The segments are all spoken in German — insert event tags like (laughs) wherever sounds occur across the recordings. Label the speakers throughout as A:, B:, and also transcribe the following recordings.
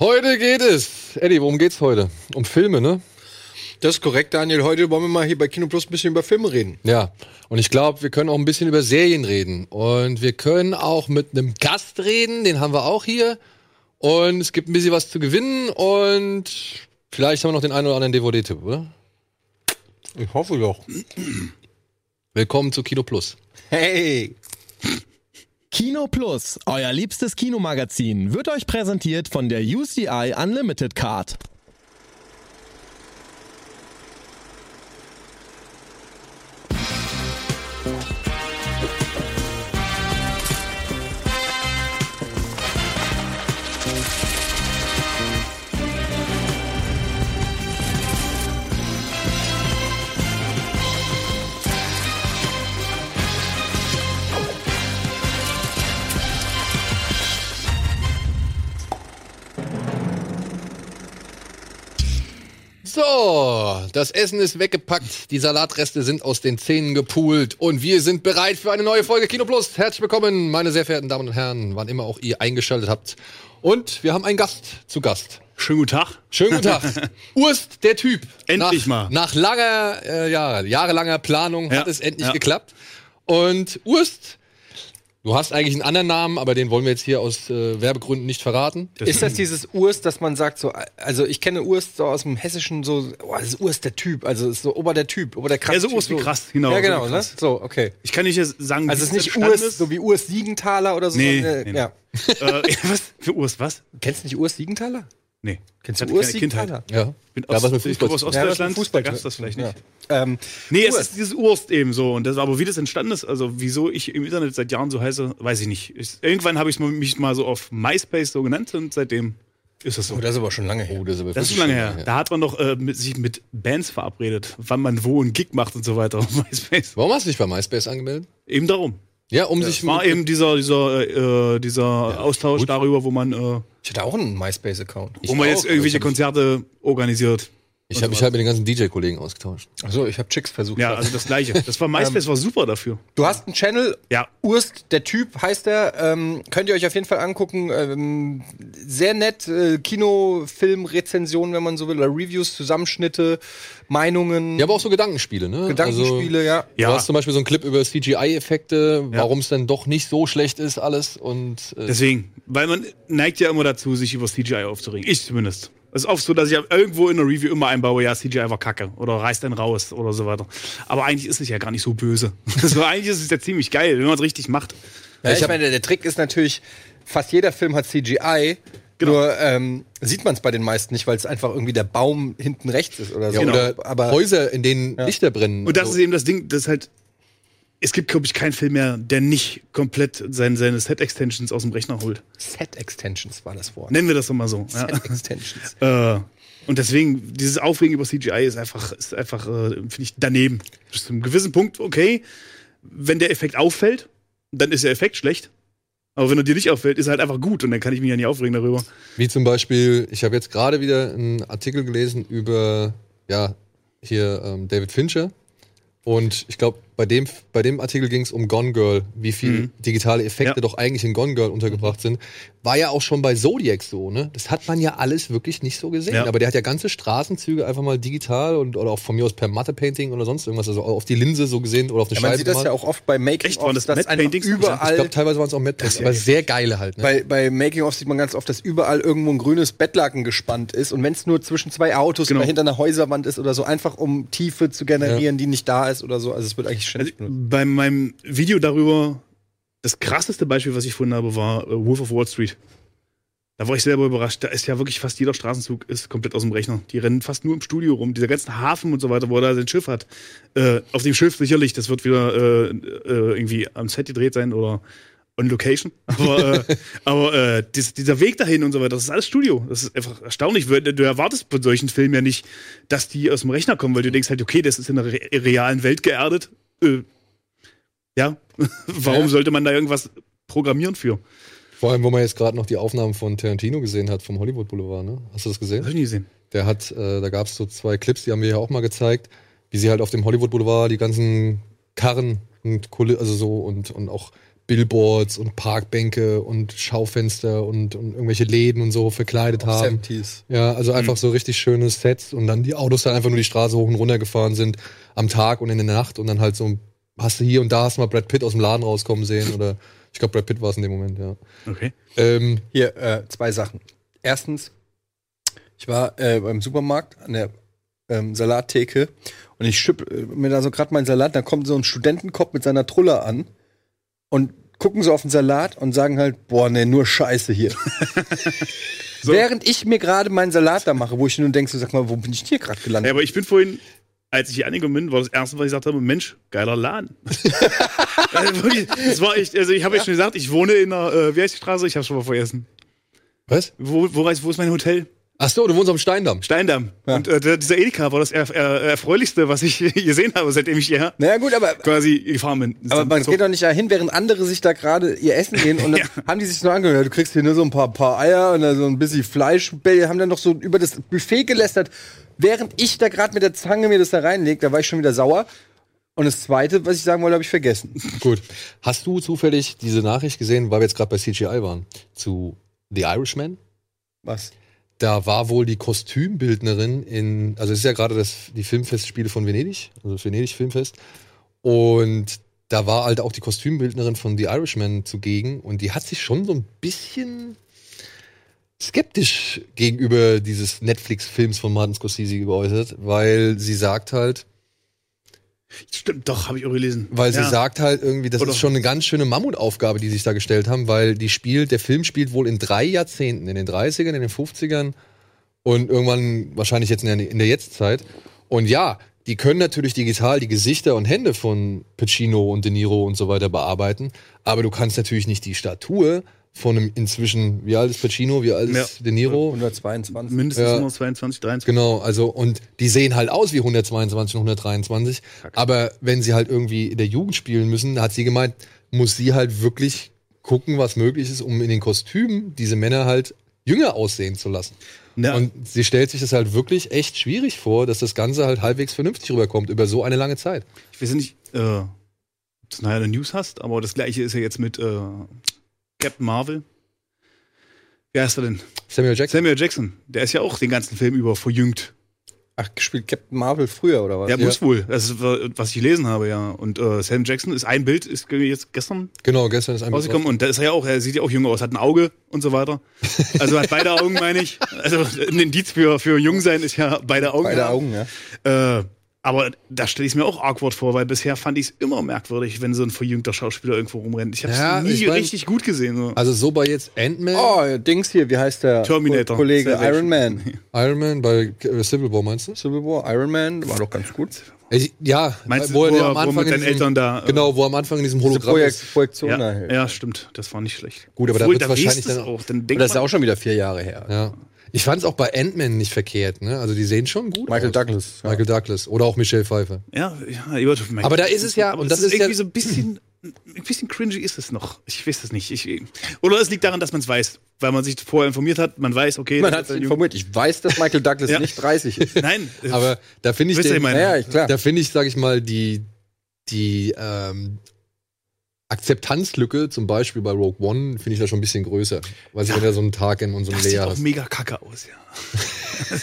A: Heute geht es. Eddie, worum geht's heute? Um Filme, ne?
B: Das ist korrekt, Daniel. Heute wollen wir mal hier bei Kino Plus ein bisschen über Filme reden.
A: Ja. Und ich glaube, wir können auch ein bisschen über Serien reden. Und wir können auch mit einem Gast reden, den haben wir auch hier. Und es gibt ein bisschen was zu gewinnen und vielleicht haben wir noch den einen oder anderen DVD-Tipp, oder?
B: Ich hoffe doch.
A: Willkommen zu Kino Plus.
B: Hey!
C: Kino Plus, euer liebstes Kinomagazin, wird euch präsentiert von der UCI Unlimited Card.
A: So, das Essen ist weggepackt, die Salatreste sind aus den Zähnen gepult und wir sind bereit für eine neue Folge Kino Plus. Herzlich willkommen, meine sehr verehrten Damen und Herren, wann immer auch ihr eingeschaltet habt. Und wir haben einen Gast zu Gast.
D: Schönen guten Tag.
A: Schönen guten
D: (laughs)
A: Tag. Urst, der Typ.
D: Endlich
A: nach,
D: mal.
A: Nach langer, äh, Jahre, jahrelanger Planung hat
D: Ja,
A: es endlich
D: ja.
A: geklappt. Und Urst, du hast eigentlich einen anderen Namen, aber den wollen wir jetzt hier aus äh, Werbegründen nicht verraten.
B: Ist das dieses Urst, dass man sagt, so, also ich kenne Urst so aus dem Hessischen, so, oh, das ist Urst der Typ, also ist so Ober der Typ, Ober der krass.
D: Ja, so
B: Typ,
D: Urst wie krass, genau,
B: Ja,
D: so
B: genau,
D: wie
B: ne?
D: krass.
B: So, okay.
D: Ich kann nicht jetzt sagen,
B: Also es ist nicht
D: entstanden
B: Urst, so wie Urst Siegenthaler oder so.
D: Nee,
B: sondern, äh,
D: nee, nee.
B: Ja.
D: (laughs) äh, was? Für Urst, was?
B: Kennst du nicht Urst Siegenthaler?
D: Nee.
B: Kennst
D: Ich
B: du
D: hatte
B: Urst
D: keine Kindheit.
B: Siegenthaler?
A: Ja.
D: Ich bin
A: Ja,
D: aus,
A: was mit
D: ich komme
A: Fußball-
D: aus
B: Ja, das ist ein
D: Ostdeutschland.
B: Fußball-
D: da gab's das vielleicht nicht.
B: Ja. Ähm,
D: Nee, es
B: Urst.
D: ist dieses Urst eben so. Und das, aber wie das entstanden ist, also wieso ich im Internet seit Jahren so heiße, weiß ich nicht. Ich, irgendwann habe ich mich mal so auf MySpace so genannt und seitdem ist das so.
B: oh, das ist aber schon lange her.
A: Oh, das ist, aber
D: Das ist
A: wirklich
D: schon lange
A: schon
D: her. Da hat man doch äh, mit, sich mit Bands verabredet, wann man wo einen Gig macht und so weiter auf (laughs) MySpace.
A: Warum hast du dich bei MySpace angemeldet?
D: Eben darum.
A: Ja, um
D: Es
A: sich
D: war
A: mit-
D: eben dieser, dieser, äh, dieser Austausch darüber, wo man, äh,
B: Ich hatte auch einen MySpace-Account.
D: wo man
A: auch,
D: um jetzt irgendwelche
A: also
D: Konzerte organisiert.
A: Ich habe mich halt mit den ganzen DJ-Kollegen ausgetauscht.
B: Also ich habe Chicks versucht.
D: Ja, also das Gleiche. Das war MySpace war super dafür.
B: Du hast einen Channel,
D: Ja.
B: Urst, der Typ heißt er. Ähm, könnt ihr euch auf jeden Fall angucken. Ähm, sehr nett, äh, Kino, Film, Rezensionen, wenn man so will, oder Reviews, Zusammenschnitte, Meinungen,
A: Ja, aber auch so Gedankenspiele, ne?
B: Gedankenspiele,
A: Also,
B: ja.
A: Du
D: Ja.
A: hast zum Beispiel so einen Clip über CGI-Effekte, warum es dann doch nicht so schlecht ist alles und äh,
D: Deswegen, weil man neigt ja immer dazu, sich über CGI aufzuregen. Ich zumindest. Es ist oft so, dass ich irgendwo in der Review immer einbaue, ja, CGI war kacke oder reißt einen raus oder so weiter. Aber eigentlich ist es ja gar nicht so böse. (laughs) Also eigentlich ist es ja ziemlich geil, wenn man es richtig macht.
B: Ja, ich
A: ich hab-
B: meine, der Trick ist natürlich, fast jeder Film hat CGI.
D: Genau.
B: Nur ähm, sieht man es bei den meisten nicht, weil es einfach irgendwie der Baum hinten rechts ist oder so.
D: genau.
A: oder
B: aber
A: Häuser, in denen Lichter brennen. Also
D: Und das
A: so.
D: ist eben das Ding, das halt. Es gibt, glaube ich, keinen Film mehr, der nicht komplett sein, seine Set-Extensions aus dem Rechner holt.
B: Set Extensions war das Wort.
D: Nennen wir das doch mal so. Ne. Ja.
B: Set Extensions.
D: Äh, und deswegen, dieses Aufregen über CGI ist einfach, ist einfach äh, finde ich, daneben. Bis zu einem gewissen Punkt, okay, wenn der Effekt auffällt, dann ist der Effekt schlecht. Aber wenn er dir nicht auffällt, ist er halt einfach gut und dann kann ich mich ja nicht aufregen darüber.
A: Wie zum Beispiel, ich habe jetzt gerade wieder einen Artikel gelesen über, ja, hier ähm, David Fincher. Und ich glaube, bei dem, bei dem Artikel ging es um Gone Girl, wie viel digitale Effekte
D: Ja.
A: doch eigentlich in Gone Girl untergebracht sind. War ja auch schon bei Zodiac so, ne? Das hat man ja alles wirklich nicht so gesehen.
D: Ja.
A: Aber der hat ja ganze Straßenzüge einfach mal digital und oder auch von mir aus per Matte-Painting oder sonst irgendwas, also auf die Linse so gesehen oder auf eine
B: Ja,
A: Scheibe.
B: man sieht das
A: gemalt.
B: ja auch oft bei Making
D: Echt, waren das
B: dass
D: Matte
B: einfach
D: Paintings?
A: Ich
B: überall
A: glaube, teilweise waren es auch Mad Max, aber sehr geile halt. Ne?
B: Bei, bei Making-of sieht man ganz oft, dass überall irgendwo ein grünes Bettlaken gespannt ist. Und wenn es nur zwischen zwei Autos
D: Genau.
B: oder hinter einer Häuserwand ist oder so, einfach um Tiefe zu generieren, die nicht da ist oder so. Also es wird eigentlich
D: Also,
B: ständig benutzt.
D: bei meinem Video darüber, das krasseste Beispiel, was ich gefunden habe, war äh, Wolf of Wall Street. Da war ich selber überrascht. Da ist ja wirklich fast jeder Straßenzug ist komplett aus dem Rechner. Die rennen fast nur im Studio rum. Dieser ganzen Hafen und so weiter, wo er da sein Schiff hat. Äh, auf dem Schiff sicherlich, das wird wieder äh, äh, irgendwie am Set gedreht sein oder on Location. (laughs) Aber, äh, aber äh, dies, dieser Weg dahin und so weiter, das ist alles Studio. Das ist einfach erstaunlich. weil Du erwartest bei solchen Filmen ja nicht, dass die aus dem Rechner kommen, weil du denkst halt, okay, das ist in der re realen Welt geerdet. Äh, ja, (laughs) warum sollte man da irgendwas programmieren für?
A: Vor allem, wo man jetzt gerade noch die Aufnahmen von Tarantino gesehen hat, vom Hollywood Boulevard, ne? Hast du das
D: Das hab
A: gesehen?
D: ich nie gesehen.
A: Der hat, äh, da gab es so zwei Clips, die haben wir ja auch mal gezeigt, wie sie halt auf dem Hollywood Boulevard die ganzen Karren und Kulle, also so und, und auch Billboards und Parkbänke und Schaufenster und, und irgendwelche Läden und so verkleidet haben.
B: Semties.
A: Ja, also einfach so richtig schöne Sets und dann die Autos dann einfach nur die Straße hoch und runter gefahren sind am Tag und in der Nacht und dann halt so hast du hier und da hast du mal Brad Pitt aus dem Laden rauskommen sehen oder ich glaube Brad Pitt war es in dem Moment, ja.
D: Okay.
A: Ähm,
B: Hier, äh, zwei Sachen. Erstens, ich war äh, beim Supermarkt an der ähm, Salattheke und ich schüpp äh, mir da so gerade meinen Salat, da kommt so ein Studentenkopf mit seiner Truller an und gucken so auf den Salat und sagen halt, boah, ne, nur Scheiße hier.
D: (laughs) So.
B: Während ich mir gerade meinen Salat da mache, wo ich nur denke, so, sag mal, wo bin ich denn hier gerade
D: Ja,
B: gelandet?
D: aber ich bin vorhin, als ich hier angekommen bin, war das erste, was ich gesagt habe: Mensch, geiler Laden. also wirklich, das war echt, also ich habe ja. schon gesagt, ich wohne in einer, äh, wie heißt die Straße? Ich habe schon mal vergessen.
A: was?
D: Wo, wo, heißt- wo ist mein Hotel?
A: Ach so, du wohnst am Steindamm.
D: Steindamm. Und äh, der- dieser Edeka war das er, er, erfreulichste, was ich (laughs) gesehen habe, seitdem ich hierher
B: Naja gut, aber
D: quasi gefahren bin.
B: Aber man geht doch nicht dahin, während andere sich da gerade ihr Essen gehen
D: (laughs)
B: und dann haben die sich nur angehört, du kriegst hier nur so ein paar, paar Eier und dann so ein bisschen Fleisch, haben dann noch so über das Buffet gelästert, während ich da gerade mit der Zange mir das da reinleg, da war ich schon wieder sauer. Und das zweite, was ich sagen wollte, habe ich vergessen.
A: Gut. Hast du zufällig diese Nachricht gesehen, weil wir jetzt gerade bei CGI waren, zu The Irishman?
B: Was?
A: Da war wohl die Kostümbildnerin in, also es ist ja gerade das, die Filmfestspiele von Venedig, also das Venedig Filmfest. Und da war halt auch die Kostümbildnerin von The Irishman zugegen und die hat sich schon so ein bisschen skeptisch gegenüber dieses Netflix-Films von Martin Scorsese geäußert, weil sie sagt halt,
D: Stimmt, doch, habe ich auch gelesen.
A: weil sie
D: Ja.
A: sagt halt irgendwie, das
D: Oder-
A: ist schon eine ganz schöne Mammutaufgabe, die sich da gestellt haben, weil die spielt, der Film spielt wohl in drei Jahrzehnten, in den 30ern, in den 50ern und irgendwann wahrscheinlich jetzt in der, in der Jetztzeit. Und ja, die können natürlich digital die Gesichter und Hände von Pacino und De Niro und so weiter bearbeiten, aber du kannst natürlich nicht die Statur von einem inzwischen, wie alt ist Pacino, wie alt ist
D: Ja.
A: De Niro?
B: 122.
D: Mindestens
A: Ja.
D: 122, 23.
A: Genau, also und die sehen halt aus wie 122 und 123, aber wenn sie halt irgendwie in der Jugend spielen müssen, hat sie gemeint, muss sie halt wirklich gucken, was möglich ist, um in den Kostümen diese Männer halt jünger aussehen zu lassen.
D: Na,
A: Genau. Und sie stellt sich das halt wirklich echt schwierig vor, dass das Ganze halt halbwegs vernünftig rüberkommt über so eine lange Zeit.
D: ich weiß nicht, äh, ob du es nachher eine News hast, aber das gleiche ist ja jetzt mit äh, Captain Marvel. Wer ist er denn?
A: Samuel Jackson.
D: Samuel Jackson. Der ist ja auch den ganzen Film über verjüngt.
B: Ach, gespielt Captain Marvel früher oder was?
D: Der muss wohl. Das ist, was ich gelesen habe, ja. Und äh, Sam Jackson ist ein Bild, ist jetzt gestern
A: Genau, gestern ist ein
D: rausgekommen und da ist er ja auch, er sieht ja auch jung aus, hat ein Auge und so weiter. Also hat beide Augen, meine ich. Also ein Indiz für, für jung sein ist ja beide Augen.
B: Beide
D: haben.
B: Augen, ja.
D: Äh, aber da stelle ich es mir auch awkward vor, weil bisher fand ich es immer merkwürdig, wenn so ein verjüngter Schauspieler irgendwo rumrennt. Ich habe es
A: Ja,
D: nie
A: ich mein-
D: richtig gut gesehen. So.
A: Also so bei jetzt Ant-Man,
B: Oh, Dings hier, wie heißt der?
D: Terminator.
B: Kollege
D: Salvation.
B: Iron Man.
A: Iron Man, bei äh, Civil War meinst du?
B: Civil War, Iron Man, war doch ganz gut.
A: Ich, Also, ja,
D: Meinst
A: er
D: du, wo
A: ja
D: er- wo er mit
A: in
D: seinen Eltern da, äh,
A: Genau, wo er am Anfang in diesem
B: Diese
A: Hologramm
B: Projekt,
A: ist.
B: Projektion da
D: ja,
B: hilft.
D: ja, stimmt. Das war nicht schlecht.
A: halt. Gut, aber da wird's
D: weißt
A: wahrscheinlich
D: du's
A: dann-
D: auch. Dann
B: Aber
D: denkt
B: das ist
D: man,
B: auch schon wieder vier Jahre her.
A: Ja. Ich fand es auch bei Ant-Man nicht verkehrt, ne? Also die sehen schon gut
B: Michael
A: aus.
B: Douglas, ja.
A: Michael Douglas. Oder auch Michelle Pfeiffer.
D: ja, ja, Ebert, mein
A: Aber
D: Gott,
A: da ist es ja,
D: aber
A: und
D: das
A: das ist ja-
D: irgendwie so ein bisschen, ein bisschen cringy ist es noch. Ich weiß es nicht. Ich, oder es liegt daran, dass man es weiß, weil man sich vorher informiert hat. Man weiß, okay,
B: Man
D: das
B: hat
D: ist ein Junge.
B: informiert. Ich weiß, dass Michael Douglas
D: (laughs) Ja.
B: nicht 30 ist.
D: (laughs) Nein,
A: (laughs) Aber da finde ich,
D: Wisst ihr,
A: den-
D: ich meine-
B: Ja, ja, klar.
A: da finde ich, sag ich mal, die, die ähm, Akzeptanzlücke, zum Beispiel bei Rogue One, finde ich da schon ein bisschen größer. Weil sie ja. wieder so einen Tag in und so einen
D: das sieht
A: Leer
D: auch
A: hast.
D: mega kacke aus, ja. Also, (laughs)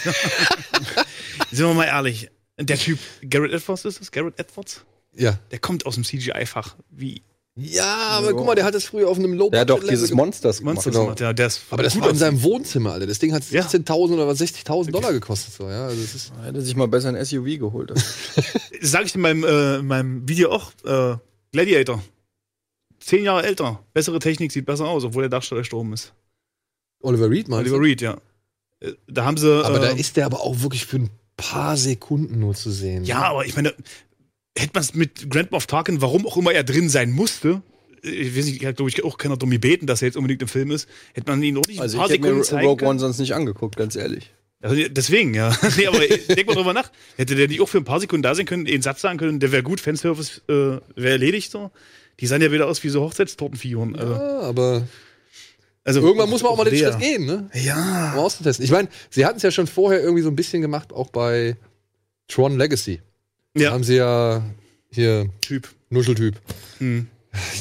D: Sind wir mal ehrlich. Der Typ, Garrett Edwards ist es? Garrett Edwards?
A: Ja.
D: Der kommt aus dem CGI-Fach. Wie
A: ja, aber guck mal, der hat das früher auf einem low
B: Der hat doch dieses
A: gemacht.
B: Monsters gemacht.
D: Monster
B: Genau.
D: gemacht. Ja, der ist
A: Aber das
D: gut
A: war in
D: aus-
A: seinem Wohnzimmer, Alter. Das Ding hat
D: Ja.
A: 16.000 oder was, 60.000 Dollar gekostet. So, ja? also das ist,
B: Hätte sich mal besser ein SUV geholt.
D: Sag ich in meinem, äh, in meinem Video auch, äh, Gladiator. Zehn Jahre älter. Bessere Technik sieht besser aus, obwohl der Darsteller gestorben ist.
A: Oliver Reed, meinst
D: Oliver
A: du?
D: Reed, ja. Äh, Da haben sie.
A: Also- Aber
D: äh,
A: da ist der aber auch wirklich für ein paar Sekunden nur zu sehen.
D: Ja, aber ich meine, hätte man es mit Grand Moff Tarkin, warum auch immer er drin sein musste, äh, ich weiß nicht, ich glaube ich auch keiner drum gebeten, dass er jetzt unbedingt im Film ist, hätte man ihn auch nicht
B: Also
D: ein paar
B: ich hätte
D: Sekunden
B: mir
D: zeigen
B: Rogue
D: können.
B: One sonst nicht angeguckt, ganz ehrlich.
D: Also, deswegen, ja. (laughs) nee, aber denk mal drüber nach. Hätte der nicht auch für ein paar Sekunden da sein können, eh einen Satz sagen können, der wäre gut, Fanservice äh, wäre erledigt so. Die sahen ja wieder aus wie so Hochzeitstortenfiguren. Also,
A: Ja, aber
D: also
A: irgendwann muss man auch mal den
D: Leer.
A: Schritt gehen, ne?
D: Ja.
A: Um auszutesten. Ich meine, sie hatten es ja schon vorher irgendwie so ein bisschen gemacht, auch bei Tron Legacy. Da
D: Ja,
A: haben sie ja hier
D: Typ.
A: Nuscheltyp.
D: Hm.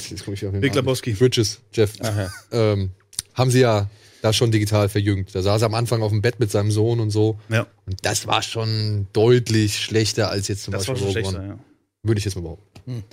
A: Jetzt komme ich wieder auf den
D: Big
A: Namen.
D: Lebowski.
A: Bridges, Jeff.
D: Aha.
A: Ähm, haben sie ja da schon digital verjüngt. Da saß er am Anfang auf dem Bett mit seinem Sohn und so.
D: Ja,
A: Und das war schon deutlich schlechter als jetzt zum
D: das war
A: Beispiel
D: schon
A: Rogue
D: schlechter,
A: One.
D: ja.
A: Würde ich jetzt mal behaupten.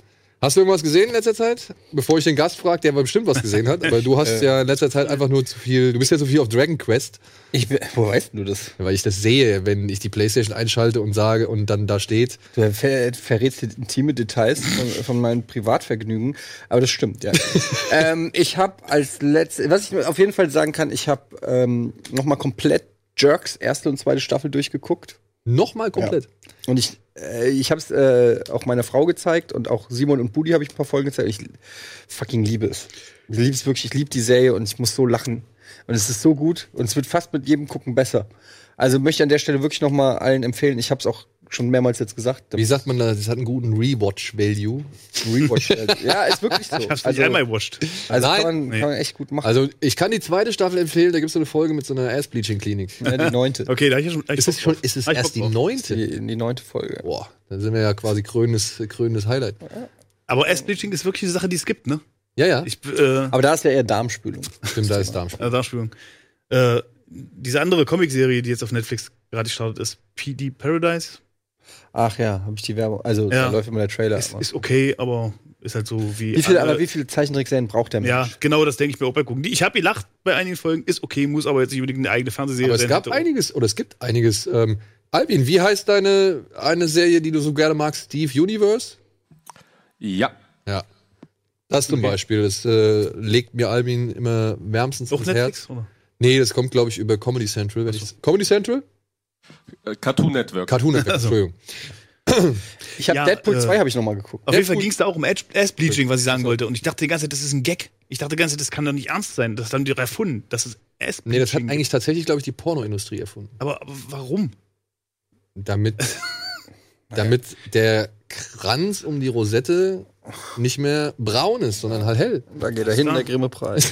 A: Hast du irgendwas gesehen in letzter Zeit? Bevor ich den Gast frage, der aber bestimmt was gesehen hat. Aber
D: (laughs)
A: du
D: Äh.
A: hast ja in letzter Zeit einfach nur zu viel, du bist ja zu viel auf Dragon Quest.
B: Ich, bin- wo weißt du das?
A: Weil ich das sehe, wenn ich die Playstation einschalte und sage und dann da steht,
B: Du ver verrätst dir intime Details von, von meinem Privatvergnügen, aber das stimmt, ja.
D: (laughs)
B: ähm, ich habe als letztes, was ich auf jeden Fall sagen kann, ich habe ähm, nochmal komplett Jerks erste und zweite Staffel durchgeguckt.
A: nochmal komplett.
B: Und ich, äh, ich habe es äh, auch meiner Frau gezeigt und auch Simon und Budi habe ich ein paar Folgen gezeigt. Ich fucking liebe es. Ich liebe es wirklich. Ich liebe die Serie und ich muss so lachen. Und es ist so gut und es wird fast mit jedem Gucken besser. Also möchte an der Stelle wirklich noch mal allen empfehlen. Ich habe es auch schon mehrmals jetzt gesagt.
A: Wie sagt man das? Das hat einen guten Rewatch-Value.
B: Rewatch. (laughs) ja, ist wirklich so.
D: Ich hab's nicht
B: also
D: einmal watched.
B: also
A: Nein.
B: kann, man, kann man echt gut machen.
A: Also ich kann die zweite Staffel empfehlen, da gibt es so eine Folge mit so einer Ass-Bleaching-Klinik.
B: ja, ne? die neunte.
D: Okay, da hab ich ja schon.
A: Ist es schon, ist es erst die neunte?
B: Die, die neunte Folge.
A: Boah, dann sind wir ja quasi krönendes, krönendes Highlight.
D: Aber Ass-Bleaching ist wirklich eine Sache, die es gibt, ne?
A: Ja, ja,
D: Ich, äh,
B: Aber da ist ja eher Darmspülung.
A: stimmt, da ist Darmstadt.
D: Also Darmspiegelung. Äh, diese andere Comicserie, die jetzt auf Netflix gerade gestartet ist, PD Paradise,
B: Ach ja, habe ich die Werbung. Also
D: Ja.
B: da läuft immer der Trailer.
D: ist,
B: immer.
D: ist okay, aber ist halt so wie.
B: wie viele,
D: alle-
B: aber wie viele Zeichentrickserien braucht der Mensch?
D: ja, genau das denke ich mir auch bei gucken. Die- Ich habe gelacht bei einigen Folgen, ist okay, muss aber jetzt nicht unbedingt eine eigene Fernsehserie
A: Aber es
D: sein.
A: gab
D: Hätte-
A: einiges, oder es gibt einiges. Ähm, Albin, wie heißt deine eine Serie, die du so gerne magst? Steve Universe?
E: Ja.
A: Ja. Das zum Beispiel, das äh, legt mir Albin immer wärmstens
D: Auch
A: ins Herz.
D: Netflix? Oder?
A: Nee, das kommt, glaube ich, über Comedy Central. Wenn ich's- Comedy Central?
E: Äh, Cartoon Network. Also,
A: Cartoon
E: (laughs)
A: Network, Entschuldigung.
B: Ich habe
D: Ja,
B: Deadpool
D: äh,
B: 2 habe ich noch mal geguckt.
D: Auf
A: Sehr
D: jeden Fall
A: gut.
D: ging es da auch um Edge- Ass-Bleaching, was ich sagen wollte. Und ich dachte die ganze Zeit, das ist ein Gag. Ich dachte die ganze Zeit, das kann doch nicht ernst sein. Das haben die doch erfunden. Das ist Ass-Bleaching.
A: Nee, das hat
D: gibt.
A: eigentlich tatsächlich, glaube ich, die Pornoindustrie erfunden.
D: aber, aber warum?
A: Damit, damit der Kranz um die Rosette nicht mehr braun ist, sondern halt hell.
B: Da geht er hin,
D: klar.
B: der grimme Preis.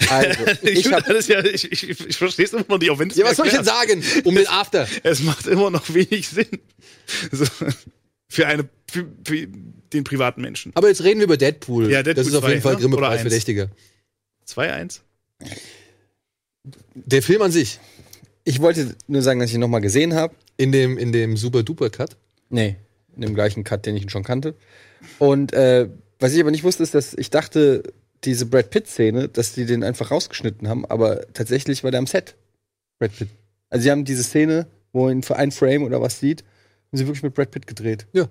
B: (laughs) also, ich
D: (laughs) Ich,
B: hab,
D: das ja, ich, ich, ich verstehe es immer noch nicht, auch wenn es
A: Ja, was soll ich denn sagen? Um den After.
D: Es macht immer noch wenig Sinn. (laughs) So, für, eine, für, für den privaten Menschen.
A: Aber jetzt reden wir über Deadpool.
D: Ja, Deadpool
A: das ist auf
D: 2,
A: jeden Fall
D: ne?
A: grimme
D: Oder
A: Preis
D: eins.
A: verdächtiger.
D: 2-1.
A: Der Film an sich,
B: ich wollte nur sagen, dass ich ihn noch mal gesehen habe.
A: in dem, in dem Super-Duper-Cut,
B: Nee, in dem gleichen Cut, den ich ihn schon kannte. Und äh, was ich aber nicht wusste, ist, dass ich dachte, diese Brad Pitt Szene, dass die den einfach rausgeschnitten haben, aber tatsächlich war der am Set. Brad Pitt. Also sie haben diese Szene, wo ihn für ein Frame oder was sieht, haben sie wirklich mit Brad Pitt gedreht.
A: Ja. ist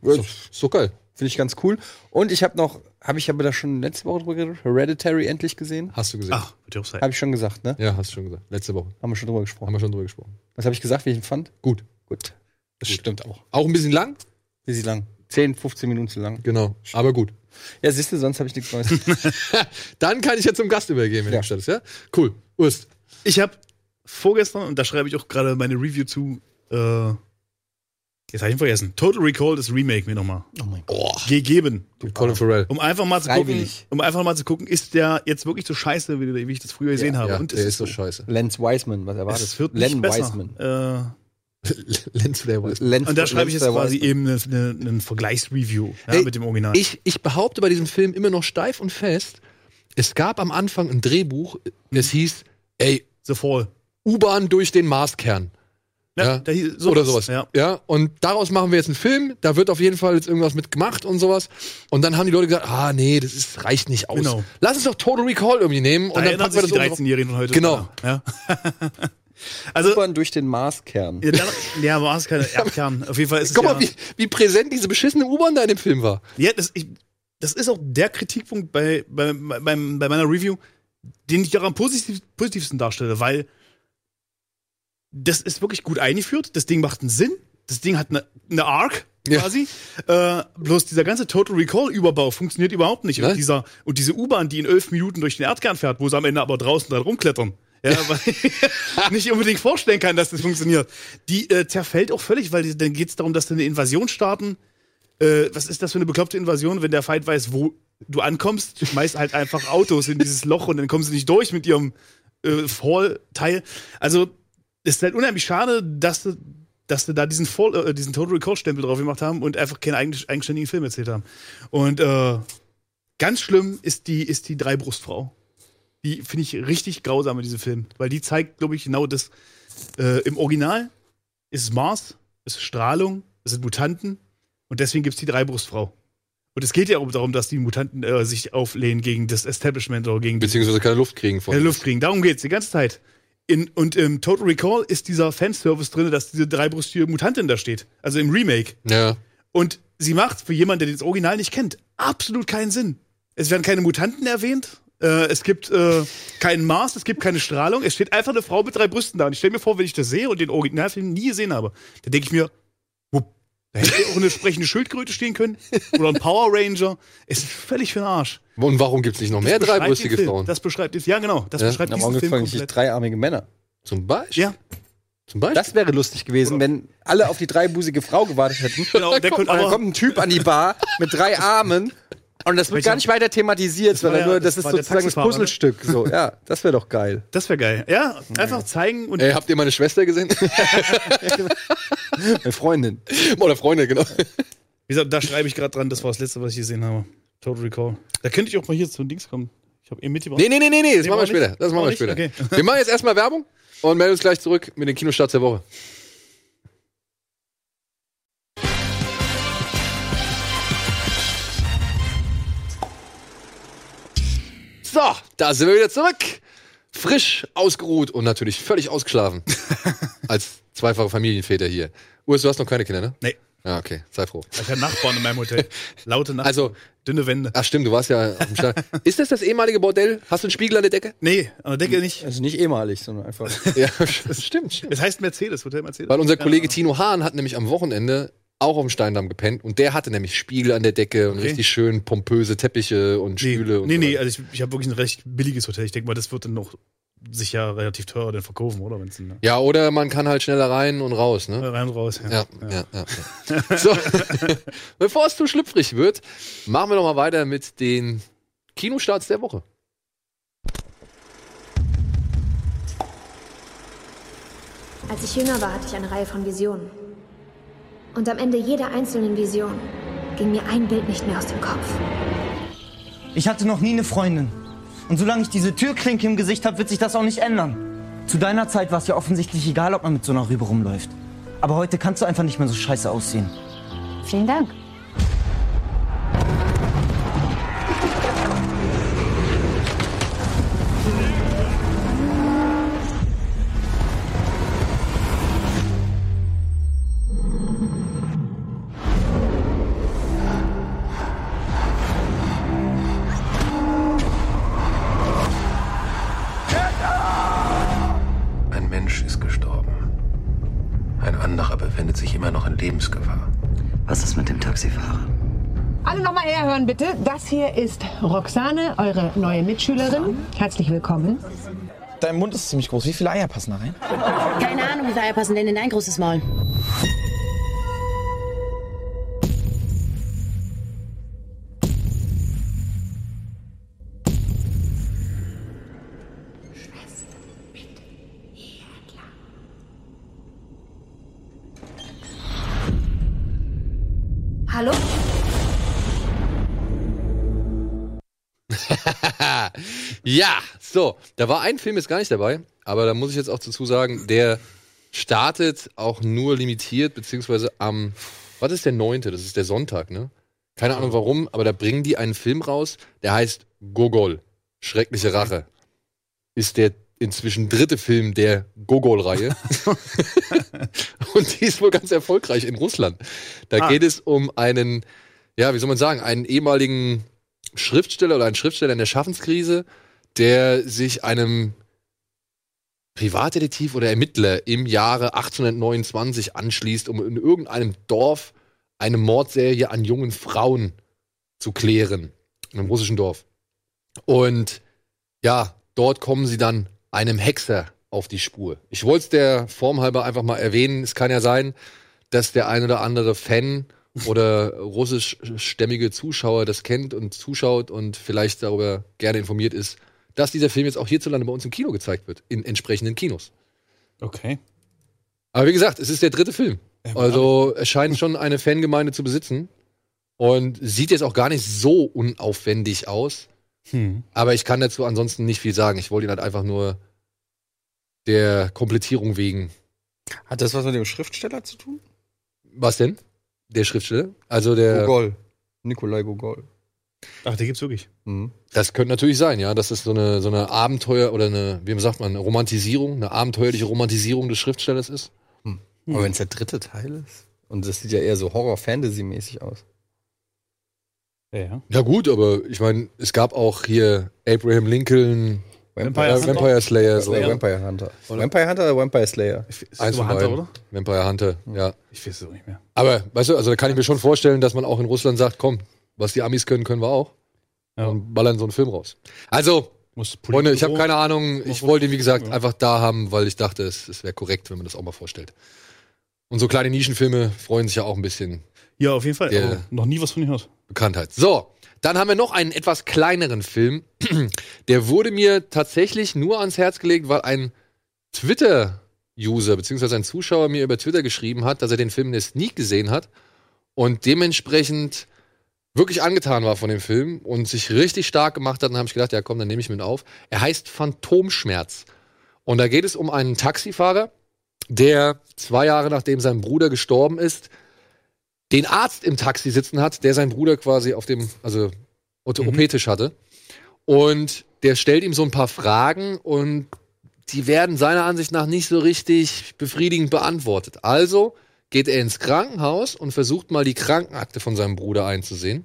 B: Finde
A: doch- ist doch geil.
B: ich ganz cool. Und ich habe noch, habe ich aber da schon letzte Woche drüber geredet, Hereditary endlich gesehen.
A: Hast du gesehen.
D: Ach, wird ja auch sein.
B: Habe ich schon gesagt, ne?
A: Ja, hast du schon gesagt. Letzte Woche.
B: Haben wir schon drüber
A: Haben
B: gesprochen.
A: wir schon drüber gesprochen.
B: Was habe ich gesagt, wie ich ihn fand?
A: Gut.
B: Gut. Das
A: Gut.
B: stimmt auch.
A: Auch ein bisschen lang,
B: Wie sie lang? 10, 15 Minuten zu lang.
A: genau. Aber gut. (laughs)
B: Ja, siehst du, sonst habe ich nichts Neues.
D: (laughs)
A: Dann kann ich ja zum Gast übergeben, wenn
B: Ja.
A: du stattest, ja? Cool. Urst.
D: Ich habe vorgestern, und da schreibe ich auch gerade meine Review zu, äh, jetzt habe ich ihn vergessen. Total Recall, das Remake mir nochmal.
B: oh mein
A: Boah.
D: Gegeben.
A: Mit Colin Farrell.
D: Um einfach mal zu
B: Freiwillig.
D: gucken, um einfach mal zu gucken, ist der jetzt wirklich so scheiße, wie, wie ich das früher gesehen habe.
A: Ja,
D: und es
A: der ist so scheiße. (laughs)
B: Lance Wiseman, was erwartet?
D: Es wird
B: Len
D: nicht
B: Wiseman.
D: besser. Äh,
A: Lenz der weiß.
B: Lance,
D: Und da schreibe ich jetzt
B: Lance
D: quasi
B: Wiseman.
D: eben einen eine, einen Vergleichsreview ja,
A: Ey,
D: mit dem Original.
A: Ich, ich behaupte bei diesem Film immer noch steif und fest, es gab am Anfang ein Drehbuch, es hieß, ey,
D: The Fall.
A: U-Bahn durch den Marskern. Ja.
D: da hieß-
A: oder sowas.
D: Ja.
A: und daraus machen wir jetzt einen Film, da wird auf jeden Fall jetzt irgendwas mit gemacht und sowas. Und dann haben die Leute gesagt, ah nee, das ist, reicht nicht aus.
D: Genau.
A: Lass uns doch Total Recall irgendwie nehmen
D: Da
A: und dann
D: erinnern
A: packen wir
D: sich
A: das
D: die
A: oben drauf.
D: 13-Jährigen von heute.
A: Genau.
D: Ja. (laughs) also,
B: Urbahn durch den Marskern.
D: ja, da- ja, war es keine Erdkern. Auf jeden Fall ist es
A: Guck
D: ja,
A: mal, wie, wie präsent diese beschissene U-Bahn da in dem Film war.
D: ja das, ich, das ist auch der Kritikpunkt bei, bei, bei, bei meiner Review, den ich auch am positiv, positivsten darstelle, weil das ist wirklich gut eingeführt, das Ding macht einen Sinn, das Ding hat eine, eine Arc
A: Ja.
D: quasi. Äh, bloß dieser ganze Total Recall-Überbau funktioniert überhaupt nicht.
A: Ne?
D: Und, dieser, und diese U-Bahn, die in elf Minuten durch den Erdkern fährt, wo sie am Ende aber draußen dann rumklettern. Ja, weil ich (laughs) nicht unbedingt vorstellen kann, dass das funktioniert. Die äh, zerfällt auch völlig, weil die, dann geht es darum, dass sie eine Invasion starten. Äh, was ist das für eine bekloppte Invasion, wenn der Feind weiß, wo du ankommst, schmeißt halt einfach Autos in dieses Loch und dann kommen sie nicht durch mit ihrem äh, Fall-Teil. Also, ist halt unheimlich schade, dass, dass sie da diesen, Fall, äh, diesen Total Recall-Stempel drauf gemacht haben und einfach keinen eigen- eigenständigen Film erzählt haben. Und äh, ganz schlimm ist die, ist die Dreibrustfrau. Die finde ich richtig grausam in diesem Film, weil die zeigt, glaube ich, genau das. Äh, Im Original ist es Mars, es ist Strahlung, es sind Mutanten und deswegen gibt es die Dreibrustfrau. Und es geht ja auch darum, dass die Mutanten äh, sich auflehnen gegen das Establishment oder gegen die
A: Beziehungsweise keine Luft kriegen von.
D: keine Luft kriegen. Darum geht's die ganze Zeit. In, und im Total Recall ist dieser Fanservice drin, dass diese dreibrüstige Mutantin da steht. Also im Remake.
A: Ja.
D: Und sie macht für jemanden, der das Original nicht kennt, absolut keinen Sinn. Es werden keine Mutanten erwähnt. Äh, es gibt äh, keinen Mars, es gibt keine Strahlung. Es steht einfach eine Frau mit drei Brüsten da. Und ich stelle mir vor, wenn ich das sehe und den Originalfilm nie gesehen habe, dann denke ich mir, wupp, da hätte auch eine sprechende Schildkröte stehen können oder ein Power Ranger. Es ist völlig für den Arsch.
A: Und warum gibt's nicht noch mehr
D: Das beschreibt
A: dreibrüstige
D: den Film.
A: Frauen?
D: Das beschreibt es. Ja, genau. Das
A: Ja.
D: beschreibt
B: Da haben
D: diesen Film
B: angefangen, sich
D: komplett.
B: dreiarmige Männer.
A: Zum Beispiel.
D: Ja,
A: Zum Beispiel.
B: Das wäre lustig gewesen, wenn alle auf die dreibusige Frau gewartet hätten.
D: (laughs) (laughs) genau. Der
B: Und
D: kommt
B: dann
D: aber,
B: kommt ein Typ an die Bar mit drei Armen und das wird gar nicht weiter thematisiert,
D: war
B: sondern
D: ja-
B: nur, das,
D: das
B: ist
D: war der
B: sozusagen das
D: Taxifahrer, ne?
B: Puzzlestück. So, ja, das wäre doch geil.
D: das wäre geil. Ja, einfach zeigen und
A: Ey, habt ihr meine Schwester gesehen? (laughs)
B: Meine Freundin.
A: Oder Freunde, genau.
D: wie gesagt, da schreibe ich gerade dran, das war das letzte, was ich gesehen habe. Total Recall. Da könnte ich auch mal hier zu Dings kommen. Ich eh habe eben mitgebracht.
A: Nee, nee, nee, nee, nee, das
D: Nee,
A: machen wir
D: machen wir
A: später. Das machen wir
D: nicht?
A: später.
D: Machen wir nicht?
A: Wir machen jetzt erstmal Werbung und melden uns gleich zurück mit den Kinostarts der Woche. So, da sind wir wieder zurück. Frisch, ausgeruht und natürlich völlig
D: (laughs)
A: ausgeschlafen. Als zweifache Familienväter hier. Urs, du hast noch keine Kinder, ne?
D: Nee.
A: Ja, okay, sei froh.
D: Ich habe Nachbarn in meinem (laughs) Hotel. Laute Nachbarn,
A: Also,
D: dünne Wände.
A: ach stimmt, du warst ja auf dem
D: (laughs)
A: Start. Ist das das ehemalige Bordell? Hast du einen Spiegel an der Decke?
D: Nee, an der Decke nicht.
B: Also nicht ehemalig, sondern einfach.
A: Ja, (laughs) stimmt, stimmt.
D: Es heißt Mercedes, Hotel Mercedes.
A: Weil unser
D: Keine
A: Kollege
D: Ahnung.
A: Tino Hahn hat nämlich am Wochenende auch auf dem Steindamm gepennt und der hatte nämlich Spiegel an der Decke und
D: Okay.
A: richtig schön pompöse Teppiche und Stühle
D: Nee,
A: und
D: nee,
A: so
D: nee,
A: weiter.
D: also ich, ich habe wirklich ein recht billiges Hotel. Ich denke mal, das wird dann noch sicher relativ teuer dann verkaufen, oder? Wenn's dann,
A: Ja, oder man kann halt schneller rein und raus, ne?
D: Rein und raus.
A: Ja, ja, ja. ja. So, (laughs) bevor es zu schlüpfrig wird, machen wir nochmal weiter mit den Kinostarts der Woche.
F: Als ich jünger war, hatte ich eine Reihe von Visionen. Und am Ende jeder einzelnen Vision ging mir ein Bild nicht mehr aus dem Kopf.
G: Ich hatte noch nie eine Freundin. Und solange ich diese Türklinke im Gesicht habe, wird sich das auch nicht ändern. Zu deiner Zeit war es ja offensichtlich egal, ob man mit so einer Rübe rumläuft. Aber heute kannst du einfach nicht mehr so scheiße aussehen.
H: Vielen Dank.
E: Ein Mensch ist gestorben. Ein anderer befindet sich immer noch in Lebensgefahr.
I: Was ist mit dem Taxifahrer?
H: Alle nochmal herhören bitte. Das hier ist Roxane, eure neue Mitschülerin. Herzlich willkommen.
G: (laughs) Dein Mund ist ziemlich groß. Wie viele Eier passen da rein?
I: Keine Ahnung, wie viele Eier passen denn in dein großes Maul?
F: Hallo?
A: Ja, so, da war ein Film jetzt gar nicht dabei, aber da muss ich jetzt auch dazu sagen, der startet auch nur limitiert, beziehungsweise am, was ist der neunte? Das ist der Sonntag, ne? Keine Ahnung warum, aber da bringen die einen Film raus, der heißt Gogol, schreckliche Rache. Ist der inzwischen dritte Film der Gogol-Reihe. (laughs) Und die ist wohl ganz erfolgreich in Russland. Da
D: Ah.
A: geht es um einen, ja, wie soll man sagen, einen ehemaligen Schriftsteller oder einen Schriftsteller in der Schaffenskrise, der sich einem Privatdetektiv oder Ermittler im Jahre 1829 anschließt, um in irgendeinem Dorf eine Mordserie an jungen Frauen zu klären. In einem russischen Dorf. Und ja, dort kommen sie dann einem Hexer auf die Spur. Ich wollte es der Form halber einfach mal erwähnen. Es kann ja sein, dass der ein oder andere Fan oder russischstämmige Zuschauer das kennt und zuschaut und vielleicht darüber gerne informiert ist, dass dieser Film jetzt auch hierzulande bei uns im Kino gezeigt wird, in entsprechenden Kinos.
D: Okay.
A: Aber wie gesagt, es ist der dritte Film. Also es scheint schon eine Fangemeinde zu besitzen. Und sieht jetzt auch gar nicht so unaufwendig aus.
B: Hm.
A: Aber ich kann dazu ansonsten nicht viel sagen. Ich wollte ihn halt einfach nur der Komplettierung wegen.
B: Hat das was mit dem Schriftsteller zu tun?
A: Was denn? Der Schriftsteller? Also
G: Äh,
A: der.
B: Gogol. Nikolai Gogol.
D: Ach, der gibt's wirklich.
B: Mhm.
A: Das könnte natürlich sein, ja. Das ist so eine, so eine Abenteuer oder eine, wie sagt man, eine Romantisierung, eine abenteuerliche Romantisierung des Schriftstellers ist.
B: Aber wenn es der dritte Teil ist. Und das sieht ja eher so Horror-Fantasy-mäßig aus.
D: Ja.
A: Ja, gut, aber ich meine, es gab auch hier Abraham Lincoln,
D: Vampire
A: äh,
D: Hunter.
A: Vampire Slayer, so.
B: Oder Vampire Hunter. Vampire Hunter oder Vampire Slayer?
D: Ist das
A: Eins von
D: Hunter,
A: beiden.
D: oder?
A: Vampire Hunter, ja.
D: Ich weiß es auch nicht mehr.
A: Aber, weißt du, also da kann ich mir schon vorstellen, dass man auch in Russland sagt, komm, was die Amis können, können wir auch.
D: Ja.
A: Und ballern so einen Film raus. Also,
D: Muss
A: Freunde, ich
D: Politbüro-
A: habe keine Ahnung. Ich
D: Mach
A: wollte ihn, wie gesagt,
D: Ja.
A: einfach da haben, weil ich dachte, es, es wäre korrekt, wenn man das auch mal vorstellt. Und so kleine Nischenfilme freuen sich ja auch ein bisschen
D: Ja, auf jeden Fall.
A: Der-
D: Aber noch nie was von gehört.
A: Bekanntheit. So, dann haben wir noch einen etwas kleineren Film. (clears throat) Der wurde mir tatsächlich nur ans Herz gelegt, weil ein Twitter-User bzw. ein Zuschauer mir über Twitter geschrieben hat, dass er den Film in der Sneak gesehen hat und dementsprechend wirklich angetan war von dem Film und sich richtig stark gemacht hat. Und dann habe ich gedacht, ja komm, dann nehme ich mit auf. Er heißt Phantomschmerz. Und da geht es um einen Taxifahrer, der zwei Jahre nachdem sein Bruder gestorben ist, den Arzt im Taxi sitzen hat, der seinen Bruder quasi auf dem, also unter OP-Tisch hatte. Und der stellt ihm so ein paar Fragen und die werden seiner Ansicht nach nicht so richtig befriedigend beantwortet. Also geht er ins Krankenhaus und versucht mal die Krankenakte von seinem Bruder einzusehen.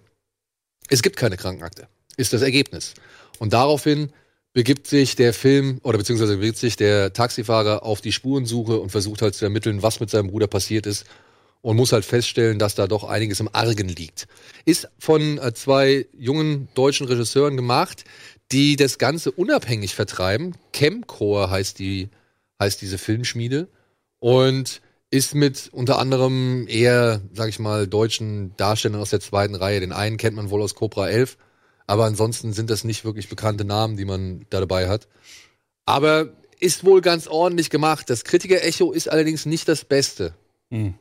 A: Es gibt keine Krankenakte, ist das Ergebnis. Und daraufhin begibt sich der Film oder beziehungsweise begibt sich der Taxifahrer auf die Spurensuche und versucht halt zu ermitteln, was mit seinem Bruder passiert ist und muss halt feststellen, dass da doch einiges im Argen liegt. Ist von äh, zwei jungen deutschen Regisseuren gemacht, die das Ganze unabhängig vertreiben. Chemcore heißt die, heißt diese Filmschmiede und ist mit unter anderem eher, sag ich mal, deutschen Darstellern aus der zweiten Reihe. Den einen kennt man wohl aus Cobra 11, aber ansonsten sind das nicht wirklich bekannte Namen, die man da dabei hat. Aber ist wohl ganz ordentlich gemacht. Das Kritiker-Echo ist allerdings nicht das Beste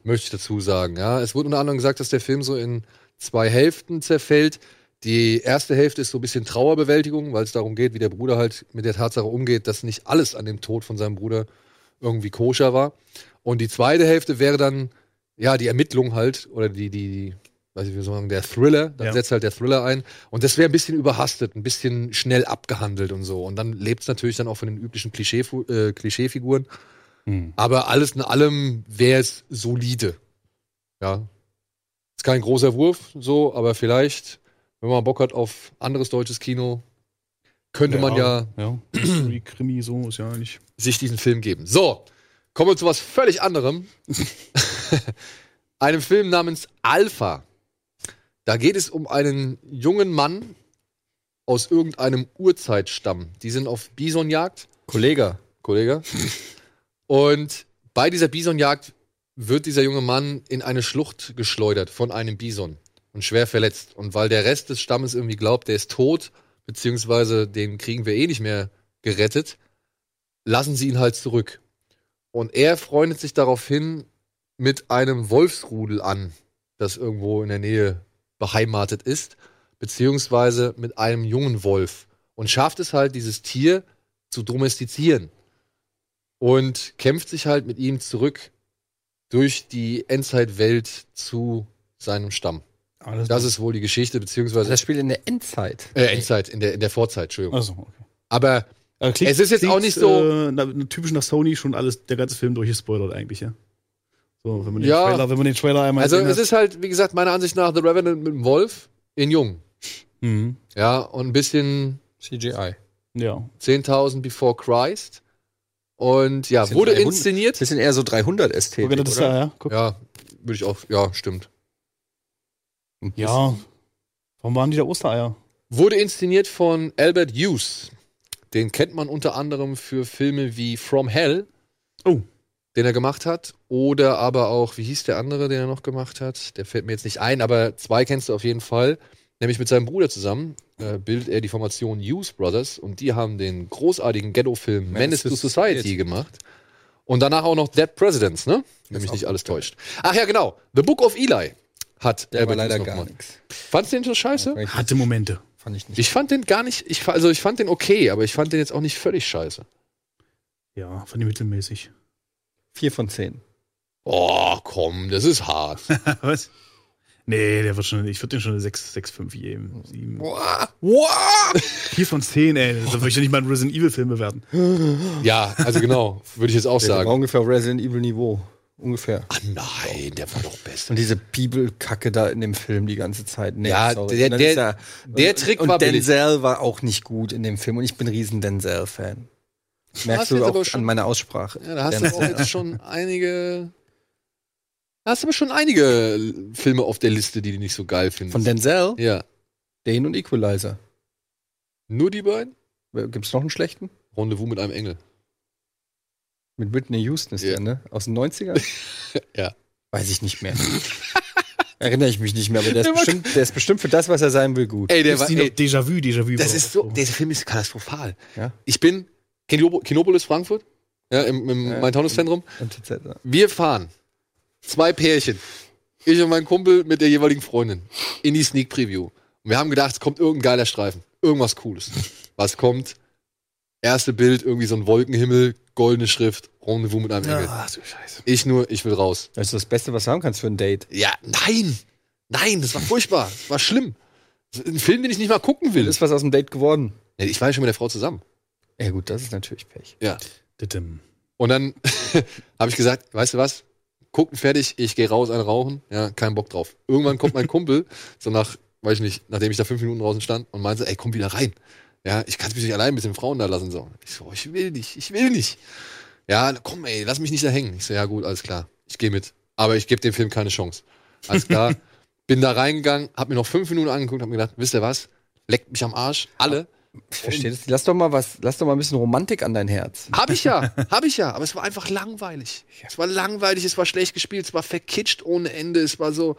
A: möchte ich dazu sagen. Ja, es wurde unter anderem gesagt, dass der Film so in zwei Hälften zerfällt. Die erste Hälfte ist so ein bisschen Trauerbewältigung, weil es darum geht, wie der Bruder halt mit der Tatsache umgeht, dass nicht alles an dem Tod von seinem Bruder irgendwie koscher war. Und die zweite Hälfte wäre dann, ja, die Ermittlung halt, oder die, die, die weiß ich wie soll man sagen, der Thriller. Dann
D: Ja.
A: setzt halt der Thriller ein. Und das wäre ein bisschen überhastet, ein bisschen schnell abgehandelt und so. Und dann lebt es natürlich dann auch von den üblichen Klischee, äh, Klischeefiguren. Aber alles in allem wäre es solide. Ja. Ist kein großer Wurf, so, aber vielleicht, wenn man Bock hat auf anderes deutsches Kino, könnte man ja
D: Ja. Mystery, Krimi, so ist ja eigentlich.
A: sich diesen Film geben. So, kommen wir zu was völlig anderem. Einem Film namens Alpha. Da geht es um einen jungen Mann aus irgendeinem Urzeitstamm. Die sind auf Bisonjagd
B: Kollege.
A: Kollege. Und bei dieser Bisonjagd wird dieser junge Mann in eine Schlucht geschleudert von einem Bison und schwer verletzt. Und weil der Rest des Stammes irgendwie glaubt, der ist tot, beziehungsweise den kriegen wir eh nicht mehr gerettet, lassen sie ihn halt zurück. Und er freundet sich daraufhin mit einem Wolfsrudel an, das irgendwo in der Nähe beheimatet ist, beziehungsweise mit einem jungen Wolf und schafft es halt, dieses Tier zu domestizieren und kämpft sich halt mit ihm zurück durch die Endzeitwelt zu seinem Stamm.
D: Alles
A: Das ist wohl die Geschichte, beziehungsweise
B: Das spielt in der Endzeit.
A: äh, Endzeit, in der, in der Vorzeit, Entschuldigung.
D: Also, okay.
A: Aber
D: Aber klingt-
A: Es ist jetzt
D: klingt,
A: auch nicht so-
D: Äh, na, na, typisch nach Sony schon alles, der ganze Film durchgespoilert eigentlich, ja. So, wenn man den,
A: Ja.
D: Trailer, wenn man den Trailer einmal
A: also es
D: gesehen
A: ist halt, wie gesagt, meiner Ansicht nach The Revenant mit dem Wolf in Jung.
D: hat. Mhm.
A: Ja, und ein bisschen
B: CGI.
D: Ja.
A: 10.000 Before Christ. Und ja, wurde
B: Bisschen
A: inszeniert.
B: Bisschen eher so 300
D: Guck,
B: Ästhetik,
D: das ist ja, ja. Guck.
A: Ja, würde ich auch, ja, stimmt.
D: ja. Warum waren die da Ostereier?
A: Wurde inszeniert von Albert Hughes. Den kennt man unter anderem für Filme wie From Hell.
D: Oh.
A: Den er gemacht hat. Oder aber auch, wie hieß der andere, den er noch gemacht hat? Der fällt mir jetzt nicht ein, aber zwei kennst du auf jeden Fall. Nämlich mit seinem Bruder zusammen äh, bildet er die Formation Hughes Brothers und die haben den großartigen Ghetto-Film Menace to Society gemacht. Und danach auch noch Dead Presidents, ne? Wenn mich nicht alles täuscht. Ach ja, genau. The Book of Eli hat
B: Der war
A: Albert
B: leider
A: Hughes noch
B: gar
A: gemacht.
B: nichts.
A: Fandst du den so scheiße?
D: Hatte Momente.
B: Fand ich nicht.
A: Ich fand den gar nicht, ich, fa- also ich fand den okay, aber ich fand den jetzt auch nicht völlig scheiße.
D: Ja, fand
A: (laughs)
D: ich mittelmäßig.
B: Vier von zehn.
A: Oh, komm, das ist (laughs) hart.
D: Was? Nee, der wird schon, ich würde dem schon eine 6, 6, 5 geben. 7.
A: Boah. Boah.
D: 4 von 10, ey. Das würde ich doch nicht mal einen Resident Evil Film bewerten.
A: Ja, also genau, würde ich jetzt auch
B: Der war
A: sagen.
B: ungefähr Resident Evil Niveau. Ungefähr.
A: Ah, nein, der war doch besser.
B: Und diese Bibelkacke da in dem Film die ganze Zeit. Nee,
A: Ja,
B: sorry.
A: der-
B: Und dann
A: der-
B: ist er-
A: der Trick
B: und
A: war billig.
B: Denzel war auch nicht gut in dem Film und ich bin riesen Denzel-Fan.
A: Hast
B: Merkst
A: du
B: du
A: jetzt aber
B: auch
A: schon-
B: an meiner Aussprache.
A: Ja, da hast du auch jetzt schon einige. Da hast du aber schon einige Filme auf der Liste, die du nicht so geil findest.
B: Von Denzel,
A: ja.
B: den und Equalizer.
A: Nur die beiden?
B: Gibt's noch einen schlechten?
A: Rendezvous mit einem Engel.
B: Mit Whitney Houston ist
A: Ja.
B: der, ne? Aus den 90ern?
A: (laughs) Ja.
B: Weiß ich nicht mehr. (laughs) Erinnere ich mich nicht mehr, aber der ist,
A: Der war-
B: bestimmt, der ist bestimmt für das, was er sein will, gut.
A: Ey, der war.
D: Ist die noch
A: Ey,
D: Déjà-vu, Déjà-vu.
A: das
D: war
A: ist
D: auch
A: so. Der Film ist katastrophal.
B: Ja.
A: Ich bin. Kinobo- Kinopolis Frankfurt? Ja, im, im
B: Ja.
A: Main-Taunus-Zentrum.
B: MTZ, ja.
A: Wir fahren. Zwei Pärchen. Ich und mein Kumpel mit der jeweiligen Freundin. In die Sneak Preview. Und wir haben gedacht, es kommt irgendein geiler Streifen. Irgendwas Cooles. Was kommt? Erste Bild, irgendwie so ein Wolkenhimmel, goldene Schrift, Rendezvous mit einem Engel.
D: Ach du Scheiße.
A: Ich nur, ich will raus.
B: Das ist das Beste, was du haben kannst für ein Date.
A: Ja, nein! Nein, das war furchtbar. Das war schlimm. Das ist Ein Film, den ich nicht mal gucken will.
B: Ist was aus dem Date geworden?
A: Nee, Ich war ja schon mit der Frau zusammen.
B: Ja, gut, das ist natürlich Pech.
D: Dittem.
A: Und dann (laughs) habe ich gesagt, weißt du was? Gucken fertig, ich gehe raus, einen rauchen. Ja, kein Bock drauf. Irgendwann kommt mein Kumpel, so nach, weiß ich nicht, nachdem ich da fünf Minuten draußen stand und meinte, ey, komm wieder rein. Ja, ich kann mich nicht allein mit den Frauen da lassen. So. Ich so, ich will nicht, ich will nicht. Ja, na komm, ey, lass mich nicht da hängen. Ich so, ja gut, alles klar. Ich gehe mit. Aber ich gebe dem Film keine Chance. Alles klar. Bin da reingegangen, hab mir noch fünf Minuten angeguckt, hab mir gedacht, wisst ihr was? Leckt mich am Arsch. Alle.
B: Ich verstehe das. Lass doch mal was, lass doch mal ein bisschen Romantik an dein Herz.
A: Hab ich (laughs) ja, hab ich ja, aber es war einfach langweilig. Es war langweilig, es war schlecht gespielt, es war verkitscht ohne Ende, es war so.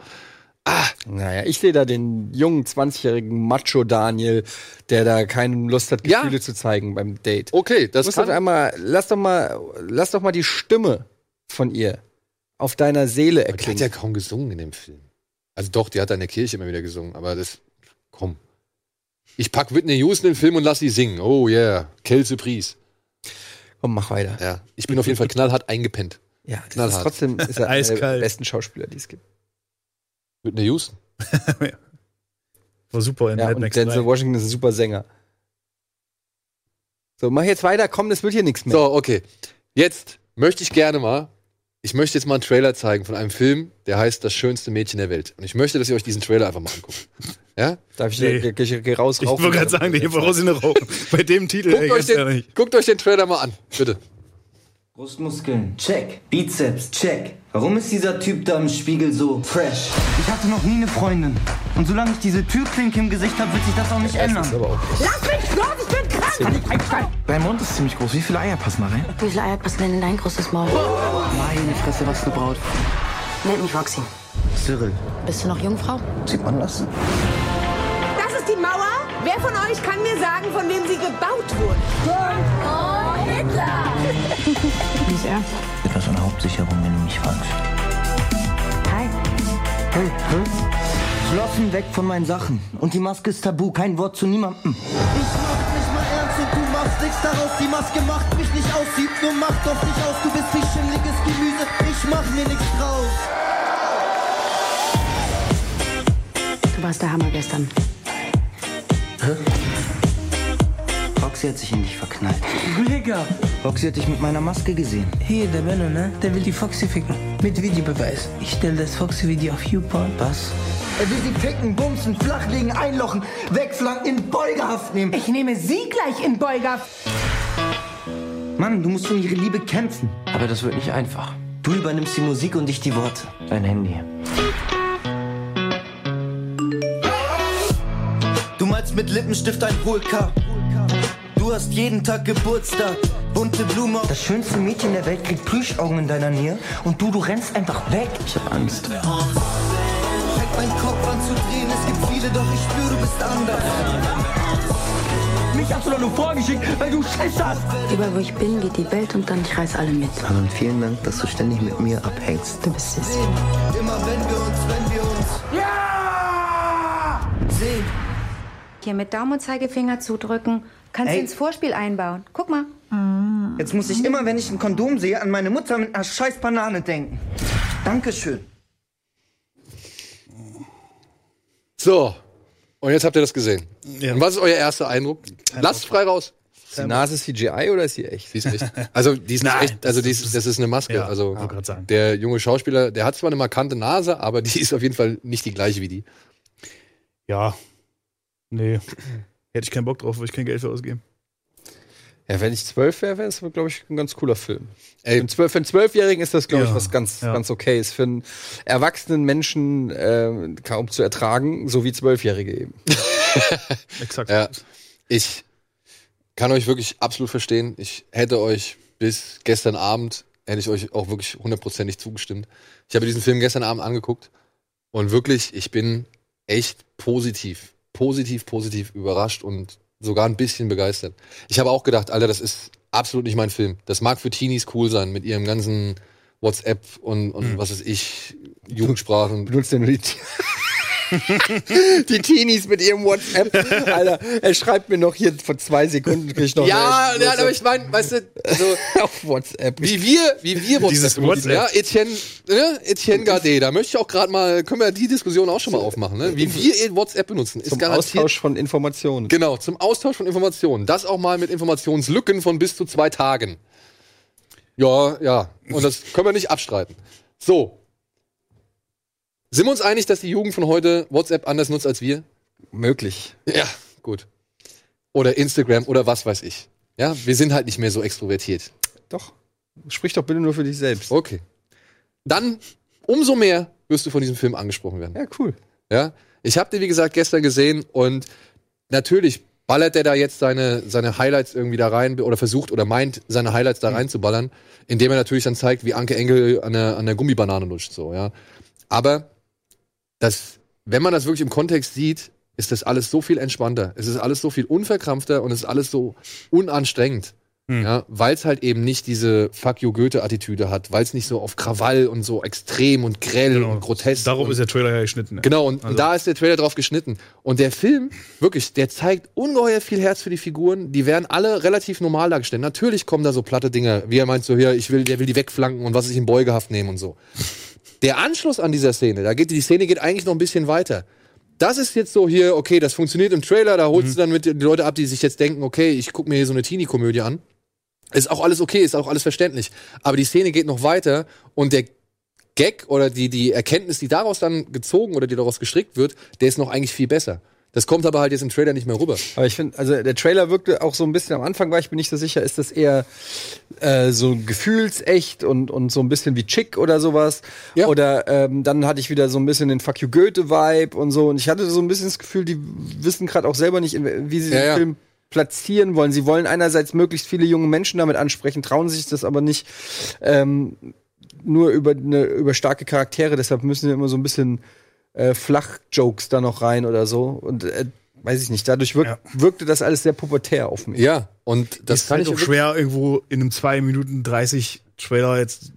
B: Naja, ich sehe da den jungen 20-jährigen Macho Daniel, der da keine Lust hat,
A: Ja.
B: Gefühle zu zeigen beim Date.
A: Okay, das
B: Muss doch einmal, lass doch mal, lass doch mal die Stimme von ihr auf deiner Seele
A: die hat ja
B: erklingen.
A: kaum gesungen in dem Film. Also doch, die hat da in der Kirche immer wieder gesungen, aber das. Komm. Ich pack Whitney Houston in den Film und lass sie singen. Oh yeah, Kelsey Priest.
B: Komm, mach weiter.
A: Ja, ich bin auf jeden Fall knallhart eingepennt.
B: Ja, das ist
A: Knallhart.
B: (laughs) trotzdem ist er einer der
D: Eiskalt.
B: besten Schauspieler, die es gibt.
A: Whitney Houston.
D: War super in
B: Ja,
D: Mad
B: und
D: Max
B: Denzel
D: 3.
B: Washington ist ein super Sänger. So, mach jetzt weiter, komm, das wird hier nichts mehr.
A: So, okay. Jetzt möchte ich gerne mal, ich möchte jetzt mal einen Trailer zeigen von einem Film, der heißt Das schönste Mädchen der Welt. Und ich möchte, dass ihr euch diesen Trailer einfach mal anguckt. Ja?
B: Darf ich,
D: Nee.
B: ich, ich geh raus,
D: Ich wollte gerade sagen, der hier voraus in der (laughs) Rauch. Bei dem Titel,
A: Guckt, euch
D: ganz
A: den,
D: ehrlich.
A: guckt euch den Trailer mal an, bitte.
G: Brustmuskeln.
J: Check.
G: Bizeps, check. Warum ist dieser Typ da im Spiegel so fresh?
J: Ich hatte noch nie eine Freundin. Und solange ich diese Türklinke im Gesicht habe, wird sich das auch nicht ändern.
K: Lass mich los, ich bin krank!
H: Dein Mund ist ziemlich groß. Wie viele Eier passen da rein?
J: Wie viele Eier passen denn in dein großes Maul?
H: Meine Fresse, was eine Braut.
J: Nenn mich Roxy.
H: Cyril.
J: Bist du noch Jungfrau?
H: Sieht man das?
K: Das ist die Mauer. Wer von euch kann mir sagen, von wem sie gebaut wurde?
H: Etwas von der Hauptsicherung, wenn du mich fragst.
J: Hey, hey.
G: Schlossen weg von meinen Sachen. Und die Maske ist tabu, kein Wort zu niemandem.
H: Ich mach mich mal ernst und du machst nichts daraus. Die Maske macht mich nicht aus, sieht nur Macht auf dich aus. Du bist wie schimmliges Gemüse, ich mach mir nichts draus.
J: Du warst der Hammer gestern.
G: Roxy hat sich in dich verknallt. Roxy hat dich mit meiner Maske gesehen.
H: Hier, der Benno, ne? Der will die Foxy ficken. Mit Videobeweis. Ich stell das Foxy-Video auf YouPorn.
G: Was?
H: Er will Äh, sie ficken, bumsen, flachlegen, einlochen, wegflanken, in Beugehaft nehmen.
K: Ich nehme sie gleich in Beuger.
G: Mann, du musst
H: um
G: für ihre Liebe kämpfen.
H: Aber das wird nicht einfach.
G: Du übernimmst die Musik und ich die Worte.
H: Dein Handy. Du malst mit Lippenstift ein Vulkan. Du hast jeden Tag Geburtstag. Bunte Blumen auf
G: Das schönste Mädchen der Welt kriegt Plüschaugen in deiner Nähe und du, du rennst einfach weg. Ich hab Angst.
H: Fängt mein Kopf an zu drehen, es gibt viele, doch ich spüre, du bist anders.
L: mich hast du doch nur vorgeschickt, weil du Schiss hast.
F: Über wo ich bin, geht die Welt und dann ich reiß alle mit.
M: Manon, vielen Dank, dass du ständig mit mir abhängst.
F: Du bist es.
N: Immer wenn wir uns, wenn wir uns
L: Ja!
N: sehen.
F: Hier mit Daumen und Zeigefinger zudrücken. Kannst
G: Ey.
F: du ins Vorspiel einbauen. Guck mal.
G: Jetzt muss ich immer, wenn ich ein Kondom sehe, an meine Mutter mit einer scheiß Banane denken. Dankeschön.
A: So. Und jetzt habt ihr das gesehen. Und was ist euer erster Eindruck? Lasst frei raus.
B: Ist die Nase CGI oder ist sie echt?
A: Sie ist echt. Also, die ist nicht echt, also die ist, das ist eine Maske.
D: Ja,
A: also,
D: wollte gerade sagen.
A: der junge Schauspieler, der hat zwar eine markante Nase, aber die (laughs) ist auf jeden Fall nicht die gleiche wie die.
D: Ja. Nee. Hätte ich keinen Bock drauf, würde ich kein Geld für ausgeben.
B: Ja, wenn ich zwölf wäre, wäre es, glaube ich, ein ganz cooler Film.
A: Ey.
B: Für einen zwölf- für einen Zwölfjährigen ist das, glaube ich,
D: Ja,
B: was ganz,
D: ja.
B: ganz okay ist. Für einen erwachsenen Menschen äh, kaum zu ertragen, so wie Zwölfjährige eben.
D: Exakt.
A: Ja, ich kann euch wirklich absolut verstehen. Ich hätte euch bis gestern Abend, hätte ich euch auch wirklich hundertprozentig zugestimmt. Ich habe diesen Film gestern Abend angeguckt und wirklich, ich bin echt positiv, positiv, positiv überrascht und sogar ein bisschen begeistert. Ich habe auch gedacht, Alter, das ist absolut nicht mein Film. Das mag für Teenies cool sein mit ihrem ganzen WhatsApp und, und was weiß ich, Jugendsprachen.
B: Benutzt denn nur die, (laughs) die Teenies mit ihrem WhatsApp. Alter, er schreibt mir noch hier vor zwei Sekunden, krieg ich noch
A: Ja,
B: eine
A: ja, aber ich meine, weißt du, also so,
B: auf WhatsApp.
A: Wie wir, wie wir WhatsApp
D: Dieses
A: benutzen,
D: WhatsApp.
A: Ja, Etienne, ne? Etienne Gardet, da möchte ich auch gerade mal, können wir die Diskussion auch schon mal aufmachen, ne? Wie wir WhatsApp benutzen, ist
B: Zum
A: garantiert.
B: Austausch von Informationen.
A: Genau, zum Austausch von Informationen. Das auch mal mit Informationslücken von bis zu zwei Tagen. Ja, ja. Und das können wir nicht abstreiten. So. Sind wir uns einig, dass die Jugend von heute WhatsApp anders nutzt als wir?
B: Möglich.
A: Ja, gut. Oder Instagram oder was weiß ich. Ja, wir sind halt nicht mehr so extrovertiert.
B: Doch. Sprich doch bitte nur für dich selbst.
A: Okay. Dann umso mehr wirst du von diesem Film angesprochen werden.
B: Ja, cool.
A: Ja? Ich habe den, wie gesagt, gestern gesehen und natürlich ballert er da jetzt seine, seine Highlights irgendwie da rein oder versucht oder meint, seine Highlights da reinzuballern, indem er natürlich dann zeigt, wie Anke Engel an der, an der Gummibanane lutscht. So, ja? Aber das, wenn man das wirklich im Kontext sieht, ist das alles so viel entspannter. Es ist alles so viel unverkrampfter und es ist alles so unanstrengend. Ja, weil es halt eben nicht diese Fuck you Goethe-Attitüde hat, weil es nicht so auf Krawall und so extrem und grell und grotesk. und,
D: Darauf Genau. ist der Trailer ja geschnitten. ne?
A: Genau, und,
D: Also-
A: und da ist der Trailer drauf geschnitten. Und der Film, wirklich, der zeigt ungeheuer viel Herz für die Figuren. Die werden alle relativ normal dargestellt. Natürlich kommen da so platte Dinge, wie er meint, so hier, ich will, der will die wegflanken und was ich in Beugehaft nehmen und so. Der Anschluss an dieser Szene, da geht die Szene geht eigentlich noch ein bisschen weiter. Das ist jetzt so hier, okay, das funktioniert im Trailer, da
D: Mhm.
A: holst du dann mit die Leute ab, die sich jetzt denken, okay, ich guck mir hier so eine Teenie-Komödie an. Ist auch alles okay, ist auch alles verständlich. Aber die Szene geht noch weiter und der Gag oder die, die Erkenntnis, die daraus dann gezogen oder die daraus gestrickt wird, der ist noch eigentlich viel besser. Das kommt aber halt jetzt im Trailer nicht mehr rüber.
B: Aber ich finde, also der Trailer wirkte auch so ein bisschen am Anfang, war ich mir nicht so sicher, ist das eher äh, so gefühlsecht und, und so ein bisschen wie Chick oder sowas.
A: Ja.
B: Oder ähm, dann hatte ich wieder so ein bisschen den Fuck You Goethe-Vibe und so. Und ich hatte so ein bisschen das Gefühl, die wissen gerade auch selber nicht, in- wie sie
A: Ja,
B: den
A: ja.
B: Film platzieren wollen. Sie wollen einerseits möglichst viele junge Menschen damit ansprechen, trauen sich das aber nicht ähm, nur über, eine, über starke Charaktere. Deshalb müssen sie immer so ein bisschen äh, Flachjokes da noch rein oder so. Und äh, weiß ich nicht, dadurch wirk
D: Ja.
B: wirkte das alles sehr pubertär auf mich.
A: Ja, und das
D: ist
A: kann
D: halt
A: ich
D: auch schwer, irgendwo in einem 2 Minuten 30 Trailer jetzt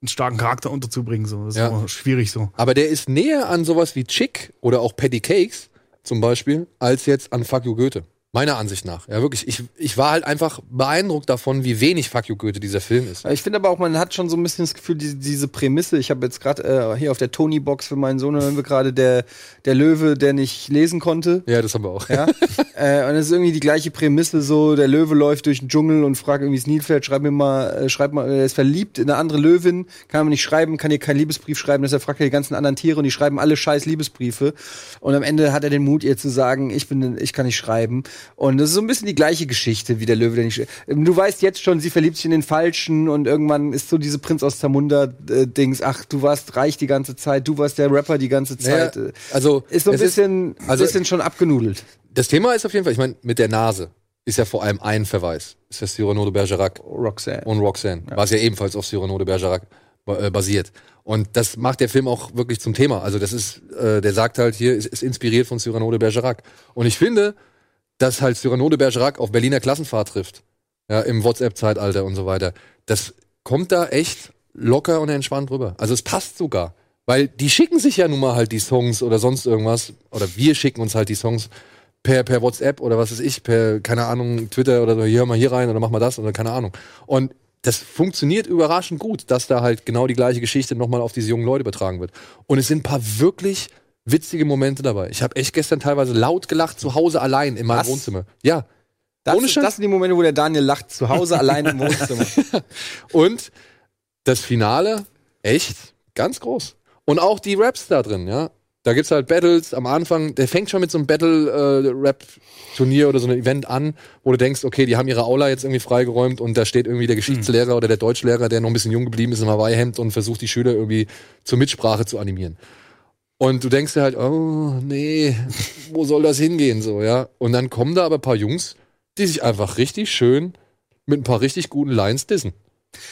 D: einen starken Charakter unterzubringen. So. Das ist
A: Ja.
D: immer schwierig so.
A: Aber der ist näher an sowas wie Chick oder auch Patty Cakes zum Beispiel, als jetzt an Fuck You Goethe. Meiner Ansicht nach. Ja, wirklich. Ich, ich war halt einfach beeindruckt davon, wie wenig Fuck You Goethe dieser Film ist.
B: Ich finde aber auch, man hat schon so ein bisschen das Gefühl, diese, diese Prämisse. Ich habe jetzt gerade äh, hier auf der Tony-Box für meinen Sohn hören wir gerade der, der Löwe, der nicht lesen konnte.
A: Ja, das haben wir auch.
B: Ja. (laughs) äh, und es ist irgendwie die gleiche Prämisse so, der Löwe läuft durch den Dschungel und fragt irgendwie das Nilpferd, schreib mir mal, äh, schreib mal, er ist verliebt in eine andere Löwin, kann aber nicht schreiben, kann ihr keinen Liebesbrief schreiben, deshalb fragt er die ganzen anderen Tiere und die schreiben alle scheiß Liebesbriefe. Und am Ende hat er den Mut, ihr zu sagen, ich bin, ich kann nicht schreiben. Und das ist so ein bisschen die gleiche Geschichte wie der Löwe, der nicht sch- Ähm, Du weißt jetzt schon, sie verliebt sich in den Falschen und irgendwann ist so diese Prinz aus Zamunda-Dings, ach, du warst reich die ganze Zeit, du warst der Rapper die ganze
A: (laughs) Naja,
B: Zeit. Äh,
A: also,
B: ist so ein
A: es ist-
B: bisschen,
A: also-
B: bisschen schon abgenudelt.
A: Das Thema ist auf jeden Fall, ich meine, mit der Nase ist ja vor allem ein Verweis. Ist das Cyrano de Bergerac.
B: Roxanne.
A: und Roxanne, was ja ebenfalls auf Cyrano de Bergerac ba- äh, basiert. Und das macht der Film auch wirklich zum Thema. Also das ist, äh, der sagt halt hier, ist, ist inspiriert von Cyrano de Bergerac. Und ich finde, dass halt Cyrano de Bergerac auf Berliner Klassenfahrt trifft. Ja, im WhatsApp-Zeitalter und so weiter. Das kommt da echt locker und entspannt rüber. Also es passt sogar. Weil die schicken sich ja nun mal halt die Songs oder sonst irgendwas. Oder wir schicken uns halt die Songs per, per WhatsApp oder was weiß ich, per, keine Ahnung, Twitter oder so, hier hör mal hier rein oder mach mal das oder keine Ahnung. Und das funktioniert überraschend gut, dass da halt genau die gleiche Geschichte nochmal auf diese jungen Leute übertragen wird. Und es sind ein paar wirklich witzige Momente dabei. Ich habe echt gestern teilweise laut gelacht, zu Hause allein in meinem
B: Was?
A: Wohnzimmer. Ja.
B: Das, das sind die Momente, wo der Daniel lacht, zu Hause allein im Wohnzimmer.
A: Und das Finale, echt, ganz groß. Und auch die Raps da drin, ja. Da gibt's halt Battles am Anfang, der fängt schon mit so einem Battle-Rap-Turnier oder so einem Event an, wo du denkst, okay, die haben ihre Aula jetzt irgendwie freigeräumt und da steht irgendwie der Geschichtslehrer oder der Deutschlehrer, der noch ein bisschen jung geblieben ist im Hawaii-Hemd und versucht die Schüler irgendwie zur Mitsprache zu animieren. Und du denkst dir halt, oh, nee, wo soll das hingehen, so, ja. Und dann kommen da aber ein paar Jungs, die sich einfach richtig schön mit ein paar richtig guten Lines dissen.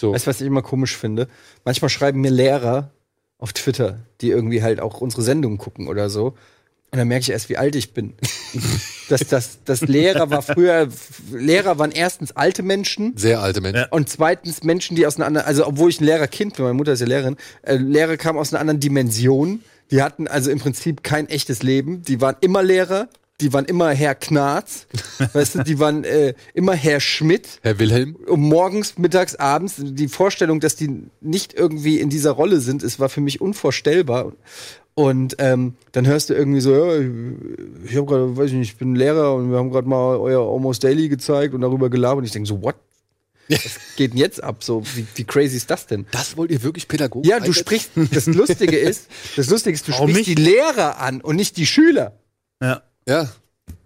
A: So.
B: Weißt du, was ich immer komisch finde? Manchmal schreiben mir Lehrer auf Twitter, die irgendwie halt auch unsere Sendung gucken oder so. Und dann merke ich erst, wie alt ich bin. das, das, das Lehrer war früher, Lehrer waren erstens alte Menschen.
A: Sehr alte Menschen.
B: Und zweitens Menschen, die aus einer anderen, also obwohl ich ein Lehrerkind bin, meine Mutter ist ja Lehrerin, äh, Lehrer kamen aus einer anderen Dimension. Die hatten also im Prinzip kein echtes Leben. Die waren immer Lehrer. Die waren immer Herr Knarz, (laughs) weißt du, die waren äh, immer Herr Schmidt.
A: Herr Wilhelm.
B: Und um morgens, mittags, abends, die Vorstellung, dass die nicht irgendwie in dieser Rolle sind, es war für mich unvorstellbar. Und ähm, dann hörst du irgendwie so, ja, ich habe gerade, weiß ich nicht, ich bin Lehrer und wir haben gerade mal euer Almost Daily gezeigt und darüber gelabert. Und ich denke so, what? Was geht denn jetzt ab? So, wie, wie crazy ist das denn?
A: Das wollt ihr wirklich pädagogisch?
B: Ja, du sprichst, das Lustige ist, das Lustige ist, du
A: Warum
B: sprichst die Lehrer an und nicht die Schüler.
D: Ja.
A: Ja.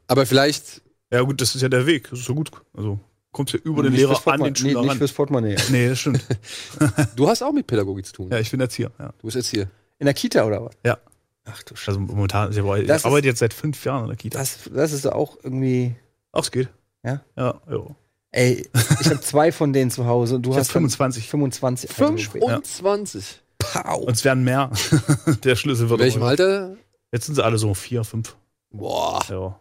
A: Aber vielleicht.
D: Ja, gut, das ist ja der Weg. Das ist so gut. Also kommst ja über den
B: Nicht
D: Lehrer
B: fürs
D: an den
B: Portemonnaie.
D: Schüler
B: nee,
D: ran.
B: nicht fürs Portemonnaie.
D: Nee, das stimmt.
A: Du hast auch mit Pädagogik zu tun.
D: Ja, ich bin Erzieher. Ja.
A: Du bist jetzt hier.
B: In der Kita oder was?
D: ja.
B: Ach du
D: Also momentan, ich arbeite
B: Das
D: ich
B: ist-
D: arbeite jetzt seit fünf Jahren in der Kita.
B: Das, das ist auch irgendwie.
D: Auch es geht.
B: Ja?
D: Ja, jo.
B: Ey, ich habe zwei von denen zu Hause und du
D: Ich hab
B: hast Also
D: 25.
B: 25. Alter, Schwede.
A: 25.
D: Und es werden mehr. (laughs) der Schlüssel wird.
A: In welchem
D: auch-
A: Alter?
D: Jetzt sind sie alle so vier, fünf.
A: Boah.
D: Ja.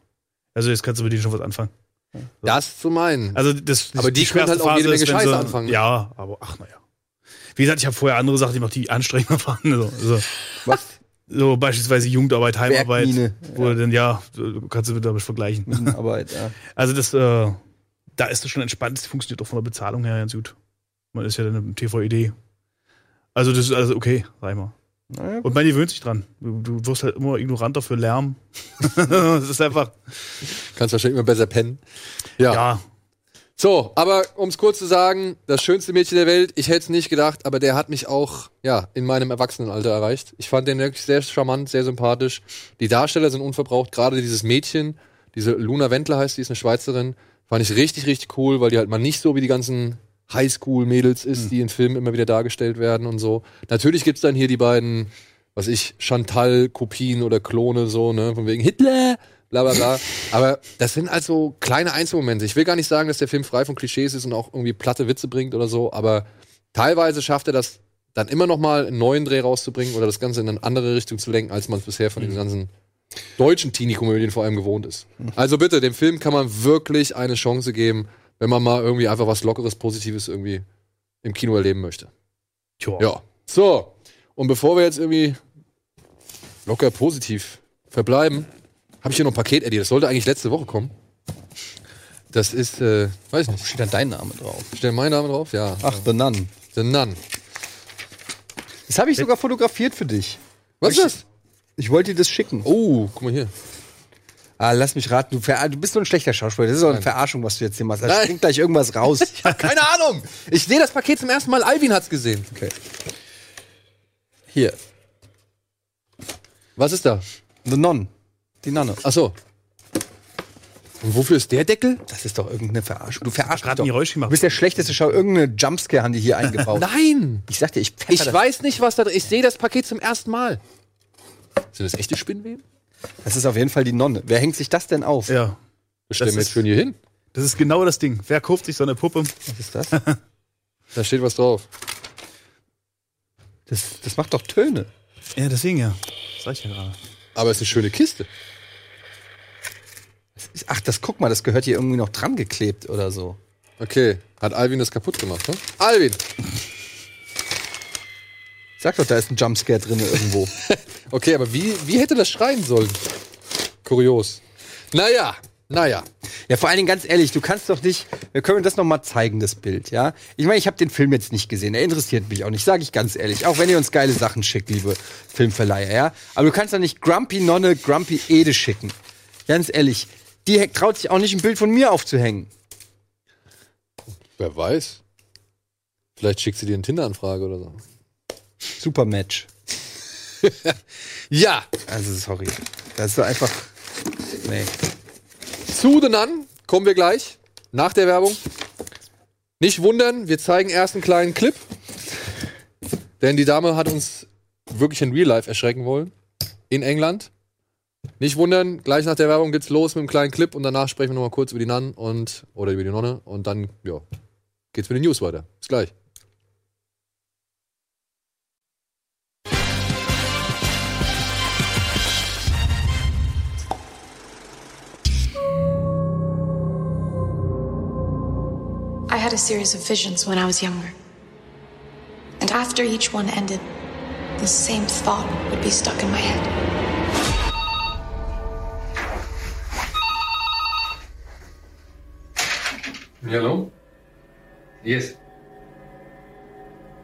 D: Also jetzt kannst du mit denen schon was anfangen.
A: Das zu meinen.
D: Also das, das
A: Aber die können
D: schwerste
A: halt auch jede Menge
D: ist, wenn
A: Scheiße
D: sie-
A: anfangen.
D: Ja, aber ach naja. Wie gesagt, ich habe vorher andere Sachen gemacht, die anstrengender (laughs) waren. So, so.
B: Was?
D: So beispielsweise Jugendarbeit, Heimarbeit.
B: Bergmine,
D: Wo du dann, ja, du kannst du damit vergleichen.
B: Arbeit, ja.
D: Also das, äh, da ist es schon entspannt, das funktioniert auch von der Bezahlung her ganz gut. Man ist ja dann im TVED. Also das ist alles okay, sag ich mal.
B: Naja,
D: Und man gewöhnt sich dran. Du, du wirst halt immer ignoranter für Lärm. das ist einfach.
A: Kannst wahrscheinlich immer besser pennen. Ja.
D: Ja.
A: So, aber um es kurz zu sagen, das schönste Mädchen der Welt, ich hätte es nicht gedacht, aber der hat mich auch ja, in meinem Erwachsenenalter erreicht. Ich fand den wirklich sehr charmant, sehr sympathisch. Die Darsteller sind unverbraucht, gerade dieses Mädchen, diese Luna Wendler heißt, die ist eine Schweizerin, fand ich richtig, richtig cool, weil die halt mal nicht so wie die ganzen Highschool-Mädels ist, die in Filmen immer wieder dargestellt werden und so. Natürlich gibt's dann hier die beiden, was ich, Chantal-Kopien oder Klone, so, ne, von wegen Hitler, bla bla bla. Aber das sind also kleine Einzelmomente. Ich will gar nicht sagen, dass der Film frei von Klischees ist und auch irgendwie platte Witze bringt oder so, aber teilweise schafft er das dann immer noch mal einen neuen Dreh rauszubringen oder das Ganze in eine andere Richtung zu lenken, als man es bisher von den ganzen deutschen Teenie-Komödien vor allem gewohnt ist. Also bitte, dem Film kann man wirklich eine Chance geben, wenn man mal irgendwie einfach was Lockeres, Positives irgendwie im Kino erleben möchte.
D: Tja.
A: Ja. So, und bevor wir jetzt irgendwie locker positiv verbleiben, habe ich hier noch ein Paket, Eddie. Das sollte eigentlich letzte Woche kommen. Das ist, äh, weiß nicht.
B: steht dann dein Name drauf.
A: Steht mein Name drauf? Ja.
B: Ach, The Nun.
A: The Nun.
B: Das habe ich sogar fotografiert für dich.
A: Was ist das?
B: Ich wollte dir das schicken.
A: Oh, guck mal hier.
B: Ah, lass mich raten, du, ver du bist so ein schlechter Schauspieler. Das ist doch eine
A: Nein.
B: Verarschung, was du jetzt hier machst. Da
A: Nein.
B: springt gleich irgendwas raus.
A: (laughs) Keine Ahnung. Ich sehe das Paket zum ersten Mal. Alvin hat's gesehen.
B: Okay.
A: Hier. Was ist da?
B: The Nun. Die Nanne.
A: Ach so. Und wofür ist der Deckel?
B: Das ist doch irgendeine Verarschung. Du verarschst mich
D: Gerade ein
B: doch.
D: Geräusch
B: Du
D: gemacht.
B: bist der schlechteste Schauspieler. Irgendeine Jumpscare haben die hier
A: (laughs)
B: eingebaut.
A: Nein.
B: Ich sag dir, ich pfeffer
A: Ich
B: das.
A: weiß nicht, was da drin ist. Ich sehe das Paket zum ersten Mal. Sind das echte Spinnweben?
B: Das ist auf jeden Fall die Nonne. Wer hängt sich das denn auf?
D: Ja.
A: Das
D: Das
A: stellen wir
D: ist-
A: jetzt schön hier hin.
D: Das ist genau das Ding. Wer kauft sich so eine Puppe?
B: Was ist das?
A: Da steht was drauf.
B: Das, das macht doch Töne.
D: Ja, deswegen ja. Das sag ich ja gerade.
A: Aber es ist eine schöne Kiste.
B: Das ist- Ach, das guck mal, das gehört hier irgendwie noch dran geklebt oder so.
O: Okay, hat Alvin das kaputt gemacht, ne? Alvin!
B: Sag doch, da ist ein Jumpscare drin irgendwo.
O: Okay, aber wie, wie hätte das schreien sollen? Kurios. Naja, naja.
B: Ja, vor allen Dingen ganz ehrlich, du kannst doch nicht. Wir können das noch mal zeigen, das Bild, ja? Ich meine, ich habe den Film jetzt nicht gesehen. Er interessiert mich auch nicht, sage ich ganz ehrlich. Auch wenn ihr uns geile Sachen schickt, liebe Filmverleiher, ja? Aber du kannst doch nicht Grumpy Nonne, Grumpy Ede schicken. Ganz ehrlich, die he- traut sich auch nicht, ein Bild von mir aufzuhängen.
O: Wer weiß. Vielleicht schickt sie dir eine Tinder-Anfrage oder so.
B: Super Match.
O: ja.
B: Also, sorry. Das ist doch einfach. Nee.
O: Zu The Nun kommen wir gleich. Nach der Werbung. Nicht wundern, wir zeigen erst einen kleinen Clip. Denn die Dame hat uns wirklich in Real Life erschrecken wollen. In England. Nicht wundern, gleich nach der Werbung geht's los mit einem kleinen Clip und danach sprechen wir nochmal kurz über die Nun und oder über die Nonne und dann, ja, geht's mit den News weiter. Bis gleich.
F: I had a series of visions when I was younger. And after each one ended, the same thought would be stuck in my head.
A: Hello? Yes.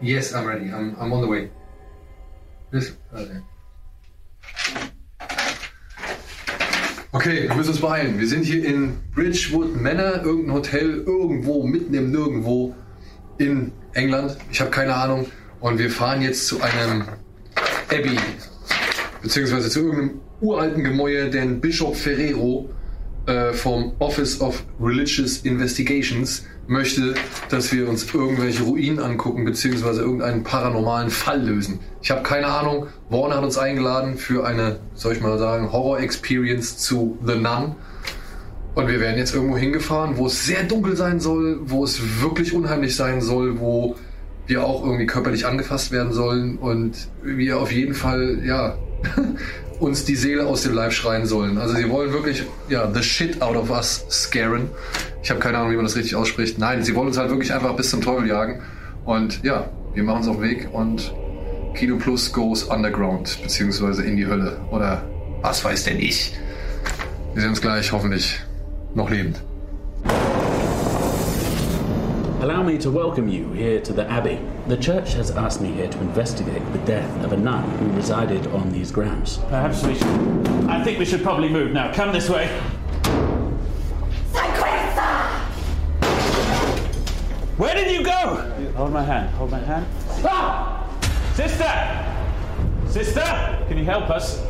A: Yes, I'm ready. I'm, I'm on the way. Yes. Okay. Okay, wir müssen uns beeilen. Wir sind hier in Bridgewood Manor, irgendein Hotel, irgendwo, mitten im Nirgendwo in England. Ich habe keine Ahnung. Und wir fahren jetzt zu einem Abbey, beziehungsweise zu irgendeinem uralten Gemäuer, denn Bischof Ferrero äh, vom Office of Religious Investigations möchte, dass wir uns irgendwelche Ruinen angucken, beziehungsweise irgendeinen paranormalen Fall lösen. Ich habe keine Ahnung. Warner hat uns eingeladen für eine, soll ich mal sagen, Horror-Experience zu The Nun. Und wir werden jetzt irgendwo hingefahren, wo es sehr dunkel sein soll, wo es wirklich unheimlich sein soll, wo wir auch irgendwie körperlich angefasst werden sollen und wir auf jeden Fall, ja, (laughs) uns die Seele aus dem Leib schreien sollen. Also sie wollen wirklich, ja, the shit out of us scaren. Ich habe keine Ahnung, wie man das richtig ausspricht. Nein, sie wollen uns halt wirklich einfach bis zum Teufel jagen. Und ja, wir machen uns auf den Weg und Kino Plus goes underground, beziehungsweise in die Hölle. Oder was weiß denn ich? Wir sehen uns gleich, hoffentlich, noch lebend.
E: Allow me to welcome you here to the Abbey. The church has asked me here to investigate the death of a nun who resided on these grounds.
H: Perhaps we should. I think we should probably move now. Come this way. Where did you go? You- Hold my hand. Hold my hand. Ah! Sister! Sister! Can you help us?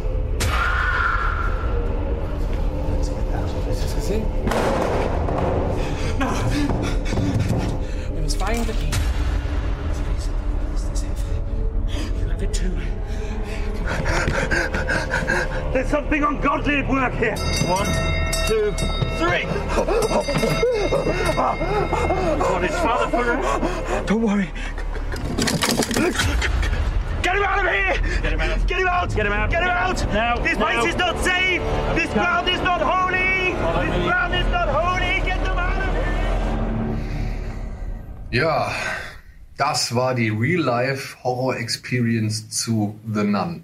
H: Let's get out of this. Is it?
P: We must find the key. Please, this is it. You have it too.
H: There's something ungodly at work here. One, two, three. God, it's Father Ferrer. Don't worry. Get him out of here! Get him out! Get him out! Get him out! Get him out! Now! This
Q: now.
H: place is not safe! This
Q: Come.
H: ground is not holy!
Q: Follow
H: This
Q: me.
H: ground is not holy! Get them out of here!
A: Ja, das war die Real-Life-Horror-Experience zu The Nun.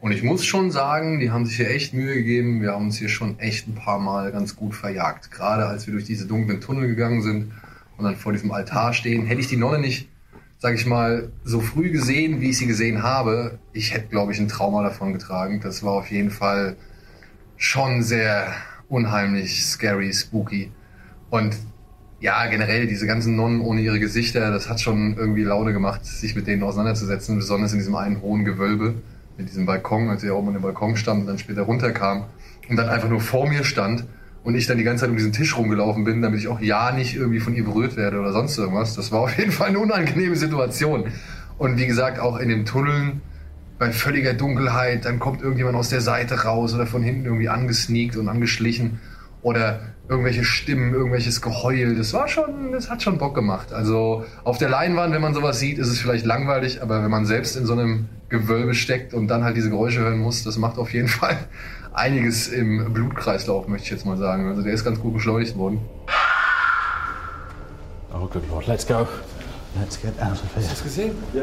A: Und ich muss schon sagen, die haben sich hier echt Mühe gegeben. Wir haben uns hier schon echt ein paar Mal ganz gut verjagt. Gerade als wir durch diese dunklen Tunnel gegangen sind und dann vor diesem Altar stehen, hätte ich die Nonne nicht, sag ich mal, so früh gesehen, wie ich sie gesehen habe, ich hätte, glaube ich, ein Trauma davon getragen. Das war auf jeden Fall schon sehr unheimlich, scary, spooky. Und ja, generell diese ganzen Nonnen ohne ihre Gesichter, das hat schon irgendwie Laune gemacht, sich mit denen auseinanderzusetzen, besonders in diesem einen hohen Gewölbe mit diesem Balkon, als er oben an dem Balkon stand und dann später runterkam und dann einfach nur vor mir stand und ich dann die ganze Zeit um diesen Tisch rumgelaufen bin, damit ich auch ja nicht irgendwie von ihr berührt werde oder sonst irgendwas. Das war auf jeden Fall eine unangenehme Situation. Und wie gesagt, auch in den Tunneln bei völliger Dunkelheit, dann kommt irgendjemand aus der Seite raus oder von hinten irgendwie angesneakt und angeschlichen. Oder irgendwelche Stimmen, irgendwelches Geheul. Das war schon, das hat schon Bock gemacht. Also auf der Leinwand, wenn man sowas sieht, ist es vielleicht langweilig, aber wenn man selbst in so einem Gewölbe steckt und dann halt diese Geräusche hören muss, das macht auf jeden (laughs) Fall einiges im Blutkreislauf, möchte ich jetzt mal sagen. Also der ist ganz gut beschleunigt worden.
R: Oh, good lord, let's go. Let's get out of here.
S: Hast du gesehen? Ja.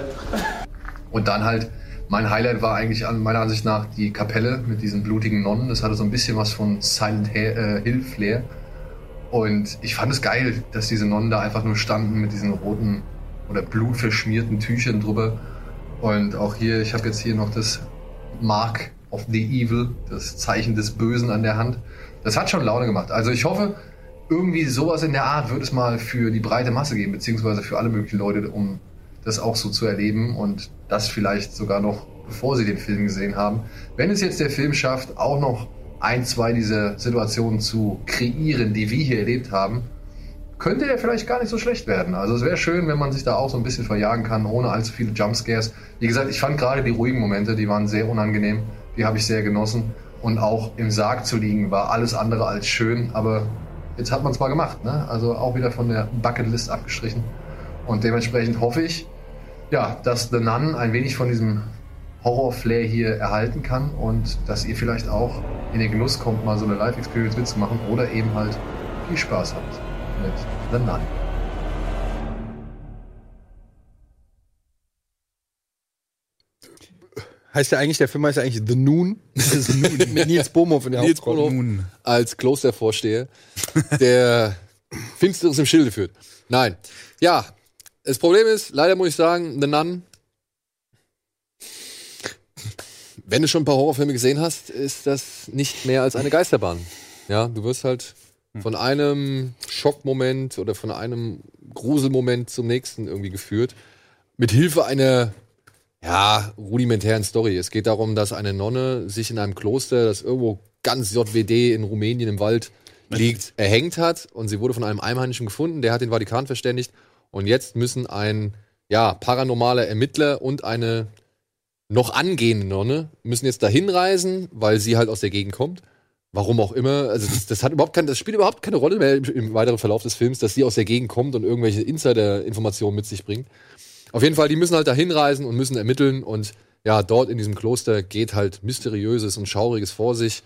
A: Und dann halt, mein Highlight war eigentlich an meiner Ansicht nach die Kapelle mit diesen blutigen Nonnen. Das hatte so ein bisschen was von Silent He- äh, Hill Flair. Und ich fand es geil, dass diese Nonnen da einfach nur standen mit diesen roten oder blutverschmierten Tüchern drüber. Und auch hier, ich habe jetzt hier noch das Mark of the Evil, das Zeichen des Bösen an der Hand. Das hat schon Laune gemacht. Also ich hoffe, irgendwie sowas in der Art wird es mal für die breite Masse geben, beziehungsweise für alle möglichen Leute, um das auch so zu erleben und das vielleicht sogar noch, bevor sie den Film gesehen haben. Wenn es jetzt der Film schafft, auch noch ein, zwei dieser Situationen zu kreieren, die wir hier erlebt haben, könnte der vielleicht gar nicht so schlecht werden. Also es wäre schön, wenn man sich da auch so ein bisschen verjagen kann, ohne allzu viele Jumpscares. Wie gesagt, ich fand gerade die ruhigen Momente, die waren sehr unangenehm, die habe ich sehr genossen. Und auch im Sarg zu liegen war alles andere als schön, aber jetzt hat man es mal gemacht. Ne? Also auch wieder von der Bucketlist abgestrichen. Und dementsprechend hoffe ich, ja, dass The Nun ein wenig von diesem Horror-Flair hier erhalten kann und dass ihr vielleicht auch in den Genuss kommt, mal so eine Live-Experience mitzumachen oder eben halt viel Spaß habt mit The Nun.
B: Heißt ja eigentlich, der Film heißt ja eigentlich The Noon. Das ist Noon. (laughs) Mit Nils Bohmhoff in der
E: Nils
B: Hauptrolle.
E: Bohmhoff als Klostervorsteher, der (laughs) Finsteres im Schilde führt. Nein. Ja, das Problem ist, leider muss ich sagen, The Nun, wenn du schon ein paar Horrorfilme gesehen hast, ist das nicht mehr als eine Geisterbahn. Ja, du wirst halt von einem Schockmoment oder von einem Gruselmoment zum nächsten irgendwie geführt. Mit Hilfe einer ja, rudimentären Story. Es geht darum, dass eine Nonne sich in einem Kloster, das irgendwo ganz JWD in Rumänien im Wald liegt, erhängt hat und sie wurde von einem Einheimischen gefunden, der hat den Vatikan verständigt und jetzt müssen ein ja, paranormaler Ermittler und eine noch angehende Nonne müssen jetzt dahin reisen, weil sie halt aus der Gegend kommt. Warum auch immer, also das, das hat überhaupt kein, das spielt überhaupt keine Rolle mehr im, im weiteren Verlauf des Films, dass sie aus der Gegend kommt und irgendwelche Insider-Informationen mit sich bringt. Auf jeden Fall, die müssen halt dahin reisen und müssen ermitteln und ja, dort in diesem Kloster geht halt mysteriöses und schauriges vor sich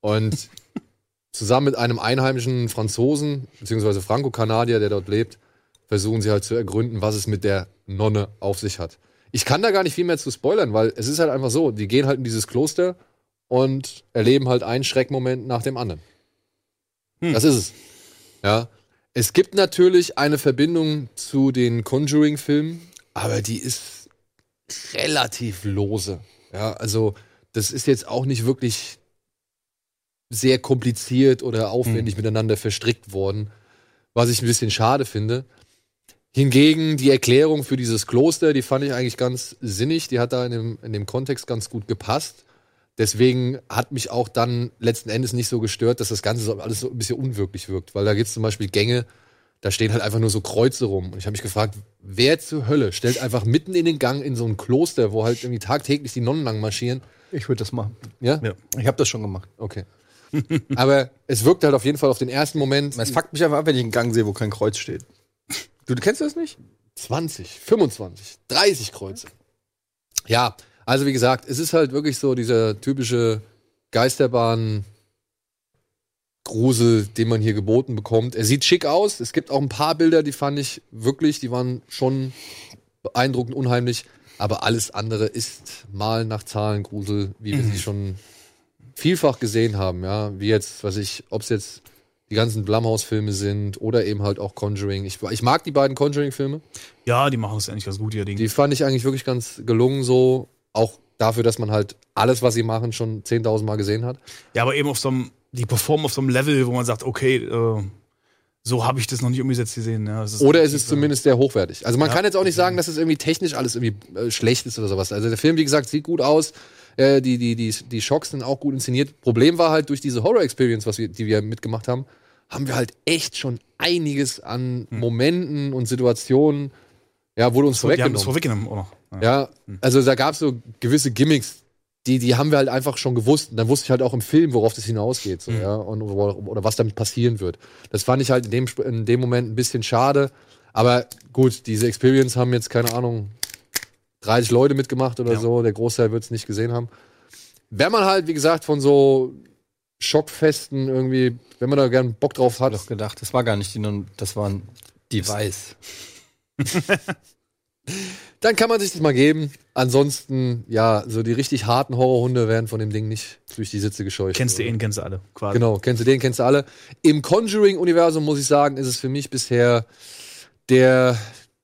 E: und (laughs) zusammen mit einem einheimischen Franzosen beziehungsweise Franco-Kanadier, der dort lebt, versuchen sie halt zu ergründen, was es mit der Nonne auf sich hat. Ich kann da gar nicht viel mehr zu spoilern, weil es ist halt einfach so, die gehen halt in dieses Kloster und erleben halt einen Schreckmoment nach dem anderen. Das ist es. Ja. Es gibt natürlich eine Verbindung zu den Conjuring-Filmen, aber die ist relativ lose. Ja, also das ist jetzt auch nicht wirklich sehr kompliziert oder aufwendig miteinander verstrickt worden, was ich ein bisschen schade finde. Hingegen die Erklärung für dieses Kloster, die fand ich eigentlich ganz sinnig, die hat da in dem, in dem Kontext ganz gut gepasst. Deswegen hat mich auch dann letzten Endes nicht so gestört, dass das Ganze so alles so ein bisschen unwirklich wirkt, weil da gibt es zum Beispiel Gänge, da stehen halt einfach nur so Kreuze rum. Und ich habe mich gefragt, wer zur Hölle stellt einfach mitten in den Gang in so ein Kloster, wo halt irgendwie tagtäglich die Nonnen lang marschieren.
B: Ich würde das machen.
E: Ja?
B: Ich habe das schon gemacht.
E: Okay. Aber es wirkt halt auf jeden Fall auf den ersten Moment
B: Es fuckt mich einfach ab, wenn ich einen Gang sehe, wo kein Kreuz steht. Du kennst das nicht?
E: 20, 25, 30 Kreuze. Ja, also wie gesagt, es ist halt wirklich so dieser typische Geisterbahn Grusel, den man hier geboten bekommt. Er sieht schick aus. Es gibt auch ein paar Bilder, die fand ich wirklich, die waren schon beeindruckend unheimlich, aber alles andere ist mal nach Zahlen Grusel, wie wir sie schon vielfach gesehen haben, ja, wie jetzt, was ich, ob es jetzt die ganzen Blumhouse-Filme sind oder eben halt auch Conjuring. Ich, ich mag die beiden Conjuring-Filme.
D: Ja, die machen es eigentlich ganz gut, ihr Ding.
E: Die fand ich eigentlich wirklich ganz gelungen so, auch dafür, dass man halt alles, was sie machen, schon 10.000 Mal gesehen hat.
D: Ja, aber eben auf so einem, die performen auf so einem Level, wo man sagt, okay, äh, so habe ich das noch nicht umgesetzt gesehen. Ja, es ist halt
E: Oder es ist zumindest sehr hochwertig. Also man kann jetzt auch nicht sagen, dass es irgendwie technisch alles irgendwie äh, schlecht ist oder sowas. Also der Film, wie gesagt, sieht gut aus. Äh, die, die, die, die Schocks sind auch gut inszeniert. Problem war halt durch diese Horror-Experience, was wir, die wir mitgemacht haben, haben wir halt echt schon einiges an Momenten und Situationen, ja, wurde uns
D: Hm. Die haben es
E: vorweggenommen.
D: vorweggenommen auch noch.
E: Ja, also da gab es so gewisse Gimmicks, die, die haben wir halt einfach schon gewusst. Und dann wusste ich halt auch im Film, worauf das hinausgeht.
D: Hm.
E: So, ja, und, oder, oder was damit passieren wird. Das fand ich halt in dem, Sp- in dem Moment ein bisschen schade. Aber gut, diese Experience haben jetzt, keine Ahnung, 30 Leute mitgemacht oder so. Der Großteil wird es nicht gesehen haben. Wenn man halt, wie gesagt, von so Schockfesten irgendwie, wenn man da gern Bock drauf hat. Ich
B: gedacht, das war gar nicht die, Non- das war ein Device.
E: dann kann man sich das mal geben. Ansonsten, ja, so die richtig harten Horrorhunde werden von dem Ding nicht durch die Sitze gescheucht.
D: Kennst du ihn, kennst du alle. Quasi.
E: Genau, kennst du den, kennst du alle. Im Conjuring-Universum, muss ich sagen, ist es für mich bisher der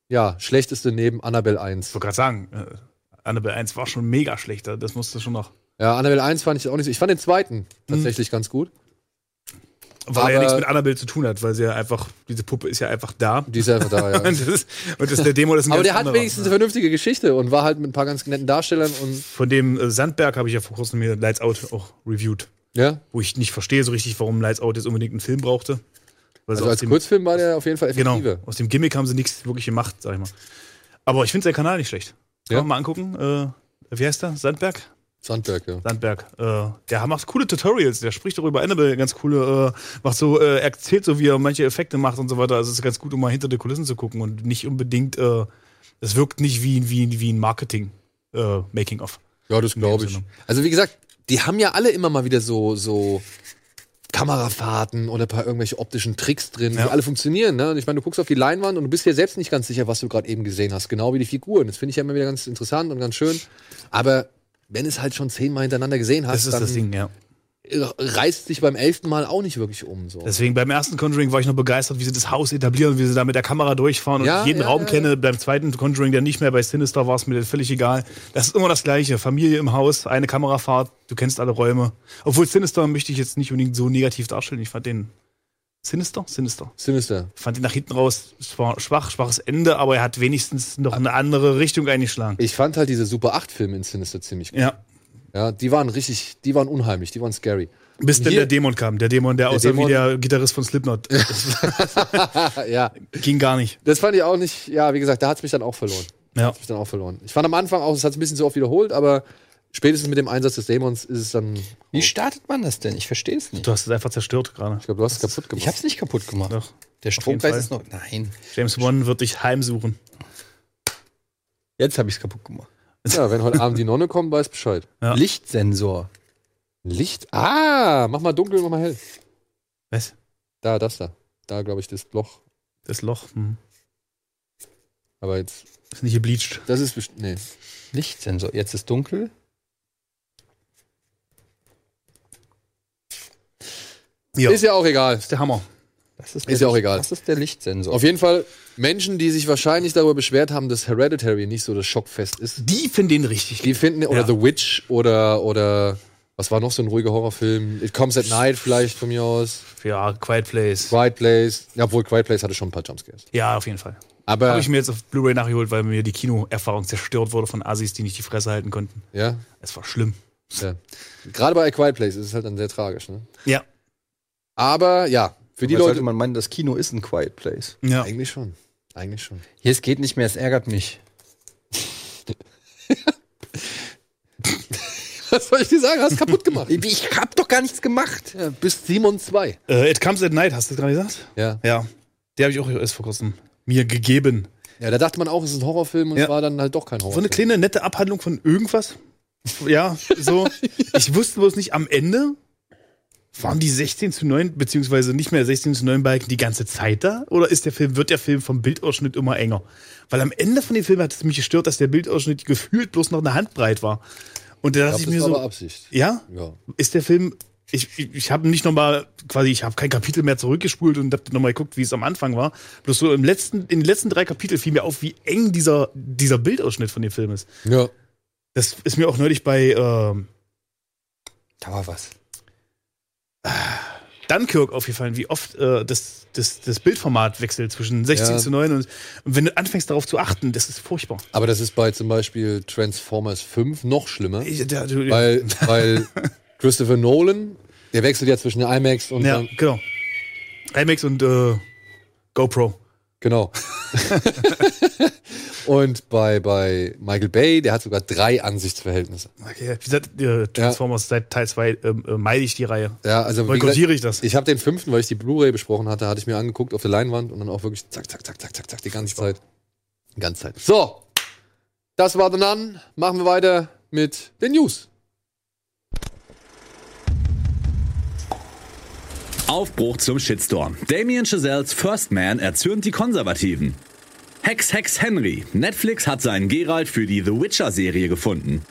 E: ja, schlechteste neben Annabelle 1. Ich
D: wollte gerade sagen, äh, Annabelle 1 war schon mega schlecht. da- Das musste schon noch.
E: Ja, Annabelle 1 fand ich auch nicht so. Ich fand den
D: Hm.
E: zweiten tatsächlich ganz gut.
D: Weil er
E: Aber-
D: ja nichts mit Annabelle zu tun hat, weil sie ja einfach, diese Puppe ist ja einfach da.
E: Die ist einfach da,
D: (laughs)
E: ja.
D: und, das ist, und das der Demo, das ist ein
E: Aber
D: ganz
E: der hat
D: anderer.
E: wenigstens eine vernünftige Geschichte und war halt mit ein paar ganz netten Darstellern und
D: Von dem äh, Sandberg habe ich ja vor kurzem mir Lights Out auch reviewed.
E: Ja.
D: Wo ich nicht verstehe so richtig, warum Lights Out jetzt unbedingt einen Film brauchte. Weil sie
E: also
D: aus
E: als
D: dem-
E: Kurzfilm war der auf jeden Fall effektive.
D: Genau, aus dem Gimmick haben sie nichts wirklich gemacht, sag ich mal. Aber ich finde seinen Kanal nicht schlecht. Kann man mal angucken. Äh, wie heißt der? Sandberg?
E: Sandberg, ja.
D: Sandberg. Äh, der macht coole Tutorials, der spricht darüber Annabelle, ganz coole, äh, macht so, äh, erzählt so, wie er manche Effekte macht und so weiter. Also es ist ganz gut, um mal hinter die Kulissen zu gucken und nicht unbedingt, äh, es wirkt nicht wie, wie, wie ein Marketing äh, Making of.
E: Ja, das glaube ich. Also wie gesagt, die haben ja alle immer mal wieder so, so Kamerafahrten oder ein paar irgendwelche optischen Tricks drin, die alle funktionieren. Ne? Und ich meine, du guckst auf die Leinwand und du bist dir selbst nicht ganz sicher, was du gerade eben gesehen hast. Genau wie die Figuren. Das finde ich ja immer wieder ganz interessant und ganz schön. Aber wenn es halt schon zehnmal hintereinander gesehen hast,
D: Das ist
E: dann
D: das Ding, ja.
E: reißt sich beim elften Mal auch nicht wirklich um. So.
D: Deswegen beim ersten Conjuring war ich noch begeistert, wie sie das Haus etablieren, wie sie da mit der Kamera durchfahren und
E: Ja,
D: ich jeden
E: ja,
D: Raum
E: ja, ja.
D: kenne. Beim zweiten Conjuring dann nicht mehr, bei Sinister war es mir völlig egal. Das ist immer das Gleiche. Familie im Haus, eine Kamerafahrt, du kennst alle Räume. Obwohl Sinister möchte ich jetzt nicht unbedingt so negativ darstellen. Ich fand den Sinister? Sinister.
E: Sinister.
D: Ich fand ihn nach hinten raus zwar schwach, schwaches Ende, aber er hat wenigstens noch eine andere Richtung eingeschlagen.
E: Ich fand halt diese Super 8-Filme in Sinister ziemlich gut.
D: Ja.
E: Ja, die waren richtig, die waren unheimlich, die waren scary.
D: Bis
E: Und
D: dann
E: hier-
D: der Dämon kam. Der Dämon, der,
E: Der
D: aussah
E: Dämon-
D: wie der Gitarrist von
E: (laughs)
D: Slipknot.
E: ja.
D: Ging gar nicht.
E: Das fand ich auch nicht, ja, wie gesagt, da hat es mich dann auch verloren.
D: Ja.
E: Hat's mich dann auch verloren. Ich fand am Anfang auch, es hat es ein bisschen zu oft wiederholt, aber spätestens mit dem Einsatz des Dämons ist es dann.
B: Wie startet man das denn? Ich verstehe es nicht.
D: Du hast es einfach zerstört gerade.
E: Ich glaube, du hast es kaputt gemacht.
B: Ich hab's nicht kaputt gemacht.
D: Doch.
B: Der
D: jeden
B: Stromkreis
D: Fall.
B: ist noch. Nein.
D: James Wan wird dich heimsuchen.
B: Jetzt habe ich es kaputt gemacht.
E: Ja, wenn heute Abend die Nonne kommt, weiß Bescheid.
D: Ja.
B: Lichtsensor.
E: Licht. Ah, mach mal dunkel, mach mal hell.
D: Was?
E: Da, das da. Da, glaube ich, das Loch.
D: Das Loch. Hm.
E: Aber jetzt.
D: Ist nicht gebleached.
E: Das ist bestimmt. Nee.
B: Lichtsensor. Jetzt ist dunkel.
E: Ist ja auch egal.
D: Ist der Hammer.
B: Das ist,
E: Ist ja auch egal.
B: Das ist der Lichtsensor.
E: Auf jeden Fall, Menschen, die sich wahrscheinlich darüber beschwert haben, dass Hereditary nicht so das Schockfest ist,
D: Die finden ihn richtig.
E: Die finden, oder
D: Ja.
E: The Witch, oder, oder, was war noch so ein ruhiger Horrorfilm? It Comes at Night vielleicht von mir aus.
D: Ja, Quiet Place.
E: Quiet Place. Ja, obwohl Quiet Place hatte schon ein paar Jumpscares.
D: Ja, auf jeden Fall.
E: Aber-
D: Habe ich mir jetzt auf Blu-ray nachgeholt, weil mir die Kinoerfahrung zerstört wurde von Assis, die nicht die Fresse halten konnten.
E: Ja?
D: Es war schlimm.
E: ja. Gerade bei A Quiet Place ist es halt dann sehr tragisch, ne?
D: Ja.
E: Aber ja, für die
B: Aber
E: Leute.
B: sollte man meinen, das Kino ist ein Quiet Place.
D: Ja.
E: Eigentlich schon. Eigentlich schon. (laughs)
B: Hier, es geht nicht mehr, es ärgert mich.
E: Was soll ich dir sagen? Hast kaputt gemacht.
B: Ich hab doch gar nichts gemacht.
E: ja, bis Simon 2.
D: Äh, It Comes at Night, hast du das gerade gesagt?
E: Ja.
D: Ja. Der habe ich auch erst vor kurzem mir gegeben.
E: Ja, da dachte man auch, es ist ein Horrorfilm und
D: Ja.
E: es war dann halt doch kein
D: So eine
E: Horrorfilm.
D: kleine, nette Abhandlung von irgendwas. Ja, so. Ich wusste bloß nicht, am Ende waren die 16 zu 9, beziehungsweise nicht mehr 16 zu 9 Balken die ganze Zeit da? Oder ist der Film, wird der Film vom Bildausschnitt immer enger? Weil am Ende von dem Film hat es mich gestört, dass der Bildausschnitt gefühlt bloß noch eine Handbreit war. Und da dachte ich
E: Ich glaub,
D: mir
E: das war
D: so.
E: aber Absicht.
D: Ja?
E: Ja.
D: Ist der Film. Ich, ich, ich habe nicht nochmal, quasi, ich habe kein Kapitel mehr zurückgespult und habe nochmal geguckt, wie es am Anfang war. Bloß so im letzten, in den letzten drei Kapiteln fiel mir auf, wie eng dieser, dieser Bildausschnitt von dem Film ist.
E: Ja.
D: Das ist mir auch neulich bei ähm,
B: Da war was.
D: Dunkirk aufgefallen, wie oft äh, das, das, das Bildformat wechselt zwischen 16
E: Ja.
D: zu 9 und, und wenn du anfängst darauf zu achten, das ist furchtbar.
E: Aber das ist bei zum Beispiel Transformers 5 noch schlimmer.
D: Ich- der- du-
E: Weil, weil Christopher Nolan, der wechselt ja zwischen der IMAX und
D: ja,
E: ähm,
D: genau. IMAX und äh, GoPro.
E: genau. (laughs) Und bei, bei Michael Bay, der hat sogar drei Ansichtsverhältnisse.
D: Okay, wie gesagt, äh, Transformers seit Teil 2 ähm, äh, meide ich die Reihe.
E: Ja, also wie
D: Boykottiere
E: gesagt,
D: ich das.
E: Ich habe den fünften, weil ich die Blu-ray besprochen hatte, hatte ich mir angeguckt auf der Leinwand und dann auch wirklich zack, zack, zack, zack, zack, zack, die ganze Zeit. Die ganze Zeit. So, das war The Nun. Machen wir weiter mit den News.
C: Aufbruch zum Shitstorm. Damien Chazelles First Man erzürnt die Konservativen. Hex Hex Henry. Netflix hat seinen Gerald für die The Witcher-Serie gefunden.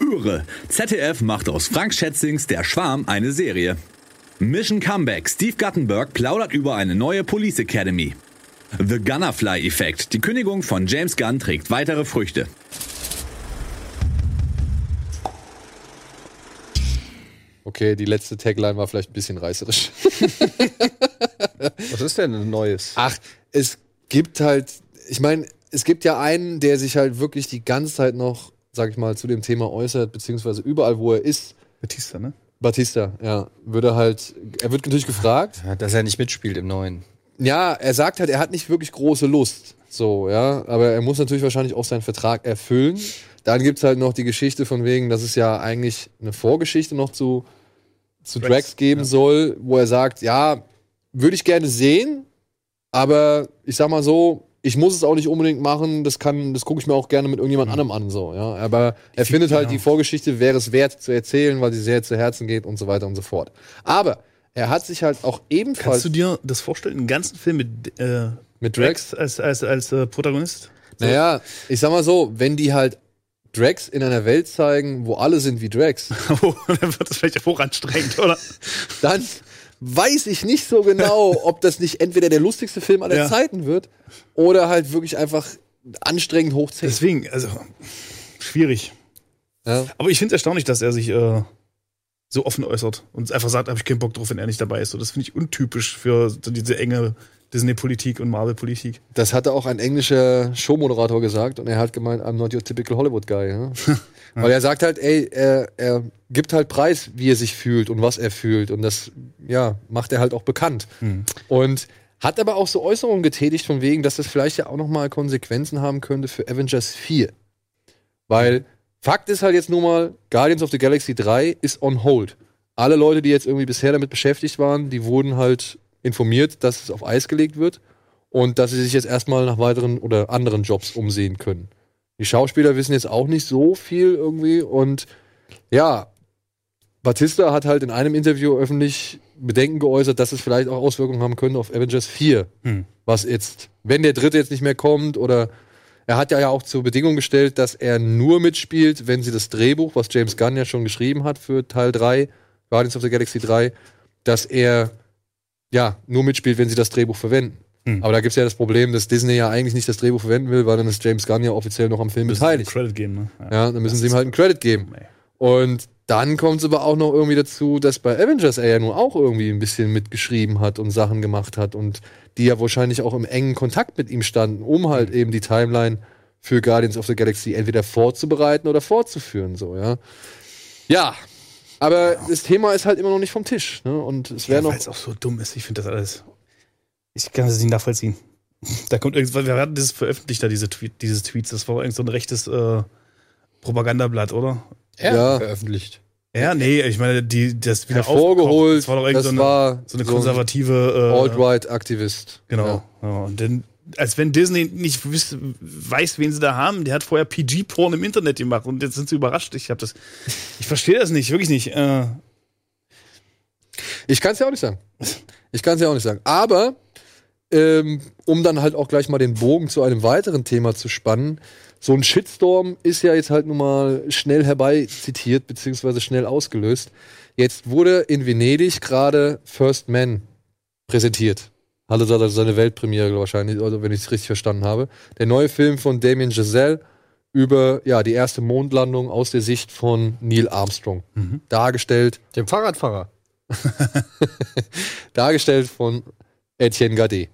C: Üre. ZDF macht aus Frank Schätzings Der Schwarm eine Serie. Mission Comeback. Steve Guttenberg plaudert über eine neue Police Academy. The Gunnerfly-Effekt. Die Kündigung von James Gunn trägt weitere Früchte.
E: Okay, die letzte Tagline war vielleicht ein bisschen reißerisch.
B: Was ist denn ein neues?
E: Ach, es gibt halt, ich meine, es gibt ja einen, der sich halt wirklich die ganze Zeit noch, sag ich mal, zu dem Thema äußert, beziehungsweise überall, wo er ist.
D: Batista, ne?
E: Batista, ja, würde halt, er wird natürlich gefragt.
B: Ja, Ah, dass er nicht mitspielt im neuen.
E: Ja, er sagt halt, er hat nicht wirklich große Lust. So, ja, aber er muss natürlich wahrscheinlich auch seinen Vertrag erfüllen. Dann gibt es halt noch die Geschichte von wegen, dass es ja eigentlich eine Vorgeschichte noch zu, zu Drax,
B: Drax,
E: geben soll, wo er sagt, ja, würde ich gerne sehen, aber ich sag mal so, ich muss es auch nicht unbedingt machen, das kann, das gucke ich mir auch gerne mit
D: Mhm.
E: irgendjemand anderem an, so, ja. Aber er findet halt, die Vorgeschichte wäre es wert zu erzählen, weil sie sehr zu Herzen geht und so weiter und so fort. Aber er hat sich halt auch ebenfalls.
D: Kannst du dir das vorstellen, einen ganzen Film mit, äh,
E: Mit Drax?
D: als, als, als äh, Protagonist? (laughs) So.
E: Naja, ich sag mal so, wenn die halt Drax in einer Welt zeigen, wo alle sind
D: (laughs)
E: wie Drax,
D: Oh, dann wird das vielleicht auch hochanstrengend, oder?
E: dann weiß ich nicht so genau, ob das nicht entweder der lustigste Film aller
D: Ja.
E: Zeiten wird oder halt wirklich einfach anstrengend hochziehen.
D: Deswegen, also, schwierig. Aber ich finde es erstaunlich, dass er sich äh, so offen äußert und einfach sagt, habe ich keinen Bock drauf, wenn er nicht dabei ist. So, das finde ich untypisch für so diese enge Disney-Politik und Marvel-Politik.
E: Das hatte auch ein englischer Showmoderator gesagt und er hat gemeint, I'm not your typical Hollywood guy. Ja? Weil er sagt halt, ey, er, er gibt halt preis, wie er sich fühlt und was er fühlt und das, ja, macht er halt auch bekannt. Und hat aber auch so Äußerungen getätigt von wegen, dass das vielleicht ja auch nochmal Konsequenzen haben könnte für Avengers 4. Weil Fakt ist halt jetzt nur mal, Guardians of the Galaxy 3 ist on hold. Alle Leute, die jetzt irgendwie bisher damit beschäftigt waren, die wurden halt informiert, dass es auf Eis gelegt wird und dass sie sich jetzt erstmal nach weiteren oder anderen Jobs umsehen können. Die Schauspieler wissen jetzt auch nicht so viel irgendwie und ja, Batista hat halt in einem Interview öffentlich Bedenken geäußert, dass es vielleicht auch Auswirkungen haben könnte auf Avengers 4. Was jetzt, wenn der dritte jetzt nicht mehr kommt oder er hat ja ja auch zur Bedingung gestellt, dass er nur mitspielt, wenn sie das Drehbuch, was James Gunn ja schon geschrieben hat für Teil 3, Guardians of the Galaxy 3, dass er ja nur mitspielt, wenn sie das Drehbuch verwenden. Aber da gibt es ja das Problem, dass Disney ja eigentlich nicht das Drehbuch verwenden will, weil dann ist James Gunn ja offiziell noch am Film beteiligt.
D: Credit geben, ne?
E: Ja, dann müssen sie ihm halt einen Credit geben. Und dann kommt es aber auch noch irgendwie dazu, dass bei Avengers er ja nun auch irgendwie ein bisschen mitgeschrieben hat und Sachen gemacht hat und die ja wahrscheinlich auch im engen Kontakt mit ihm standen, um halt
D: Mhm.
E: eben die Timeline für Guardians of the Galaxy entweder vorzubereiten oder fortzuführen, so, ja. Ja. Aber das Thema ist halt immer noch nicht vom Tisch, ne? Und es wäre
D: Ja,
E: noch.
D: Weil es auch so dumm ist. Ich finde das alles. Ich kann das nicht nachvollziehen. (laughs) Da kommt irgendwas. Wir hatten das veröffentlicht, da diese Tweet, dieses Tweets. Das war irgend so ein rechtes äh, Propagandablatt, oder?
B: Er
E: Ja.
B: veröffentlicht.
D: Ja, nee, ich meine, die, das wieder
E: Hervorgeholt,
D: aufgekocht. Das war doch irgend
E: das
D: so eine,
E: war
D: so eine
E: so ein
D: konservative. äh,
E: Alt-Right-Aktivist.
D: Genau. Ja. und dann, als wenn Disney nicht wüsste, weiß, wen sie da haben. Der hat vorher PG-Porn im Internet gemacht und jetzt sind sie überrascht. Ich habe das. Ich verstehe das nicht, wirklich nicht. Äh,
E: Ich kann es ja auch nicht sagen. Ich kann es ja auch nicht sagen. Aber ähm, um dann halt auch gleich mal den Bogen zu einem weiteren Thema zu spannen, so ein Shitstorm ist ja jetzt halt nun mal schnell herbei zitiert, beziehungsweise schnell ausgelöst. Jetzt wurde in Venedig gerade First Man präsentiert. Hatte da seine Weltpremiere wahrscheinlich, also wenn ich es richtig verstanden habe. Der neue Film von Damien Giselle über ja, die erste Mondlandung aus der Sicht von Neil Armstrong. Dargestellt.
B: Dem Fahrradfahrer.
E: Dargestellt von Etienne Gade.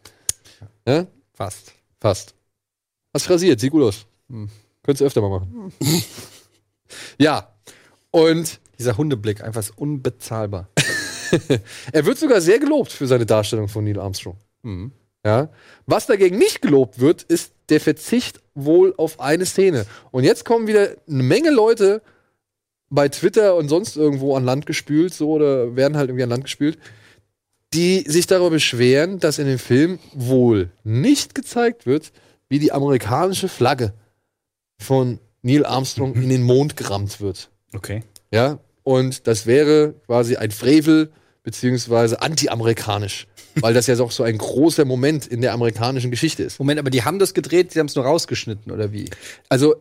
E: Ne?
B: Fast.
E: Fast. Hast rasiert, sieht gut aus.
B: Hm.
E: Könntest du öfter mal
B: (laughs)
E: machen. ja. Und
B: Dieser Hundeblick, einfach ist
E: (laughs)
B: unbezahlbar. Hm.
E: er wird sogar sehr gelobt für seine Darstellung von Neil Armstrong. Ja. Was dagegen nicht gelobt wird, ist der Verzicht wohl auf eine Szene. Und jetzt kommen wieder eine Menge Leute bei Twitter und sonst irgendwo an Land gespült, so oder werden halt irgendwie an Land gespült, die sich darüber beschweren, dass in dem Film wohl nicht gezeigt wird, wie die amerikanische Flagge von Neil Armstrong in den Mond gerammt wird.
B: Okay.
E: Ja, und das wäre quasi ein Frevel beziehungsweise antiamerikanisch, weil das ja doch so ein großer Moment in der amerikanischen Geschichte ist.
B: Moment, aber die haben das gedreht, die haben es nur rausgeschnitten, oder wie?
E: Also,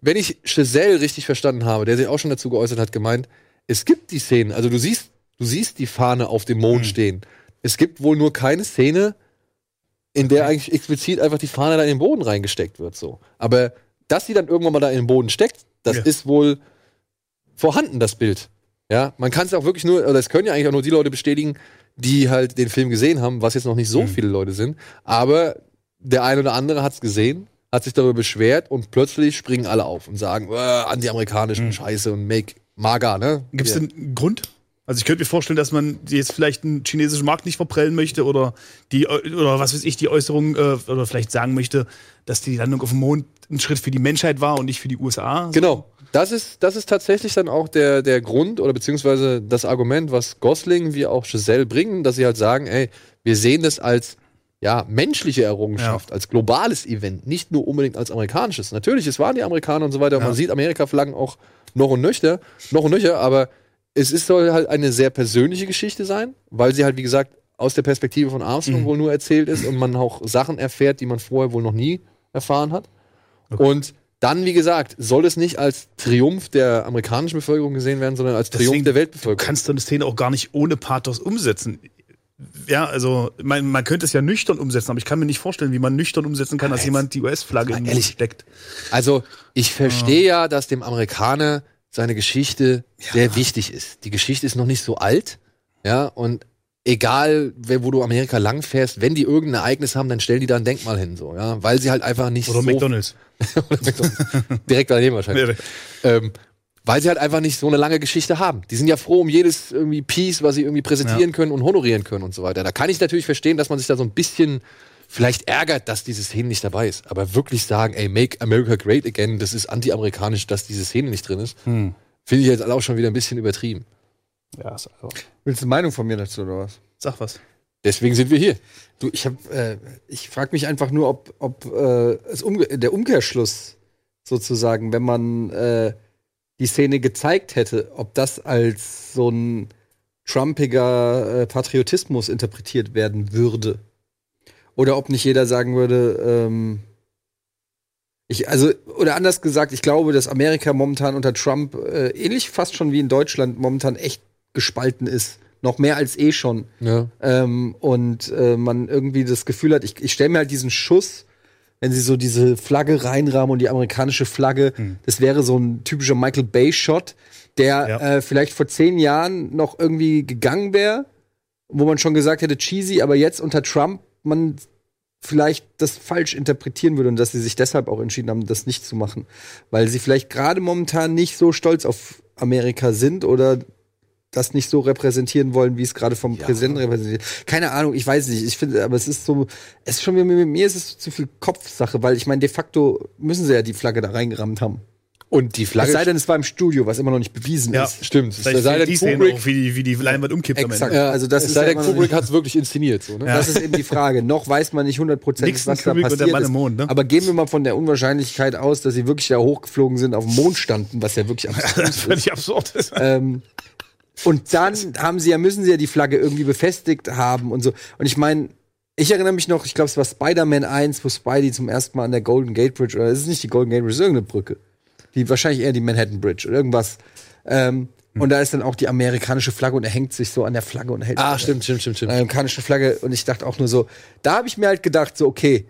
E: wenn ich Chazelle richtig verstanden habe, der sich auch schon dazu geäußert hat, gemeint, es gibt die Szenen, also du siehst, du siehst die Fahne auf dem
B: Hm.
E: Mond stehen. Es gibt wohl nur keine Szene, in der eigentlich explizit einfach die Fahne da in den Boden reingesteckt wird, so. Aber dass sie dann irgendwann mal da in den Boden steckt, das
B: Ja.
E: ist wohl vorhanden, das Bild. Ja, man kann es auch wirklich nur, oder es können ja eigentlich auch nur die Leute bestätigen, die halt den Film gesehen haben, was jetzt noch nicht so viele Leute sind. Aber der eine oder andere hat es gesehen, hat sich darüber beschwert und plötzlich springen alle auf und sagen, äh, antiamerikanisch und Scheiße und Make Maga, ne?
D: Gibt es denn einen Grund? Also ich könnte mir vorstellen, dass man jetzt vielleicht einen chinesischen Markt nicht verprellen möchte oder die oder was weiß ich, die Äußerung äh, oder vielleicht sagen möchte, dass die Landung auf dem Mond ein Schritt für die Menschheit war und nicht für die USA.
E: Genau. Das ist, das ist tatsächlich dann auch der, der Grund oder beziehungsweise das Argument, was Gosling wie auch Giselle bringen, dass sie halt sagen, ey, wir sehen das als ja, menschliche Errungenschaft, als globales Event, nicht nur unbedingt als amerikanisches. Natürlich, es waren die Amerikaner und so weiter, und man sieht Amerika-Flaggen auch noch und nöcher, noch und nöcher, aber es ist, soll halt eine sehr persönliche Geschichte sein, weil sie halt, wie gesagt, aus der Perspektive von Armstrong wohl nur erzählt ist und man auch Sachen erfährt, die man vorher wohl noch nie erfahren hat. Und dann, wie gesagt, soll es nicht als Triumph der amerikanischen Bevölkerung gesehen werden, sondern als Triumph der Weltbevölkerung.
D: Du kannst so eine Szene auch gar nicht ohne Pathos umsetzen. Ja, also man, man könnte es ja nüchtern umsetzen, aber ich kann mir nicht vorstellen, wie man nüchtern umsetzen kann, dass jemand die US-Flagge in den Mund steckt.
E: Also ich verstehe
D: Ah.
E: ja, dass dem Amerikaner seine Geschichte sehr wichtig ist. Die Geschichte ist noch nicht so alt, ja, und egal, wer, wo du Amerika langfährst, wenn die irgendein Ereignis haben, dann stellen die da ein Denkmal hin, so, ja, weil sie halt einfach nicht
D: Oder
E: so
D: McDonalds.
E: (laughs) Oder McDonald's. Direkt daneben wahrscheinlich. Ähm, weil sie halt einfach nicht so eine lange Geschichte haben. Die sind ja froh um jedes irgendwie Piece, was sie irgendwie präsentieren können und honorieren können und so weiter. Da kann ich natürlich verstehen, dass man sich da so ein bisschen vielleicht ärgert, dass diese Szene nicht dabei ist. Aber wirklich sagen, ey, make America great again, das ist anti-amerikanisch, dass diese Szene nicht drin ist,
B: Hm.
E: finde ich jetzt auch schon wieder ein bisschen übertrieben.
D: Ja, ist einfach.
B: Willst du eine Meinung von mir dazu oder was?
D: Sag was.
E: Deswegen sind wir hier.
B: Du, ich hab, äh, ich frage mich einfach nur, ob, ob äh, es umge der Umkehrschluss sozusagen, wenn man äh, die Szene gezeigt hätte, ob das als so ein trumpiger äh, Patriotismus interpretiert werden würde. Oder ob nicht jeder sagen würde, ähm, ich, also, oder anders gesagt, ich glaube, dass Amerika momentan unter Trump äh, ähnlich fast schon wie in Deutschland momentan echt gespalten ist. Noch mehr als eh schon.
E: Ja.
B: Ähm, und äh, man irgendwie das Gefühl hat, ich, ich stelle mir halt diesen Schuss, wenn sie so diese Flagge reinrahmen und die amerikanische Flagge, das wäre so ein typischer Michael Bay-Shot, der äh, vielleicht vor zehn Jahren noch irgendwie gegangen wäre, wo man schon gesagt hätte, cheesy, aber jetzt unter Trump man vielleicht das falsch interpretieren würde und dass sie sich deshalb auch entschieden haben, das nicht zu machen. Weil sie vielleicht gerade momentan nicht so stolz auf Amerika sind oder das nicht so repräsentieren wollen, wie es gerade vom Präsidenten repräsentiert. Keine Ahnung, ich weiß nicht. Ich finde, aber es ist so, es ist schon wieder, mit mir ist es zu viel Kopfsache, weil ich meine, de facto müssen sie ja die Flagge da reingerammt haben.
E: Und die Flagge-
B: Es sei denn, es war im Studio, was immer noch nicht bewiesen
D: Ja,
B: ist.
E: stimmt. Es
D: Vielleicht
E: sei
D: fehlt
E: denn,
D: die Szene
E: Kubrick-
D: auch, wie die, wie die Leinwand umkippt (laughs)
B: Exakt. Ja, also das
E: es
B: ist
E: sei
B: ja
E: denn,
B: immer noch
E: Kubrick
B: nicht-
E: hat es wirklich inszeniert. So, ne?
B: Das ist eben die Frage. Noch weiß man nicht hundertprozentig,
E: Nixon,
B: was da
E: Kubrick und
B: passiert
E: der Mann
B: ist.
E: im Mond, ne?
B: Aber gehen wir mal von der Unwahrscheinlichkeit aus, dass sie wirklich da hochgeflogen sind, auf dem Mond standen, was ja
E: (laughs)
B: wirklich absurd ist.
D: Völlig absurd ist.
E: Äh.
B: Ähm, und dann haben sie ja, müssen sie ja die Flagge irgendwie befestigt haben und so. Und ich meine, ich erinnere mich noch, ich glaube, es war Spider-Man 1, wo Spidey zum ersten Mal an der Golden Gate Bridge, oder es ist nicht die Golden Gate Bridge, es ist irgendeine Brücke. Die, wahrscheinlich eher die Manhattan Bridge oder irgendwas. Ähm,
E: Hm.
B: Und da ist dann auch die amerikanische Flagge und er hängt sich so an der Flagge und hält.
E: Ah, stimmt, stimmt, stimmt, stimmt.
B: Amerikanische Flagge und ich dachte auch nur so, da habe ich mir halt gedacht, so, okay,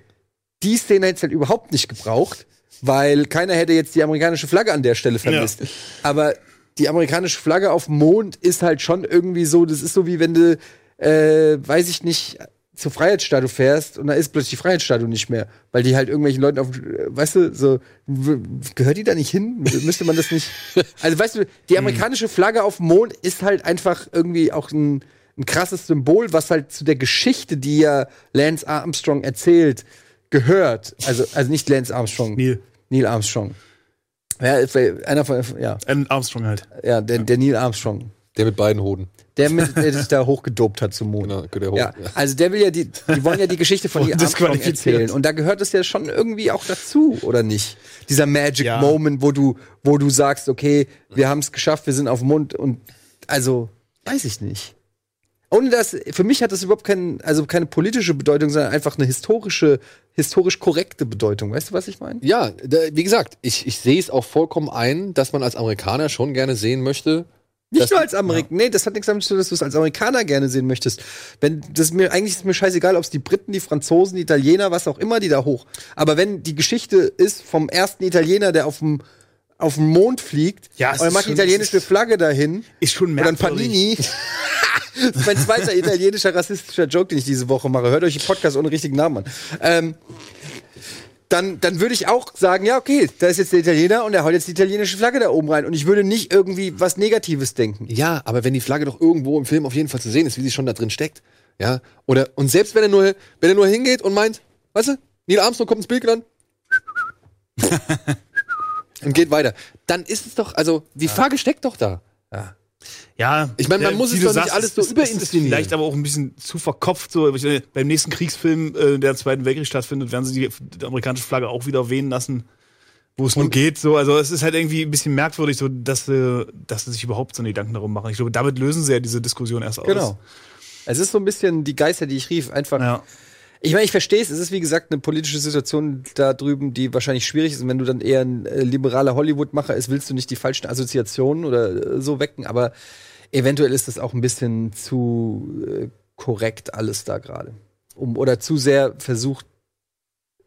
B: die Szene hätte es halt überhaupt nicht gebraucht, weil keiner hätte jetzt die amerikanische Flagge an der Stelle vermisst. Aber die amerikanische Flagge auf dem Mond ist halt schon irgendwie so, das ist so wie wenn du, äh, weiß ich nicht, zur Freiheitsstatue fährst und da ist plötzlich die Freiheitsstatue nicht mehr, weil die halt irgendwelchen Leuten auf, äh, weißt du, so, w- gehört die da nicht hin? M- Müsste man das nicht? Also weißt du, die amerikanische Flagge auf dem Mond ist halt einfach irgendwie auch ein, ein krasses Symbol, was halt zu der Geschichte, die ja Lance Armstrong erzählt, gehört. Also, also nicht Lance Armstrong. Neil. Neil Armstrong. Ja, ist vielleicht einer von, ja.
D: Ein Armstrong halt.
B: Ja, der, der Neil Armstrong.
E: Der mit beiden Hoden.
B: Der, mit, der sich da hochgedopt hat zum Mond.
E: Genau, der
B: Ja, also der will ja die, die wollen ja die Geschichte von
D: Und
B: Neil Armstrong
D: disqualifiziert.
B: erzählen. Und da gehört es ja schon irgendwie auch dazu, oder nicht? Dieser Magic
D: Ja.
B: Moment, wo du, wo du sagst, okay, wir haben es geschafft, wir sind auf dem Mond und also, weiß ich nicht. Ohne das, für mich hat das überhaupt kein, also keine politische Bedeutung, sondern einfach eine historische, historisch korrekte Bedeutung. Weißt du, was ich meine?
E: Ja, da, wie gesagt, ich, ich sehe es auch vollkommen ein, dass man als Amerikaner schon gerne sehen möchte.
B: Nicht
E: dass-
B: nur als Amerikaner. Nee, das hat nichts damit zu tun, dass du es als Amerikaner gerne sehen möchtest. Wenn das ist mir eigentlich ist mir scheißegal, ob es die Briten, die Franzosen, die Italiener, was auch immer, die da hoch. Aber wenn die Geschichte ist vom ersten Italiener, der auf dem auf dem Mond fliegt,
D: Ja, es
B: und er
D: ist
B: macht die
D: schon-
B: italienische
D: es ist-
B: Flagge dahin,
D: Ist schon
B: und dann
D: merkwürdig. (laughs)
B: Panini. (laughs) das ist mein zweiter italienischer rassistischer Joke, den ich diese Woche mache. Hört euch den Podcast ohne richtigen Namen an. Ähm, dann, dann würde ich auch sagen, ja, okay, da ist jetzt der Italiener und er haut jetzt die italienische Flagge da oben rein. Und ich würde nicht irgendwie was Negatives denken.
E: Ja, aber wenn die Flagge doch irgendwo im Film auf jeden Fall zu sehen ist, wie sie schon da drin steckt. Ja, oder, und selbst wenn er nur, wenn er nur hingeht und meint, weißt du, Neil Armstrong kommt ins Bild
B: (laughs)
E: gelandet. und geht weiter. Dann ist es doch, also, die Flagge steckt doch da.
D: Ja,
E: Ich meine, man
D: ja,
E: muss
D: wie
E: es
D: du
E: doch nicht alles so
D: es- es ist
E: überinszenieren.
D: Vielleicht aber auch ein bisschen zu verkopft. So. Ich, äh, beim nächsten Kriegsfilm, äh, der im Zweiten Weltkrieg stattfindet, werden sie die, die amerikanische Flagge auch wieder wehen lassen, wo es nur geht. So. Also es ist halt irgendwie ein bisschen merkwürdig, so, dass, äh, dass sie sich überhaupt so einen Gedanken darum machen. Ich glaube, damit lösen sie ja diese Diskussion erst aus.
B: Genau. Es ist so ein bisschen die Geister, die ich rief, einfach. Ich meine, ich verstehe es. Es ist, wie gesagt, eine politische Situation da drüben, die wahrscheinlich schwierig ist. Und wenn du dann eher ein äh, liberaler Hollywood-Macher ist, willst du nicht die falschen Assoziationen oder äh, so wecken. Aber eventuell ist das auch ein bisschen zu äh, korrekt alles da gerade. Um, oder zu sehr versucht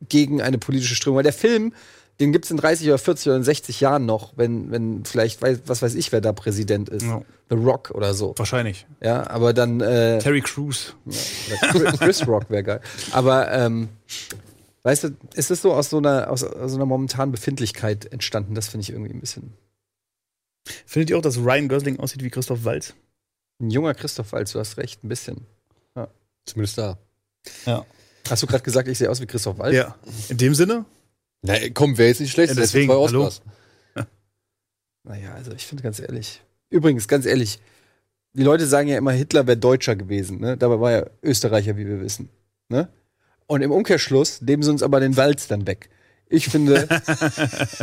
B: gegen eine politische Strömung. Weil der Film, den gibt es in 30 oder 40 oder in 60 Jahren noch, wenn, wenn vielleicht, weiß, was weiß ich, wer da Präsident ist.
D: Ja.
B: The Rock oder so.
D: Wahrscheinlich.
B: Ja, aber dann. Äh,
D: Terry Crews.
B: Ja, oder Chris- Chris Rock wäre geil. Aber ähm, weißt du, es ist so aus so einer, aus, aus so einer momentanen Befindlichkeit entstanden. Das finde ich irgendwie ein bisschen.
D: Findet ihr auch, dass Ryan Gosling aussieht wie Christoph Waltz?
B: Ein junger Christoph Walz, du hast recht, ein bisschen.
E: Zumindest da.
D: Ja.
B: Hast du gerade gesagt, ich sehe aus wie Christoph Walz?
D: Ja. In dem Sinne?
E: Na komm, wäre jetzt nicht schlecht.
D: Ja,
E: das
D: deswegen,
E: sind zwei
D: hallo.
E: Oscars.
B: Naja, also ich finde ganz ehrlich. Übrigens, ganz ehrlich, die Leute sagen ja immer, Hitler wäre Deutscher gewesen. Ne? Dabei war er Österreicher, wie wir wissen. Ne? Und im Umkehrschluss nehmen sie uns aber den Walz dann weg. Ich
D: (laughs)
B: finde,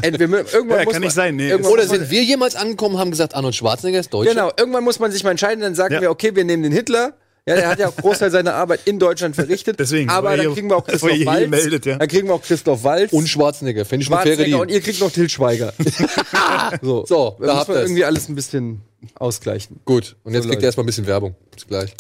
B: entweder, irgendwann
D: Ja,
B: muss
D: kann
B: man,
D: nicht sein, nee.
B: irgendwann
E: Oder
B: muss man-
E: sind wir jemals angekommen, haben gesagt, Arnold Schwarzenegger ist Deutscher?
B: Genau, irgendwann muss man sich mal entscheiden, dann sagen
D: Ja.
B: wir, okay, wir nehmen den Hitler. Ja, der hat ja auch Großteil seiner Arbeit in Deutschland (laughs) verrichtet.
D: Deswegen,
B: aber
D: weil
B: dann
D: ihr-
B: kriegen wir auch
D: weil ihr
B: Christoph
D: hier
B: Walz.
D: meldet, ja.
B: Dann kriegen wir auch Christoph Walz.
E: Und Schwarzenegger, finde ich eine faire
B: Schwarzenegger und
E: Deal.
B: ihr kriegt noch Til (laughs) Schweiger. so,
E: So,
B: da
E: da
B: muss
E: habt
B: man
E: ihr
B: irgendwie
E: es.
B: alles ein bisschen ausgleichen.
E: Gut, und jetzt
B: So,
E: kriegt
B: Leute.
E: ihr erstmal ein bisschen Werbung. Bis gleich.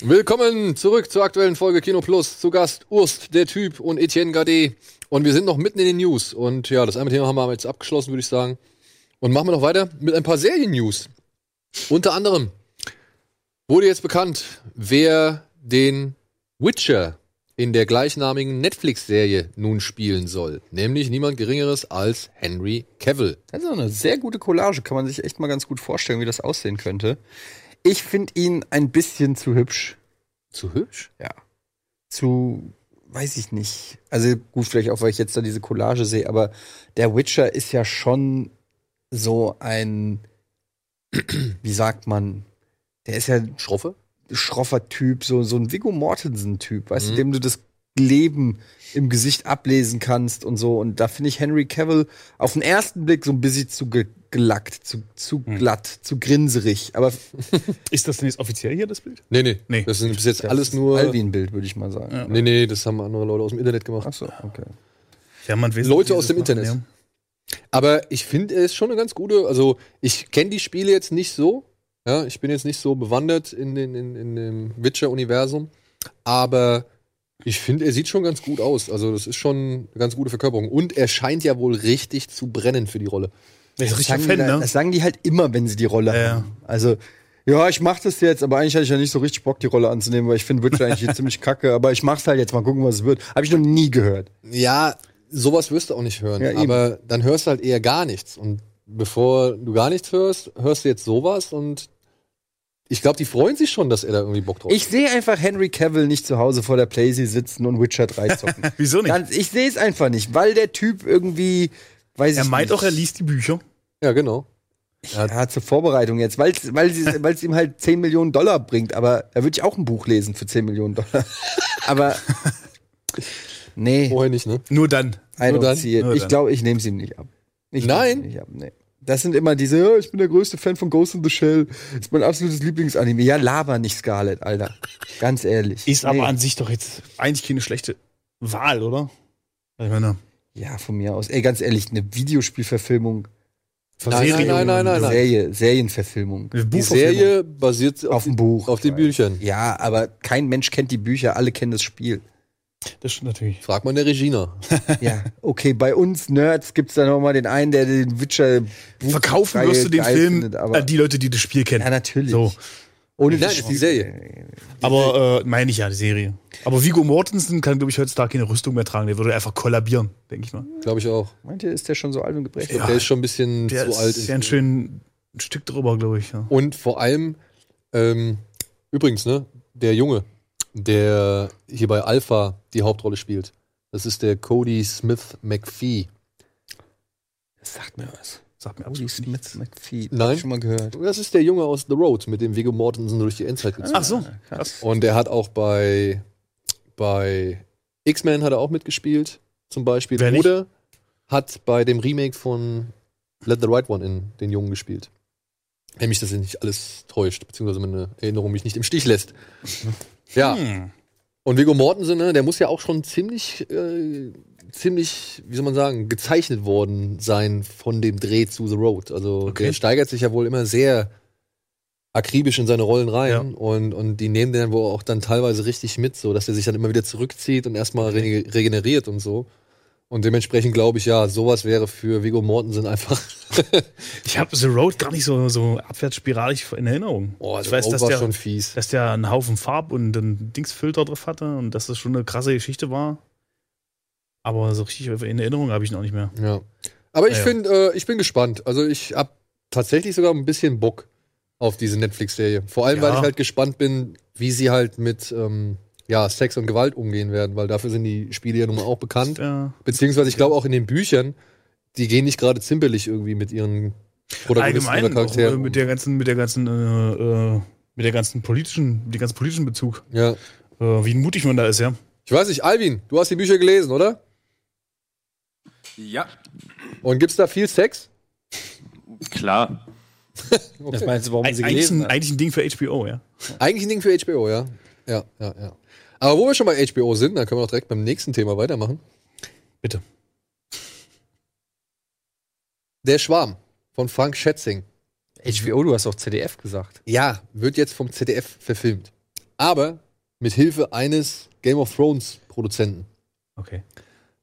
E: Willkommen zurück zur aktuellen Folge Kino Plus. Zu Gast Urst, der Typ und Etienne Gade. Und wir sind noch mitten in den News. Und ja, das eine Thema haben wir jetzt abgeschlossen, würde ich sagen. Und machen wir noch weiter mit ein paar Serien-News. Unter anderem wurde jetzt bekannt, wer den Witcher in der gleichnamigen Netflix-Serie nun spielen soll. Nämlich niemand Geringeres als Henry Cavill.
B: Das ist auch eine sehr gute Collage, kann man sich echt mal ganz gut vorstellen, wie das aussehen könnte. Ich finde ihn ein bisschen zu hübsch.
E: Zu hübsch?
B: Ja. Zu, weiß ich nicht. Also gut, vielleicht auch, weil ich jetzt da diese Collage sehe, aber der Witcher ist ja schon so ein, (clears throat) wie sagt man, der ist ja ein
E: Schroffe?
B: schroffer Typ, so, so ein Viggo Mortensen-Typ, weißt du,
E: Mhm.
B: dem du das Leben im Gesicht ablesen kannst und so. Und da finde ich Henry Cavill auf den ersten Blick so ein bisschen zu ge gelackt, zu, zu glatt, zu grinserig. Aber
D: Ist das denn jetzt offiziell hier das Bild?
E: Nee, nee.
D: Nee.
E: Das sind bis jetzt
B: das
E: alles
B: ist
E: nur.
B: Alvin-Bild, würde ich mal sagen.
D: Ja.
E: Nee, nee, das haben andere Leute aus dem Internet gemacht.
B: Achso, okay.
D: Ja, man weiß,
E: Leute
D: wie
E: aus
D: sie
E: dem
D: das machen,
E: Internet. Aber ich finde, er ist schon eine ganz gute. Also, ich kenne die Spiele jetzt nicht so. Ja, ich bin jetzt nicht so bewandert in, den, in, in dem Witcher-Universum. Aber ich finde, er sieht schon ganz gut aus. Also, das ist schon eine ganz gute Verkörperung. Und er scheint ja wohl richtig zu brennen für die Rolle.
D: Ja. Er ist
B: Das
D: richtig
B: sagen,
D: Fan,
B: die, da-
D: ne?
B: das sagen die halt immer, wenn sie die Rolle
D: Ja, ja.
B: haben. Also Ja, ich mach das jetzt, aber eigentlich hatte ich ja nicht so richtig Bock, die Rolle anzunehmen, weil ich finde Witcher
D: (laughs)
B: eigentlich hier ziemlich kacke. Aber ich mach's halt jetzt, mal gucken, was es wird. Habe ich noch nie gehört.
E: Ja, sowas wirst du auch nicht hören.
B: Ja, eben.
E: aber dann hörst du halt eher gar nichts. Und bevor du gar nichts hörst, hörst du jetzt sowas und ich glaube, die freuen sich schon, dass er da irgendwie Bock drauf hat.
B: Ich sehe einfach Henry Cavill nicht zu Hause vor der Playsee sitzen und Witcher
D: (laughs)
B: 3 zocken.
D: Wieso nicht?
B: Ganz, ich sehe es einfach nicht, weil der Typ irgendwie, weiß
D: Er
B: ich
D: meint
B: nicht.
D: auch, er liest die Bücher.
E: Ja, genau.
B: Ja, zur Vorbereitung jetzt, weil's, weil
D: (laughs)
B: es ihm halt 10 Millionen Dollar bringt. Aber da würde ich auch ein Buch lesen für 10 Millionen
D: (laughs)
B: Dollar. Aber nee,
E: Vorher nicht, ne?
D: Nur dann.
B: I
E: Nur dann.
B: don't see it.
E: Nur
B: ich
E: dann.
B: glaube, ich nehme es ihm nicht ab. Ich nehm's
E: Nein?
B: ihm Nicht ab. Nee. Das sind immer diese, "Ja, ich bin der größte Fan von Ghost in the Shell. Ist mein absolutes Lieblingsanime. Ja, laber nicht Scarlett, Alter. Ganz ehrlich.
D: Ist
B: Nee.
D: aber an sich doch jetzt eigentlich keine schlechte Wahl, oder? Ich meine,
B: Ja, von mir aus. Ey, ganz ehrlich, eine Videospielverfilmung.
E: Nein, nein, nein, nein, nein, nein.
B: Serie, Serienverfilmung.
E: Die Serie basiert auf,
B: auf dem Buch.
E: auf den Büchern.
B: Ja, aber kein Mensch kennt die Bücher, alle kennen das Spiel.
D: das stimmt natürlich.
E: Frag mal der Regina.
B: ja, okay, bei uns Nerds gibt's da noch mal den einen, der den Witcher
D: Hm, Verkaufen wirst du den
B: geil
D: Film
B: findet,
D: an die Leute, die das Spiel kennen.
B: Ja, natürlich.
D: So.
B: Ohne
E: Nein,
B: das
E: ist die
B: Spiel.
E: Serie.
D: Aber äh, meine ich ja, die Serie. Aber Vigo Mortensen kann, glaube ich, heutzutage keine Rüstung mehr tragen. Der würde einfach kollabieren, denke ich mal.
E: Glaube ich auch.
B: Meint ihr, ist der schon so alt und geprägt?
E: Ich glaub, Der ist schon ein bisschen
D: Der
E: zu
D: ist
E: alt.
D: ja ein schön ein Stück drüber, glaube ich. Ja.
E: Und vor allem, ähm, übrigens, ne, der Junge, der hier bei Alpha die Hauptrolle spielt, das ist der Cody Smith McPhee.
B: Das sagt mir was.
D: Sag mir
B: Holy
D: absolut nichts.
B: Smith McPhee.
E: Nein.
B: Hab ich schon mal gehört.
E: Das ist der Junge aus The Road, mit dem Viggo Mortensen durch die Endzeit gezogen.
D: Ach so.
B: Krass.
E: Und der hat auch bei, bei X-Men hat er auch mitgespielt, zum Beispiel.
D: Wer nicht?
E: Oder hat bei dem Remake von Let the Right One in den Jungen gespielt. Wenn mich das nicht alles täuscht, beziehungsweise meine Erinnerung mich nicht im Stich lässt. Ja.
D: Hm.
E: Und Viggo Mortensen, ne, der muss ja auch schon ziemlich, äh, ziemlich, wie soll man sagen, gezeichnet worden sein von dem Dreh zu The Road. Also
D: Okay.
E: der steigert sich ja wohl immer sehr akribisch in seine Rollen rein und, und die nehmen den dann wohl auch dann teilweise richtig mit, so dass er sich dann immer wieder zurückzieht und erstmal re regeneriert und so. Und dementsprechend glaube ich, ja, sowas wäre für Viggo Mortensen einfach. (laughs)
D: Ich habe The Road gar nicht so, so abwärtsspiralig in Erinnerung.
E: Boah,
D: ich
E: The
D: weiß,
E: Road
D: dass
E: war
D: der,
E: schon fies.
D: dass der einen Haufen Farb und einen Dingsfilter drauf hatte und dass das schon eine krasse Geschichte war. Aber so richtig in Erinnerung habe ich ihn auch nicht mehr.
E: Ja. Aber ich
D: Ja, ja.
E: finde, äh, ich bin gespannt. Also ich habe tatsächlich sogar ein bisschen Bock auf diese Netflix-Serie. Vor allem, weil
D: Ja.
E: ich halt gespannt bin, wie sie halt mit ähm, ja, Sex und Gewalt umgehen werden, weil dafür sind die Spiele ja nun mal auch bekannt.
D: Ja.
E: Beziehungsweise ich glaube auch in den Büchern, die gehen nicht gerade zimperlich irgendwie mit ihren Protagonisten
D: Allgemein auch, äh,
E: oder Charakteren. um.
D: mit der ganzen, mit der ganzen, äh, äh, mit der ganzen politischen, mit dem ganzen politischen Bezug,
E: um. ja.
D: äh, wie mutig man da ist, ja.
E: Ich weiß nicht, Alvin, du hast die Bücher gelesen, oder?
T: Ja,
E: Und gibt's da viel Sex?
T: klar.
B: Das meinst du, warum
D: Eig-
B: sie
D: eigentlich,
B: gelesen
D: ein,
B: hat?
D: eigentlich ein Ding für HBO, ja.
E: Eigentlich ein Ding für HBO, ja. Ja, ja, ja. Aber wo wir schon bei HBO sind, dann können wir doch direkt beim nächsten Thema weitermachen.
D: Bitte.
E: Der Schwarm von Frank Schätzing.
B: HBO, du hast auch ZDF gesagt.
E: Ja, wird jetzt vom ZDF verfilmt. Aber mit Hilfe eines Game of Thrones Produzenten.
D: Okay.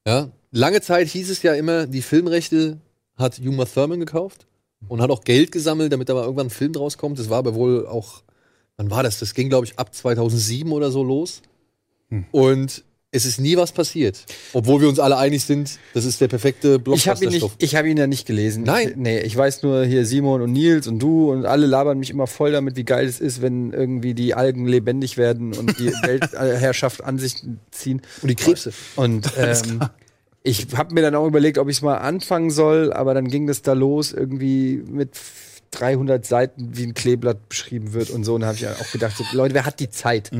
E: Ja, lange Zeit hieß es ja immer, die Filmrechte hat Uma Thurman gekauft und hat auch Geld gesammelt, damit da mal irgendwann ein Film draus kommt. Das war aber wohl auch, wann war das? Das ging, glaube ich, ab 2007 oder so los.
D: Hm.
E: Und es ist nie was passiert. Obwohl wir uns alle einig sind, das ist der perfekte
B: Ich habe ihn, nicht-
E: Blockbuster-Stoff.
B: ich hab ihn ja nicht gelesen.
E: Nein.
B: Ich, nee, ich weiß nur hier Simon und Nils und du und alle labern mich immer voll damit, wie geil es ist, wenn irgendwie die Algen lebendig werden und die Weltherrschaft an sich ziehen.
E: Und die Krebse.
B: Und ähm, ich habe mir dann auch überlegt, ob ich es mal anfangen soll, aber dann ging das da los irgendwie mit 300 Seiten, wie ein Kleeblatt beschrieben wird und so. Und da habe ich auch gedacht, so, Leute, wer hat die Zeit?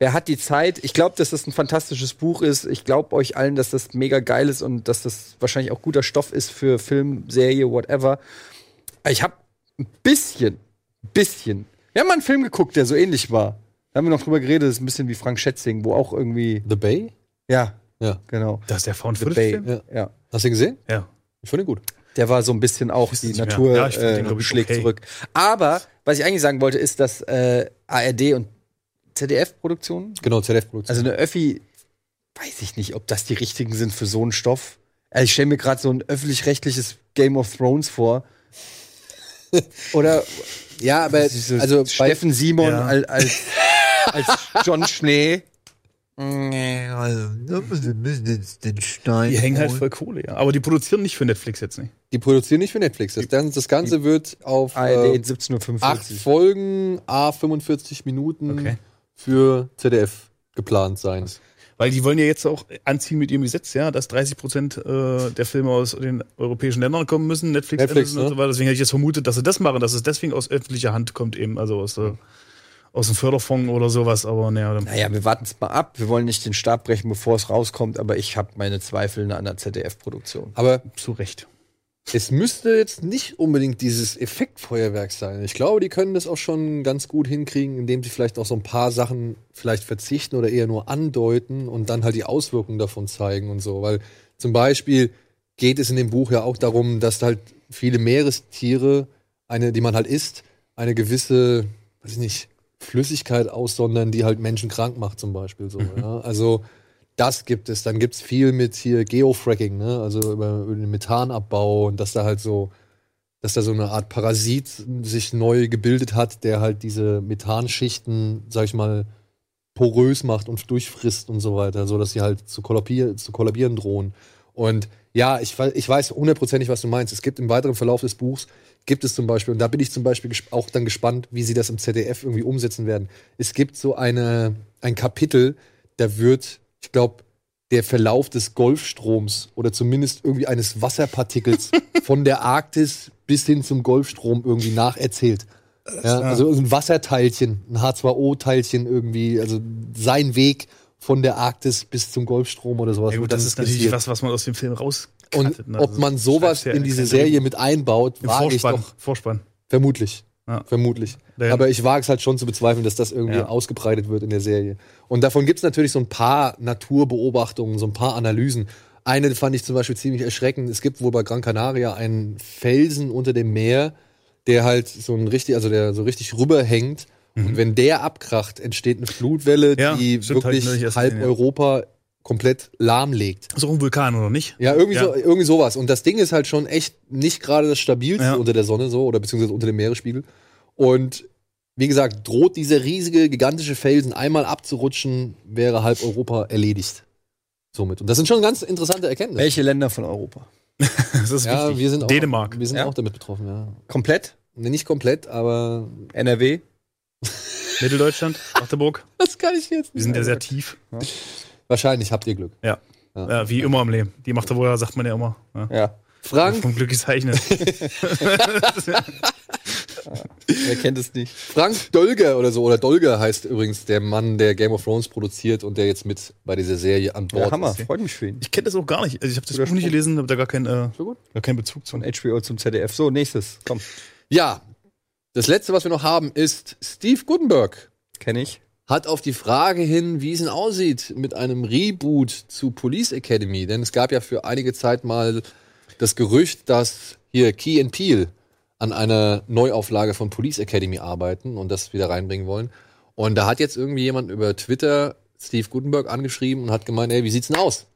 B: Wer hat die Zeit? Ich glaube, dass das ein fantastisches Buch ist. Ich glaube euch allen, dass das mega geil ist und dass das wahrscheinlich auch guter Stoff ist für Film, Serie, whatever. Aber Ich habe ein bisschen, bisschen. Wir haben mal einen Film geguckt, der so ähnlich war. Da haben wir noch drüber geredet, das ist ein bisschen wie Frank Schätzing, wo auch irgendwie,
E: The Bay?
B: ja,
E: Ja.
B: genau.
D: Das ist der Found
B: The Bay.
D: Footage-Film?
E: Ja.
B: Ja.
E: Hast du ihn gesehen?
D: Ja.
E: Ich fand ihn gut.
B: Der war so ein bisschen auch, die
D: nicht mehr.
B: Natur
D: Ja, ich find den, glaub
B: äh,
D: ich,
B: schlägt
D: okay.
B: zurück. Aber was ich eigentlich sagen wollte, ist, dass äh, ARD und ZDF-Produktionen,
E: Genau, ZDF-Produktion.
B: also eine Öffi, weiß ich nicht, ob das die richtigen sind für so einen
D: (laughs)
B: Stoff. Also ich stelle mir gerade so ein öffentlich-rechtliches Game of Thrones vor. Oder ja, aber also Steffen Simon
E: Ja.
B: als,
D: (laughs)
B: als, als John Schnee.
D: also, Die hängen halt voll Kohle, ja. Aber die produzieren nicht für Netflix jetzt ne. nicht.
E: Die produzieren nicht für Netflix. Das, dann- das Ganze wird auf
D: ARD
E: äh,
D: in 17.45.
E: acht Folgen, a 45 Minuten für ZDF geplant sein.
D: Weil die wollen ja jetzt auch anziehen mit ihrem Gesetz, ja, dass 30 Prozent äh, der Filme aus den europäischen Ländern kommen müssen, Netflix,
E: Netflix,
D: Amazon und
E: ne?
D: so weiter. Deswegen hätte ich jetzt vermutet, dass sie das machen, dass es deswegen aus öffentlicher Hand kommt, eben, also aus, der, aus dem Förderfonds oder sowas, aber naja. dann-
B: Naja, wir warten es mal ab. Wir wollen nicht den Stab brechen, bevor es rauskommt, aber ich habe meine Zweifel an der ZDF-Produktion.
E: Aber
D: zu Recht.
E: Es müsste jetzt nicht unbedingt dieses Effektfeuerwerk sein. Ich glaube, die können das auch schon ganz gut hinkriegen, indem sie vielleicht auch so ein paar Sachen vielleicht verzichten oder eher nur andeuten und dann halt die Auswirkungen davon zeigen und so. Weil zum Beispiel geht es in dem Buch ja auch darum, dass halt viele Meerestiere, eine, die man halt isst, eine gewisse, weiß ich nicht, Flüssigkeit aussondern, die halt Menschen krank macht, zum Beispiel so. Ja? Also das gibt es. Dann gibt es viel mit hier Geofracking, ne? Also über, über den Methanabbau und dass da halt so, dass da so eine Art Parasit sich neu gebildet hat, der halt diese Methanschichten, sag ich mal, porös macht und durchfrisst und so weiter, so dass sie halt zu, kollabier zu kollabieren drohen. Und ja, ich, we- ich weiß hundertprozentig, was du meinst. Es gibt im weiteren Verlauf des Buchs, gibt es zum Beispiel, und da bin ich zum Beispiel gesp- auch dann gespannt, wie sie das im ZDF irgendwie umsetzen werden. Es gibt so eine, ein Kapitel, da wird, ich glaube, der Verlauf des Golfstroms oder zumindest irgendwie eines
D: (laughs)
E: Wasserpartikels von der Arktis bis hin zum Golfstrom irgendwie nacherzählt. Ja, also ein Wasserteilchen, ein H2O-Teilchen irgendwie, also sein Weg von der Arktis bis zum Golfstrom oder sowas.
D: Ja, gut,
E: wird
D: das
E: dann
D: ist natürlich
E: skizziert.
D: was, was man aus dem Film Also raus.
E: Und
D: ne?
E: ob man sowas in diese Serie mit einbaut,
D: Im
E: wage ich
D: Vorspann,
E: doch.
D: Vorspann.
E: Vermutlich. Vermutlich. Aber ich wage es halt schon zu bezweifeln, dass das irgendwie
D: Ja.
E: ausgebreitet wird in der Serie. Und davon gibt es natürlich so ein paar Naturbeobachtungen, so ein paar Analysen. Eine fand ich zum Beispiel ziemlich erschreckend. Es gibt wohl bei Gran Canaria einen Felsen unter dem Meer, der halt so ein richtig, also der so richtig rüberhängt. Und wenn der abkracht, entsteht eine Flutwelle,
D: Mhm. Ja,
E: die
D: stimmt, hab ich
E: wirklich
D: neulich erst
E: halb
D: gesehen, ja.
E: Europa komplett lahmlegt.
D: So ein Vulkan, oder nicht? (laughs)
E: Ja, irgendwie,
D: Ja.
E: So, irgendwie sowas. Und das Ding ist halt schon echt nicht gerade das stabilste unter der Sonne so oder beziehungsweise unter dem Meeresspiegel. Und wie gesagt, droht dieser riesige, gigantische Felsen einmal abzurutschen, wäre halb Europa erledigt. Somit. Und das sind schon ganz interessante Erkenntnisse.
B: Welche Länder von Europa?
D: das ist
E: ja,
B: wichtig.
E: wir sind auch,
B: Dänemark.
E: Wir sind
B: Ja.
E: auch damit betroffen, ja.
B: Komplett?
E: Nee, nicht komplett, aber.
B: NRW?
D: Mitteldeutschland, Magdeburg.
E: (laughs) Das kann ich jetzt
D: Wir sind ja sehr tief.
E: Wahrscheinlich habt ihr Glück.
D: Ja.
E: Ja.
D: Ja, wie immer im Leben. Die macht er wohl, sagt man ja immer. Ja.
E: Frank?
D: Vom
B: (laughs)
D: Glück gezeichnet. (laughs)
B: Wer kennt es nicht?
E: Frank Dolger oder so, oder Dolger heißt übrigens der Mann, der Game of Thrones produziert und der jetzt mit bei dieser Serie an Bord ist.
B: mich für ihn.
D: Ich kenne das auch gar nicht. Also ich habe das
B: Guter
D: Buch nicht
B: Sprung.
D: gelesen, habe da gar keinen, äh, gar keinen Bezug zu.
B: Von HBO zum ZDF. So, nächstes. Komm.
E: Ja, das letzte, was wir noch haben, ist Steve Gutenberg.
B: Kenne ich.
E: Hat auf die Frage hin, wie es denn aussieht mit einem Reboot zu Police Academy. Denn es gab ja für einige Zeit mal das Gerücht, dass hier Key and Peel an einer Neuauflage von Police Academy arbeiten und das wieder reinbringen wollen. Und da hat jetzt irgendwie jemand über Twitter Steve Gutenberg angeschrieben und hat gemeint, ey, wie sieht's denn aus?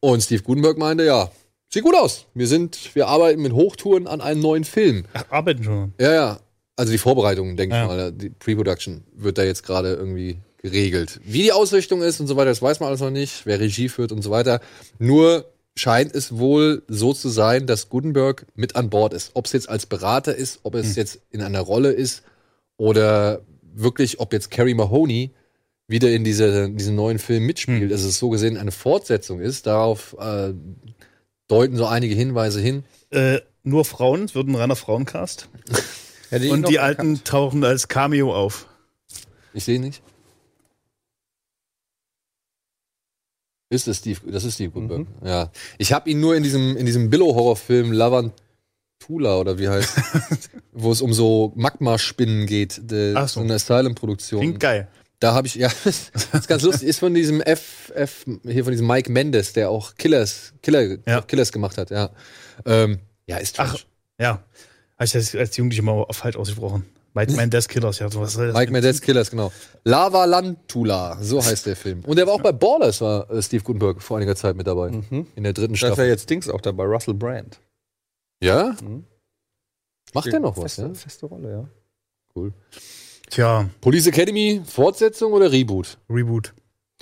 E: Und Steve Gutenberg meinte, ja, sieht gut aus. Wir sind, wir arbeiten mit Hochtouren an einem neuen Film.
D: Arbeiten schon.
E: Ja, ja. Also die Vorbereitungen, denke
D: Ja.
E: ich mal. Die Pre-Production wird da jetzt gerade irgendwie geregelt. Wie die Ausrichtung ist und so weiter, das weiß man alles noch nicht. Wer Regie führt und so weiter. Nur scheint es wohl so zu sein, dass Gutenberg mit an Bord ist. Ob es jetzt als Berater ist, ob
D: Hm.
E: es jetzt in einer Rolle ist oder wirklich, ob jetzt Carrie Mahoney wieder in diese, in diesem neuen Film mitspielt,
D: Hm.
E: dass es so gesehen eine Fortsetzung ist. Darauf äh, deuten so einige Hinweise hin.
D: Äh, nur Frauen, es wird ein reiner Frauencast.
B: Hätte ich
D: Und
B: noch
D: die Alten tauchen als Cameo auf.
E: Ich sehe nicht. Ist das Steve? Das ist Steve Gutenberg.
D: Mhm.
E: Ja. Ich habe ihn nur in diesem, in diesem Billow-Horrorfilm Lavantula oder wie heißt,
D: (laughs)
E: wo es um so Magma-Spinnen geht, de,
D: Ach
E: so.
D: so.
E: eine Asylum-Produktion.
D: Klingt geil.
E: Da habe ich, ja, (laughs) das ist ganz lustig, ist von diesem F, F, hier von diesem Mike Mendes, der auch Killers, Killer, Killers gemacht hat, ja. Ähm, ja, ist
D: Ach, ja. Habe ich das als Jugendlicher mal auf Halt falsch ausgesprochen. Mike Mendes Killers, ja, sowas.
E: Mike Mendes Killers, genau. Lava Lantula,
D: (laughs)
E: so heißt der Film. Und er war auch bei Ballers, war äh, Steve Gutenberg vor einiger Zeit mit dabei.
D: Mhm.
E: In der dritten
B: Da ist ja
E: Staffel.
B: jetzt Dings auch dabei, Russell Brand.
E: Ja? Macht der noch was,
B: Mhm. feste,
E: ja?
B: Feste Rolle, ja.
E: Cool.
D: Tja.
E: Police Academy, Fortsetzung oder Reboot?
D: Reboot.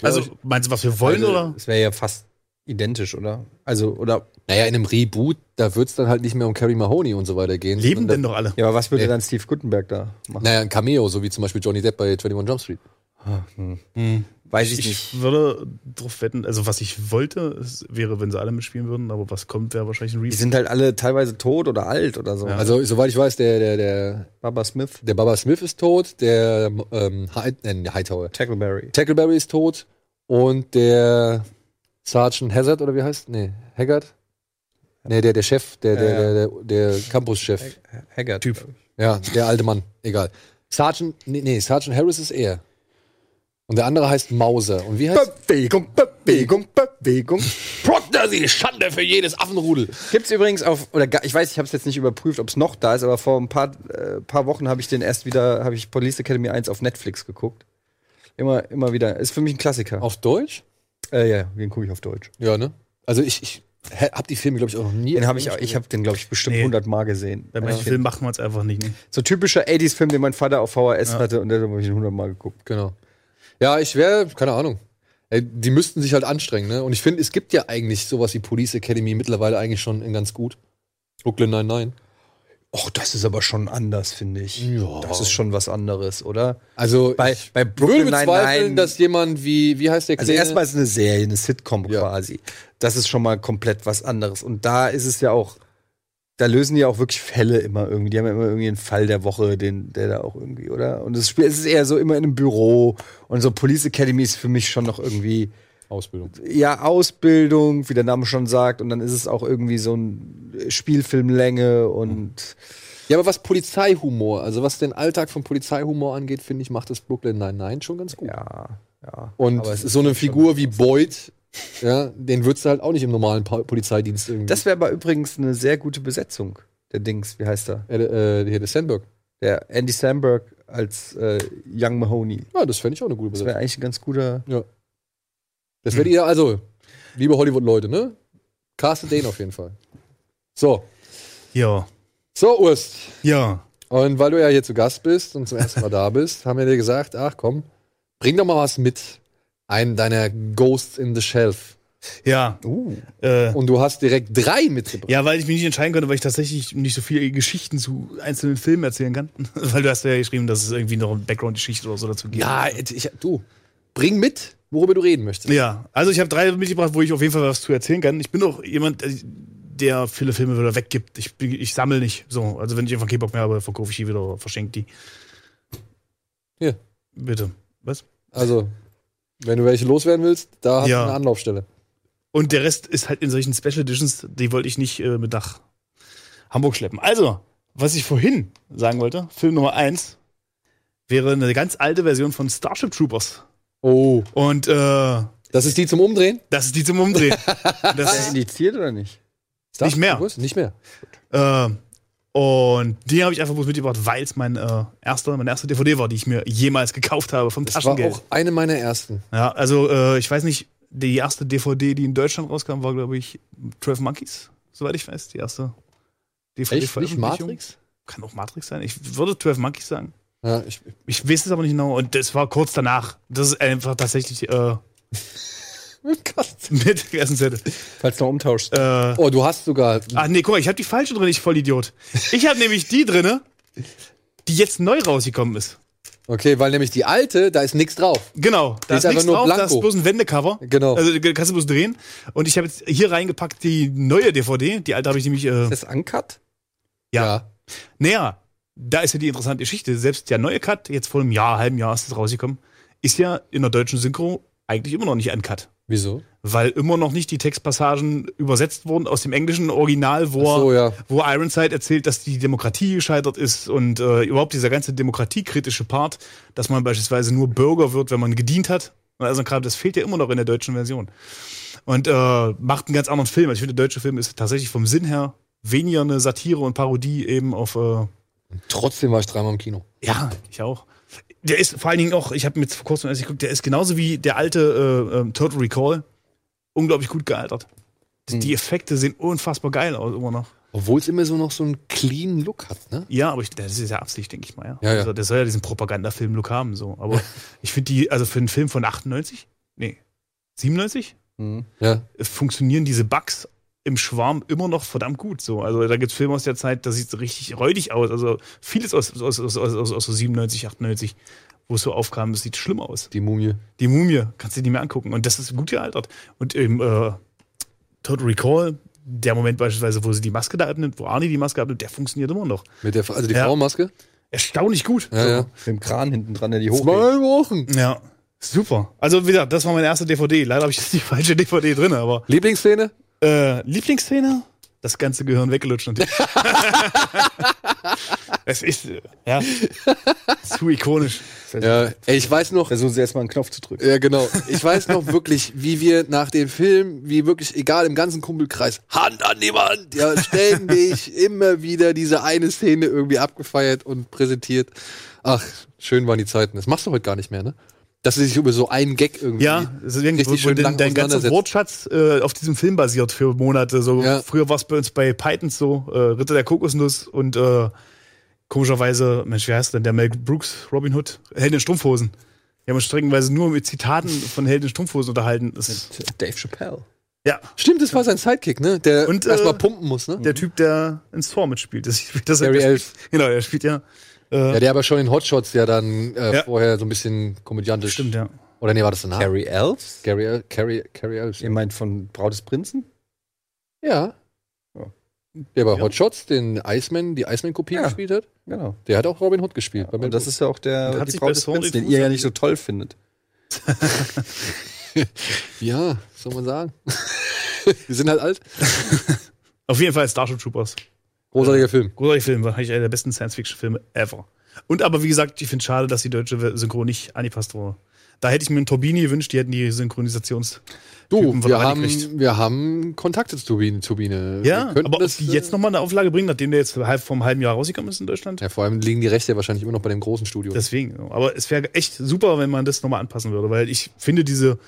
D: Also, meinst du, was wir wollen,
B: also,
D: oder?
B: Es wäre ja fast identisch, oder? Also, oder.
E: Naja, in einem Reboot, da wird es dann halt nicht mehr um Carrie Mahoney und so weiter gehen.
D: Leben
E: sondern
D: denn doch alle?
B: Ja, aber was würde
E: Nee.
B: dann Steve Gutenberg da
E: da,
B: machen?
E: Naja, ein Cameo, so wie zum Beispiel Johnny Depp bei 21 Jump Street.
B: Hm.
D: Hm.
B: Weiß ich
D: Ich,
B: nicht.
D: würde drauf wetten, also was ich wollte, es wäre, wenn sie alle mitspielen würden, aber was kommt, wäre wahrscheinlich ein
B: Die
D: Reboot.
B: sind halt alle teilweise tot oder alt oder so.
E: Also, soweit ich weiß, der, der, der,
B: Baba Smith,
E: der Baba Smith ist tot, der ähm, High, äh, Hightower.
B: Tackleberry.
E: Tackleberry ist tot und der Sergeant Hazard oder wie heißt? Nee, Haggard? Nee, der, der Chef, der, der,
B: Ja, ja.
E: der, der, der Campus-Chef.
B: Haggard. Typ.
E: Ja, der alte Mann, egal. Sergeant, nee, nee, Sergeant Harris ist er. Und der andere heißt Mauser. Und wie heißt
B: Bewegung, Bewegung, Bewegung.
E: Prognosy, Schande für jedes Affenrudel.
B: Gibt's übrigens auf, oder ga- ich weiß, ich habe es jetzt nicht überprüft, ob es noch da ist, aber vor ein paar, äh, paar Wochen habe ich den erst wieder, habe ich Police Academy 1 auf Netflix geguckt. Immer, immer wieder. Ist für mich ein Klassiker.
E: Auf Deutsch?
B: Äh, ja, den gucke ich auf Deutsch.
E: Ja, ne? Also ich, ich hä- hab die Filme, glaube ich, auch noch nie.
B: Den habe ich, auch- ich habe den glaube ich bestimmt
D: Nee.
B: 100 Mal gesehen.
D: Bei manchen
B: Ja.
D: Filmen machen wir es einfach nicht. Ne?
B: So typischer 80s Film, den mein Vater auf VHS
D: Ja.
B: hatte und den habe ich 100 Mal geguckt.
E: Genau. Ja, ich wäre, keine Ahnung. Ey, Die müssten sich halt anstrengen, ne? Und ich finde, es gibt ja eigentlich sowas wie Police Academy mittlerweile eigentlich schon in ganz gut. Brooklyn 99.
B: Och, das ist aber schon anders, finde ich.
E: Ja.
B: Das ist schon was anderes, oder?
E: Also
B: Bei,
E: ich
B: bei
E: würde
B: Brooklyn
E: bezweifeln,
B: Nine-Nine.
E: dass jemand wie, wie heißt der
B: Also
E: Kleine?
B: erstmal ist es eine Serie, eine Sitcom quasi. Das ist schon mal komplett was anderes. Und da ist es ja auch, da lösen die ja auch wirklich Fälle immer irgendwie. Die haben ja immer irgendwie einen Fall der Woche, den, der da auch irgendwie, oder? Und das Spiel, es ist eher so immer in einem Büro. Und so Police Academy ist für mich schon noch irgendwie,
E: Ausbildung.
B: ja, Ausbildung, wie der Name schon sagt. Und dann ist es auch irgendwie so ein Spielfilmlänge und
E: Ja, aber was Polizeihumor, also was den Alltag von Polizeihumor angeht, finde ich, macht das Brooklyn Nine-Nine schon ganz gut.
B: ja, ja.
E: Und
B: Aber es ist
E: so eine Figur wie Boyd, ja, den würdest du halt auch nicht im normalen Pa- Polizeidienst irgendwie.
B: Das wäre aber übrigens eine sehr gute Besetzung. Der Dings, wie heißt er?
E: äh, äh, hier, der Sandberg.
B: Der Andy Samberg als äh, Young Mahoney.
E: Ja, das fände ich auch eine gute
B: Das
E: Besetzung.
B: wäre eigentlich ein ganz guter.
E: Ja. Das
D: Hm.
E: werdet ihr, also, liebe Hollywood-Leute, ne? Castet den auf jeden Fall. So,
D: Ja.
E: so, Urst.
D: Ja.
E: Und weil du ja hier zu Gast bist und zum ersten Mal da bist, haben wir dir gesagt, ach komm, bring doch mal was mit. Einen deiner Ghosts in the Shelf.
D: Ja.
E: Uh.
D: Äh,
E: Und du hast direkt drei mitgebracht.
D: ja, weil ich mich nicht entscheiden konnte, weil ich tatsächlich nicht so viele Geschichten zu einzelnen Filmen erzählen kann. (laughs) weil du hast ja geschrieben, dass es irgendwie noch eine Background-Geschichte oder so dazu gibt.
E: Ja, ich, du, bring mit, worüber du reden möchtest.
D: Ja, also ich habe drei mitgebracht, wo ich auf jeden Fall was zu erzählen kann. Ich bin auch jemand, der- der viele Filme wieder weggibt. Ich, bin- ich sammle nicht. So, also wenn ich einfach keinen Bock mehr habe, verkaufe ich die wieder oder verschenke die.
E: Hier.
D: Bitte. Was?
E: Also, wenn du welche loswerden willst, da hast
D: Ja.
E: du eine Anlaufstelle.
D: Und der Rest ist halt in solchen Special Editions, die wollte ich nicht äh, mit nach Hamburg schleppen. Also, was ich vorhin sagen wollte, Film Nummer eins wäre eine ganz alte Version von Starship Troopers.
E: Oh,
D: Und äh, das
E: das ist die zum Umdrehen?
D: ist die zum Umdrehen.
E: (laughs)
D: Das
B: Ist
D: ist
B: der indiziert oder nicht?
E: Ist das
D: Nicht mehr.
E: bewusst? Nicht mehr.
D: Äh, und die habe ich einfach bloß mitgebracht, weil es mein äh, erster, meine erste DVD war, die ich mir jemals gekauft habe vom
E: Das war
D: Taschengeld.
E: auch eine meiner ersten.
D: ja, also äh, ich weiß nicht, die erste DVD, die in Deutschland rauskam, war glaube ich 12 Monkeys, soweit ich weiß, die erste DVD
E: Echt? Nicht
D: Veröffentlichung.
E: Matrix?
D: Kann auch Matrix sein. Ich würde 12 Monkeys sagen.
E: Ja, ich,
D: Ich weiß es aber nicht genau. Und das war kurz danach. Das ist einfach tatsächlich äh, (laughs) mit gegessen hätte.
B: Falls du noch umtauschst.
D: Äh,
E: oh, du hast sogar.
D: Ach Ah, nee, guck mal, ich habe die falsche drin, ich Vollidiot. Ich habe nämlich die drinne, die jetzt neu rausgekommen ist.
E: Okay, weil nämlich die alte, da ist nichts drauf.
D: Genau, da
E: Die
D: ist,
E: ist einfach
D: nichts
E: nur
D: drauf, da
E: blanko.
D: ist bloß ein Wendecover.
E: Genau.
D: Also ge- kannst du bloß drehen. Und ich habe jetzt hier reingepackt die neue DVD. Die alte habe ich nämlich. Äh,
B: Ist das Uncut?
E: Ja.
D: naja, da ist ja die interessante Geschichte. Selbst der neue Cut, jetzt vor einem Jahr, halben Jahr ist das rausgekommen, ist ja in der deutschen Synchro eigentlich immer noch nicht uncut.
E: Wieso?
D: Weil immer noch nicht die Textpassagen übersetzt wurden aus dem englischen Original, wo,
E: Ach so, ja.
D: wo Ironside erzählt, dass die Demokratie gescheitert ist und äh, überhaupt dieser ganze demokratiekritische Part, dass man beispielsweise nur Bürger wird, wenn man gedient hat. Also gerade das fehlt ja immer noch in der deutschen Version. Und äh, macht einen ganz anderen Film. Also ich finde, der deutsche Film ist tatsächlich vom Sinn her weniger eine Satire und Parodie eben auf äh,
E: Trotzdem war ich dreimal im Kino.
D: ja, ich auch. Der ist vor allen Dingen auch, ich habe mir jetzt vor kurzem erst geguckt, der ist genauso wie der alte äh, ähm, Total Recall unglaublich gut gealtert. Die- Die Effekte sehen unfassbar geil aus immer noch.
E: Obwohl es immer so noch so einen clean Look hat, ne?
D: Ja, aber ich, das ist ja Absicht, denke ich mal. Ja.
E: Ja, ja.
D: Also, der soll ja diesen Propagandafilm-Look haben. So.
E: (laughs)
D: Aber ich finde die, also für einen Film von 98, nee, 97,
E: Mhm. Ja.
D: funktionieren diese Bugs im Schwarm immer noch verdammt gut. So. Also da gibt es Filme aus der Zeit, da sieht es richtig räudig aus. Also vieles aus, aus, aus, aus, aus, aus so 97, 98, wo es so aufkam, das sieht schlimm aus.
E: Die Mumie.
D: Die Mumie, kannst du dir nicht mehr angucken. Und das ist gut gealtert. Und im äh, Total Recall, der Moment beispielsweise, wo sie die Maske da abnimmt, wo Arnie die Maske abnimmt, der funktioniert immer noch.
E: Mit der, also die
D: Ja.
E: Frauenmaske?
D: Erstaunlich gut.
E: Ja, ja.
B: Mit dem Kran hinten dran, der die hochhebt.
E: Zwei Wochen.
D: Ja. Super. Also, wie gesagt, das war meine erste DVD. Leider habe ich jetzt die falsche DVD drin, aber.
E: Lieblingsszene?
D: Äh, Lieblingsszene? Das ganze Gehirn weggelutscht natürlich. es ist, äh, ja, zu ikonisch.
E: Ja, ey, ich weiß noch.
B: Versuchen sie erstmal einen Knopf zu drücken.
E: Ja, genau. Ich
D: (laughs)
E: weiß noch wirklich, wie wir nach dem Film, wie wirklich, egal im ganzen Kumpelkreis, Hand an die Wand, ja,
D: (laughs)
E: ständig immer wieder diese eine Szene irgendwie abgefeiert und präsentiert. Ach, schön waren die Zeiten. Das machst du heute gar nicht mehr, ne? Dass sie sich über so einen Gag irgendwie.
D: Ja, das ist irgendwie,
E: richtig
D: wo, wo
E: schön lang
D: dein, dein ganzer
E: auseinandersetzt.
D: Wortschatz äh, auf diesem Film basiert für Monate. So, Früher war es bei uns bei Pythons so, äh, Ritter der Kokosnuss und äh, komischerweise, Mensch, wie heißt denn der Mel Brooks, Robin Hood, Held in Strumpfhosen. Wir haben uns streckenweise nur mit Zitaten von Held in Strumpfhosen unterhalten. Das,
B: Dave Chappelle.
D: ja,
E: Stimmt, das war sein Sidekick, ne? Der
D: Und, äh,
E: erstmal pumpen muss, ne?
D: der Typ, der in Saw mitspielt. Das, das,
E: Gary
D: das,
E: Elf.
D: Genau, der spielt ja. Äh,
E: ja, der aber schon in Hotshots ja dann äh,
D: Ja.
E: vorher so ein bisschen komödiantisch.
D: Stimmt, ja.
E: Oder nee, war das danach?
B: Carrie Elves?
E: Gary, El- Carrie, Carrie Elves.
B: Ihr meint von Braut des Prinzen?
E: Ja.
B: Ja.
E: Der bei Hotshots den Iceman, die Iceman-Kopie
B: Ja.
E: gespielt hat,
B: Genau.
E: der hat auch Robin Hood gespielt. bei Mel
B: Und das
E: Brooks.
B: ist ja auch der
D: hat
B: die
D: sich
B: Braut
D: bei
B: des
D: Saw
B: Prinzen,
D: nicht
B: den ihr ja nicht so toll findet.
E: ja, was soll man sagen. (laughs) Wir sind halt alt.
D: Auf jeden Fall Starship Troopers.
E: Großartiger Film.
D: Großartiger Film, wahrscheinlich einer der besten Science-Fiction-Filme ever. Und aber wie gesagt, ich finde es schade, dass die deutsche Synchro nicht angepasst wurde. Da hätte ich mir einen Turbini gewünscht, die hätten die Synchronisations.
E: Du,
D: Typen von
E: wir
D: reingekriegt.
E: haben, wir haben Kontakte zu Turbine. Turbine.
D: Ja,
E: wir könnten
D: aber ob
E: das,
D: die
E: äh,
D: jetzt nochmal eine Auflage bringen, nachdem der jetzt halb vom halben Jahr rausgekommen ist in Deutschland.
E: äh, Ja, vor allem liegen die Rechte wahrscheinlich immer noch bei dem großen Studio.
D: Deswegen. Aber es wäre echt super, wenn man das nochmal anpassen würde, weil ich finde diese,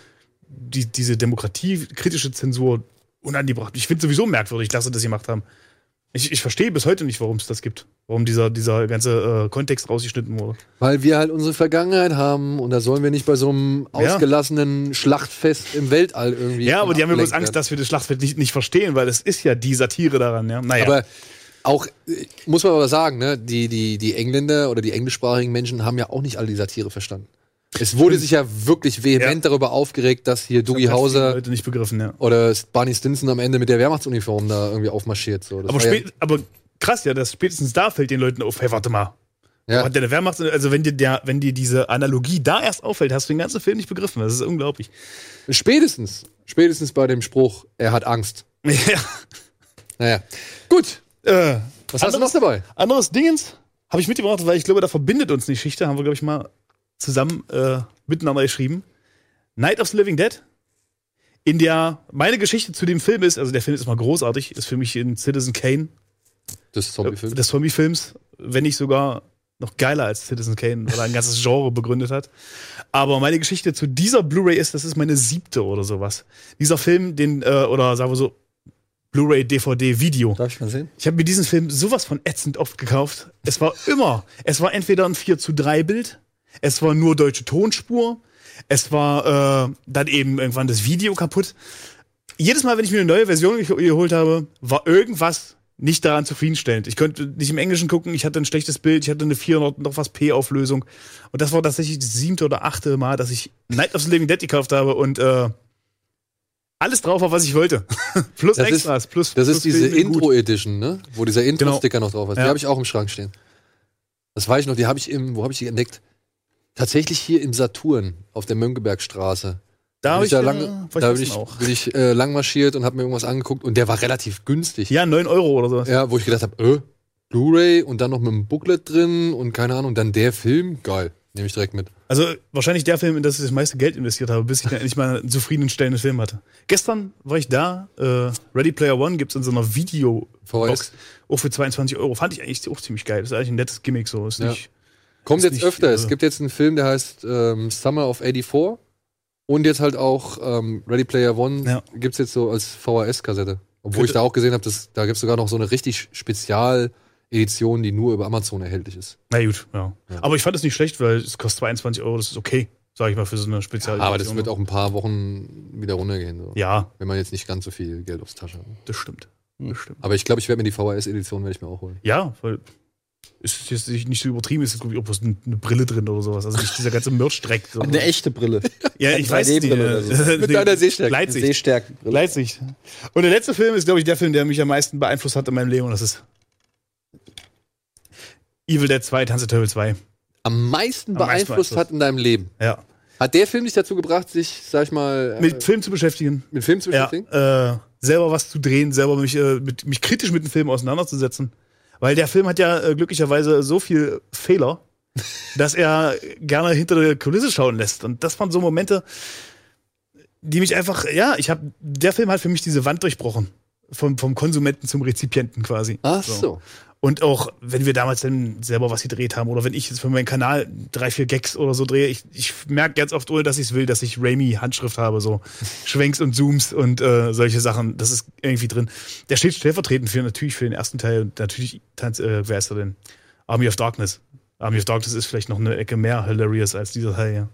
D: die, diese demokratiekritische Zensur unangebracht. Ich finde sowieso merkwürdig, dass sie das gemacht haben. Ich, ich verstehe bis heute nicht, warum es das gibt. Warum dieser, dieser ganze äh, Kontext rausgeschnitten wurde.
E: Weil wir halt unsere Vergangenheit haben und da sollen wir nicht bei so einem
D: Ja.
E: ausgelassenen Schlachtfest im Weltall irgendwie.
D: Ja, aber die haben ja bloß
E: abgelenkt
D: Angst,
E: werden.
D: dass wir das Schlachtfeld nicht, nicht verstehen, weil das ist ja die Satire daran, ja. Naja.
E: Aber auch, äh, muss man aber sagen, ne, die, die, die Engländer oder die englischsprachigen Menschen haben ja auch nicht alle die Satire verstanden. Es wurde sich ja wirklich vehement darüber aufgeregt, dass hier Dougie
D: Das haben viele
E: Hauser
D: Leute nicht begriffen, ja.
E: oder Barney Stinson am Ende mit der Wehrmachtsuniform da irgendwie aufmarschiert. So. Das
D: Aber,
E: war ja,
D: spät, aber krass, ja, das spätestens da fällt den Leuten auf, hey, warte mal.
E: Ja.
D: Hat der Wehrmacht, also wenn dir, der, wenn dir diese Analogie da erst auffällt, hast du den ganzen Film nicht begriffen. Das ist
E: (laughs)
D: unglaublich.
E: spätestens, spätestens bei dem Spruch, er hat Angst.
D: Ja.
E: Naja, gut.
D: Äh,
E: Was hast du noch dabei?
D: anderes Dingens habe ich mitgebracht, weil ich glaube, da verbindet uns eine Geschichte. Haben wir, glaube ich, mal zusammen äh, miteinander geschrieben. Night of the Living Dead. In der meine Geschichte zu dem Film ist, also der Film ist mal großartig, ist für mich ein Citizen Kane
E: Das Zombie-Film.
D: des Zombie-Films, wenn nicht sogar noch geiler als Citizen Kane, weil er ein ganzes Genre begründet hat. Aber meine Geschichte zu dieser Blu-ray ist, das ist meine siebte oder sowas. Dieser Film, den, äh, oder sagen wir so, Blu-ray, DVD, Video.
B: Darf ich mal sehen?
D: Ich habe mir diesen Film sowas von ätzend oft gekauft. Es war immer, es war entweder ein 4 zu 3 Bild, es war nur deutsche Tonspur, es war äh, dann eben irgendwann das Video kaputt. Jedes Mal, wenn ich mir eine neue Version geh- geholt habe, war irgendwas nicht daran zufriedenstellend. Ich konnte nicht im Englischen gucken, ich hatte ein schlechtes Bild, ich hatte eine 400 noch was P-Auflösung. Und das war tatsächlich das siebte oder achte Mal, dass ich Night of the Living Dead gekauft habe und äh, alles drauf war, was ich wollte. (laughs) plus
E: Das ist-
D: Extras, plus
E: Das
D: plus
E: ist diese
D: Filme in gut. Genau.
E: Intro-Edition, ne? Wo dieser Intro-Sticker noch drauf ist. Die
D: Ja.
E: habe ich auch im Schrank stehen. Das weiß ich noch, die habe ich im, wo habe ich die entdeckt? Tatsächlich hier im Saturn auf der Mönckebergstraße.
D: Da
E: Bin
D: habe ich,
E: da
D: äh,
E: lang,
D: war
E: da bin
D: ich
E: ich,
D: auch.
E: bin ich äh, lang marschiert und habe mir irgendwas angeguckt und der war relativ günstig.
D: Ja, 9 Euro oder sowas.
E: Ja, wo ich gedacht habe, äh, Blu-ray und dann noch mit einem Booklet drin und keine Ahnung, dann der Film, geil, nehme ich direkt mit.
D: Also wahrscheinlich der Film, in das ich das meiste Geld investiert habe, bis ich dann endlich mal einen zufriedenstellenden Film hatte. Gestern war ich da, äh, Ready Player One gibt's in so einer
E: VHS.
D: Video-Box, auch für 22 Euro. Fand ich eigentlich auch ziemlich geil. Das ist eigentlich ein nettes Gimmick so. Ist
E: Ja.
D: nicht,
E: Kommt
D: Ist
E: jetzt
D: nicht,
E: öfter.
D: äh,
E: es gibt jetzt einen Film, der heißt ähm, Summer of 84 und jetzt halt auch ähm, Ready Player One
D: Ja.
E: gibt's jetzt so als VHS-Kassette. Obwohl ich da auch gesehen habe, dass- da gibt es sogar noch so eine richtig Spezialedition, die nur über Amazon erhältlich ist.
D: Na gut, ja. Aber ich fand es nicht schlecht, weil es kostet 22 Euro, das ist okay, sage ich mal, für so eine Spezial.
E: Aber das wird auch ein paar Wochen wieder runtergehen. So.
D: Ja.
E: Wenn man jetzt nicht ganz so viel Geld aufs Tasche hat.
D: Das stimmt. Das stimmt.
E: Aber ich glaube, ich werde mir die VHS-Edition werde ich mir auch holen.
D: Ja, weil es ist jetzt nicht- nicht so übertrieben, es ist glaube ich auch bloß eine eine Brille drin oder sowas. Also nicht dieser ganze Merch direkt. So.
B: Eine echte Brille.
D: Ja,
B: Eine
D: ich weiß nicht.
B: 3D-Brille oder so.
D: (laughs) Nee,
B: Mit einer Sehstärke.
D: Leipzig.
B: Sehstärkenbrille.
D: Leipzig. Und der letzte Film ist, glaube ich, der Film, der mich am meisten beeinflusst hat in meinem Leben. Und das ist Evil Dead 2, Tanz der Teufel 2.
E: Am meisten beeinflusst hat in deinem Leben.
D: Ja.
E: Hat der Film dich dazu gebracht, sich, sag ich mal, äh,
D: Mit Film zu beschäftigen.
E: mit Film zu
D: Ja,
E: beschäftigen?
D: äh, selber was zu drehen, selber mich, äh, mit, mich kritisch mit dem Film auseinanderzusetzen. Weil der Film hat ja äh, glücklicherweise so viel
E: (laughs)
D: Fehler, dass er gerne hinter der Kulisse schauen lässt. Und das waren so Momente, die mich einfach, ja, ich habe, der Film hat für mich diese Wand durchbrochen. Vom, vom Konsumenten zum Rezipienten quasi.
E: Ach so.
D: Und auch, wenn wir damals dann selber was gedreht haben oder wenn ich jetzt für meinen Kanal drei, vier Gags oder so drehe, ich, ich merke ganz oft, ohne dass ich es will, dass ich Raimi-Handschrift habe, so Schwenks und Zooms und äh, solche Sachen. Das ist irgendwie drin. Der steht stellvertretend für natürlich für den ersten Teil und natürlich, Tanz- äh, wer ist er denn? Army of Darkness. Army of Darkness ist vielleicht noch eine Ecke mehr hilarious als dieser Teil, ja.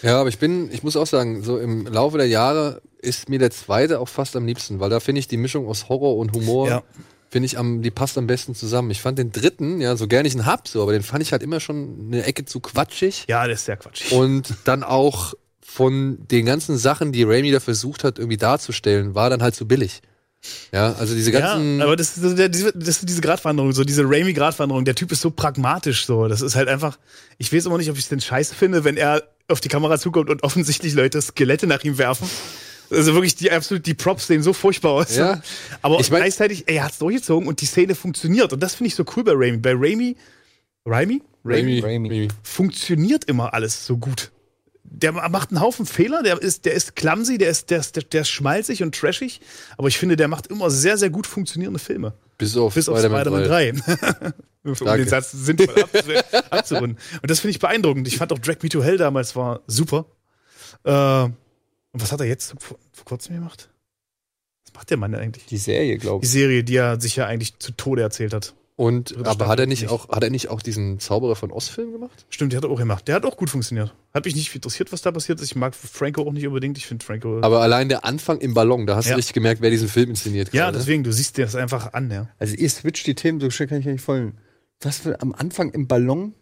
E: Ja, aber ich bin, ich muss auch sagen, so im Laufe der Jahre ist mir der zweite auch fast am liebsten, weil da finde ich die Mischung aus Horror und Humor, finde ich am, die passt am besten zusammen. Ich fand den dritten, ja, so gerne ich ihn hab, so, aber den fand ich halt immer schon eine Ecke zu quatschig.
D: Ja, das ist sehr quatschig.
E: Und dann auch von den ganzen Sachen, die Raimi da versucht hat, irgendwie darzustellen, war dann halt zu billig. Ja, also diese ganzen.
D: ja, aber das, ist- das, ist- das ist diese Gratwanderung, so diese Raimi-Gratwanderung. Der Typ ist so pragmatisch, so. Das ist halt einfach. Ich weiß immer nicht, ob ich es denn scheiße finde, wenn er auf die Kamera zukommt und offensichtlich Leute Skelette nach ihm werfen. Also wirklich, die absolut, die Props sehen so furchtbar aus.
E: Ja.
D: Aber gleichzeitig, ey, er hat es durchgezogen und die Szene funktioniert. Und das finde ich so cool bei Raimi. Bei Raimi. Raimi?
E: Raimi.
D: Funktioniert immer alles so gut. Der macht einen Haufen Fehler, der ist, der ist clumsy, der ist, der, ist, der, der ist schmalzig und trashig, aber ich finde, der macht immer sehr, sehr gut funktionierende Filme.
E: Bis auf
D: Bis auf
E: Spider-Man
D: Spider-Man 3.
E: 3.
D: (laughs) um
E: Danke.
D: den Satz sinnvoll abzu- abzurunden. Und das finde ich beeindruckend. Ich fand auch Drag Me to Hell damals war super. Äh, und was hat er jetzt vor, vor kurzem gemacht? Was macht der Mann denn eigentlich?
B: Die Serie, glaube
D: Die
B: ich.
D: Serie, die er sich ja eigentlich zu Tode erzählt hat.
E: Und
D: Dritte
E: aber
D: Staffel
E: hat er nicht auch, hat er nicht auch diesen Zauberer von Oz-Film gemacht?
D: Stimmt, die hat er auch gemacht. Der hat auch gut funktioniert. Hat mich nicht interessiert, was da passiert ist. Ich mag Franco auch nicht unbedingt. Ich finde Franco.
E: Aber allein der Anfang im Ballon, da hast
D: Mhm. Ja.
E: du richtig gemerkt, wer diesen Film inszeniert.
D: ja,
E: gerade. Ne?
D: deswegen, du siehst dir das einfach an, ja.
B: Also ihr switcht die Themen, so schnell kann ich ja nicht folgen. Was für am Anfang im Ballon?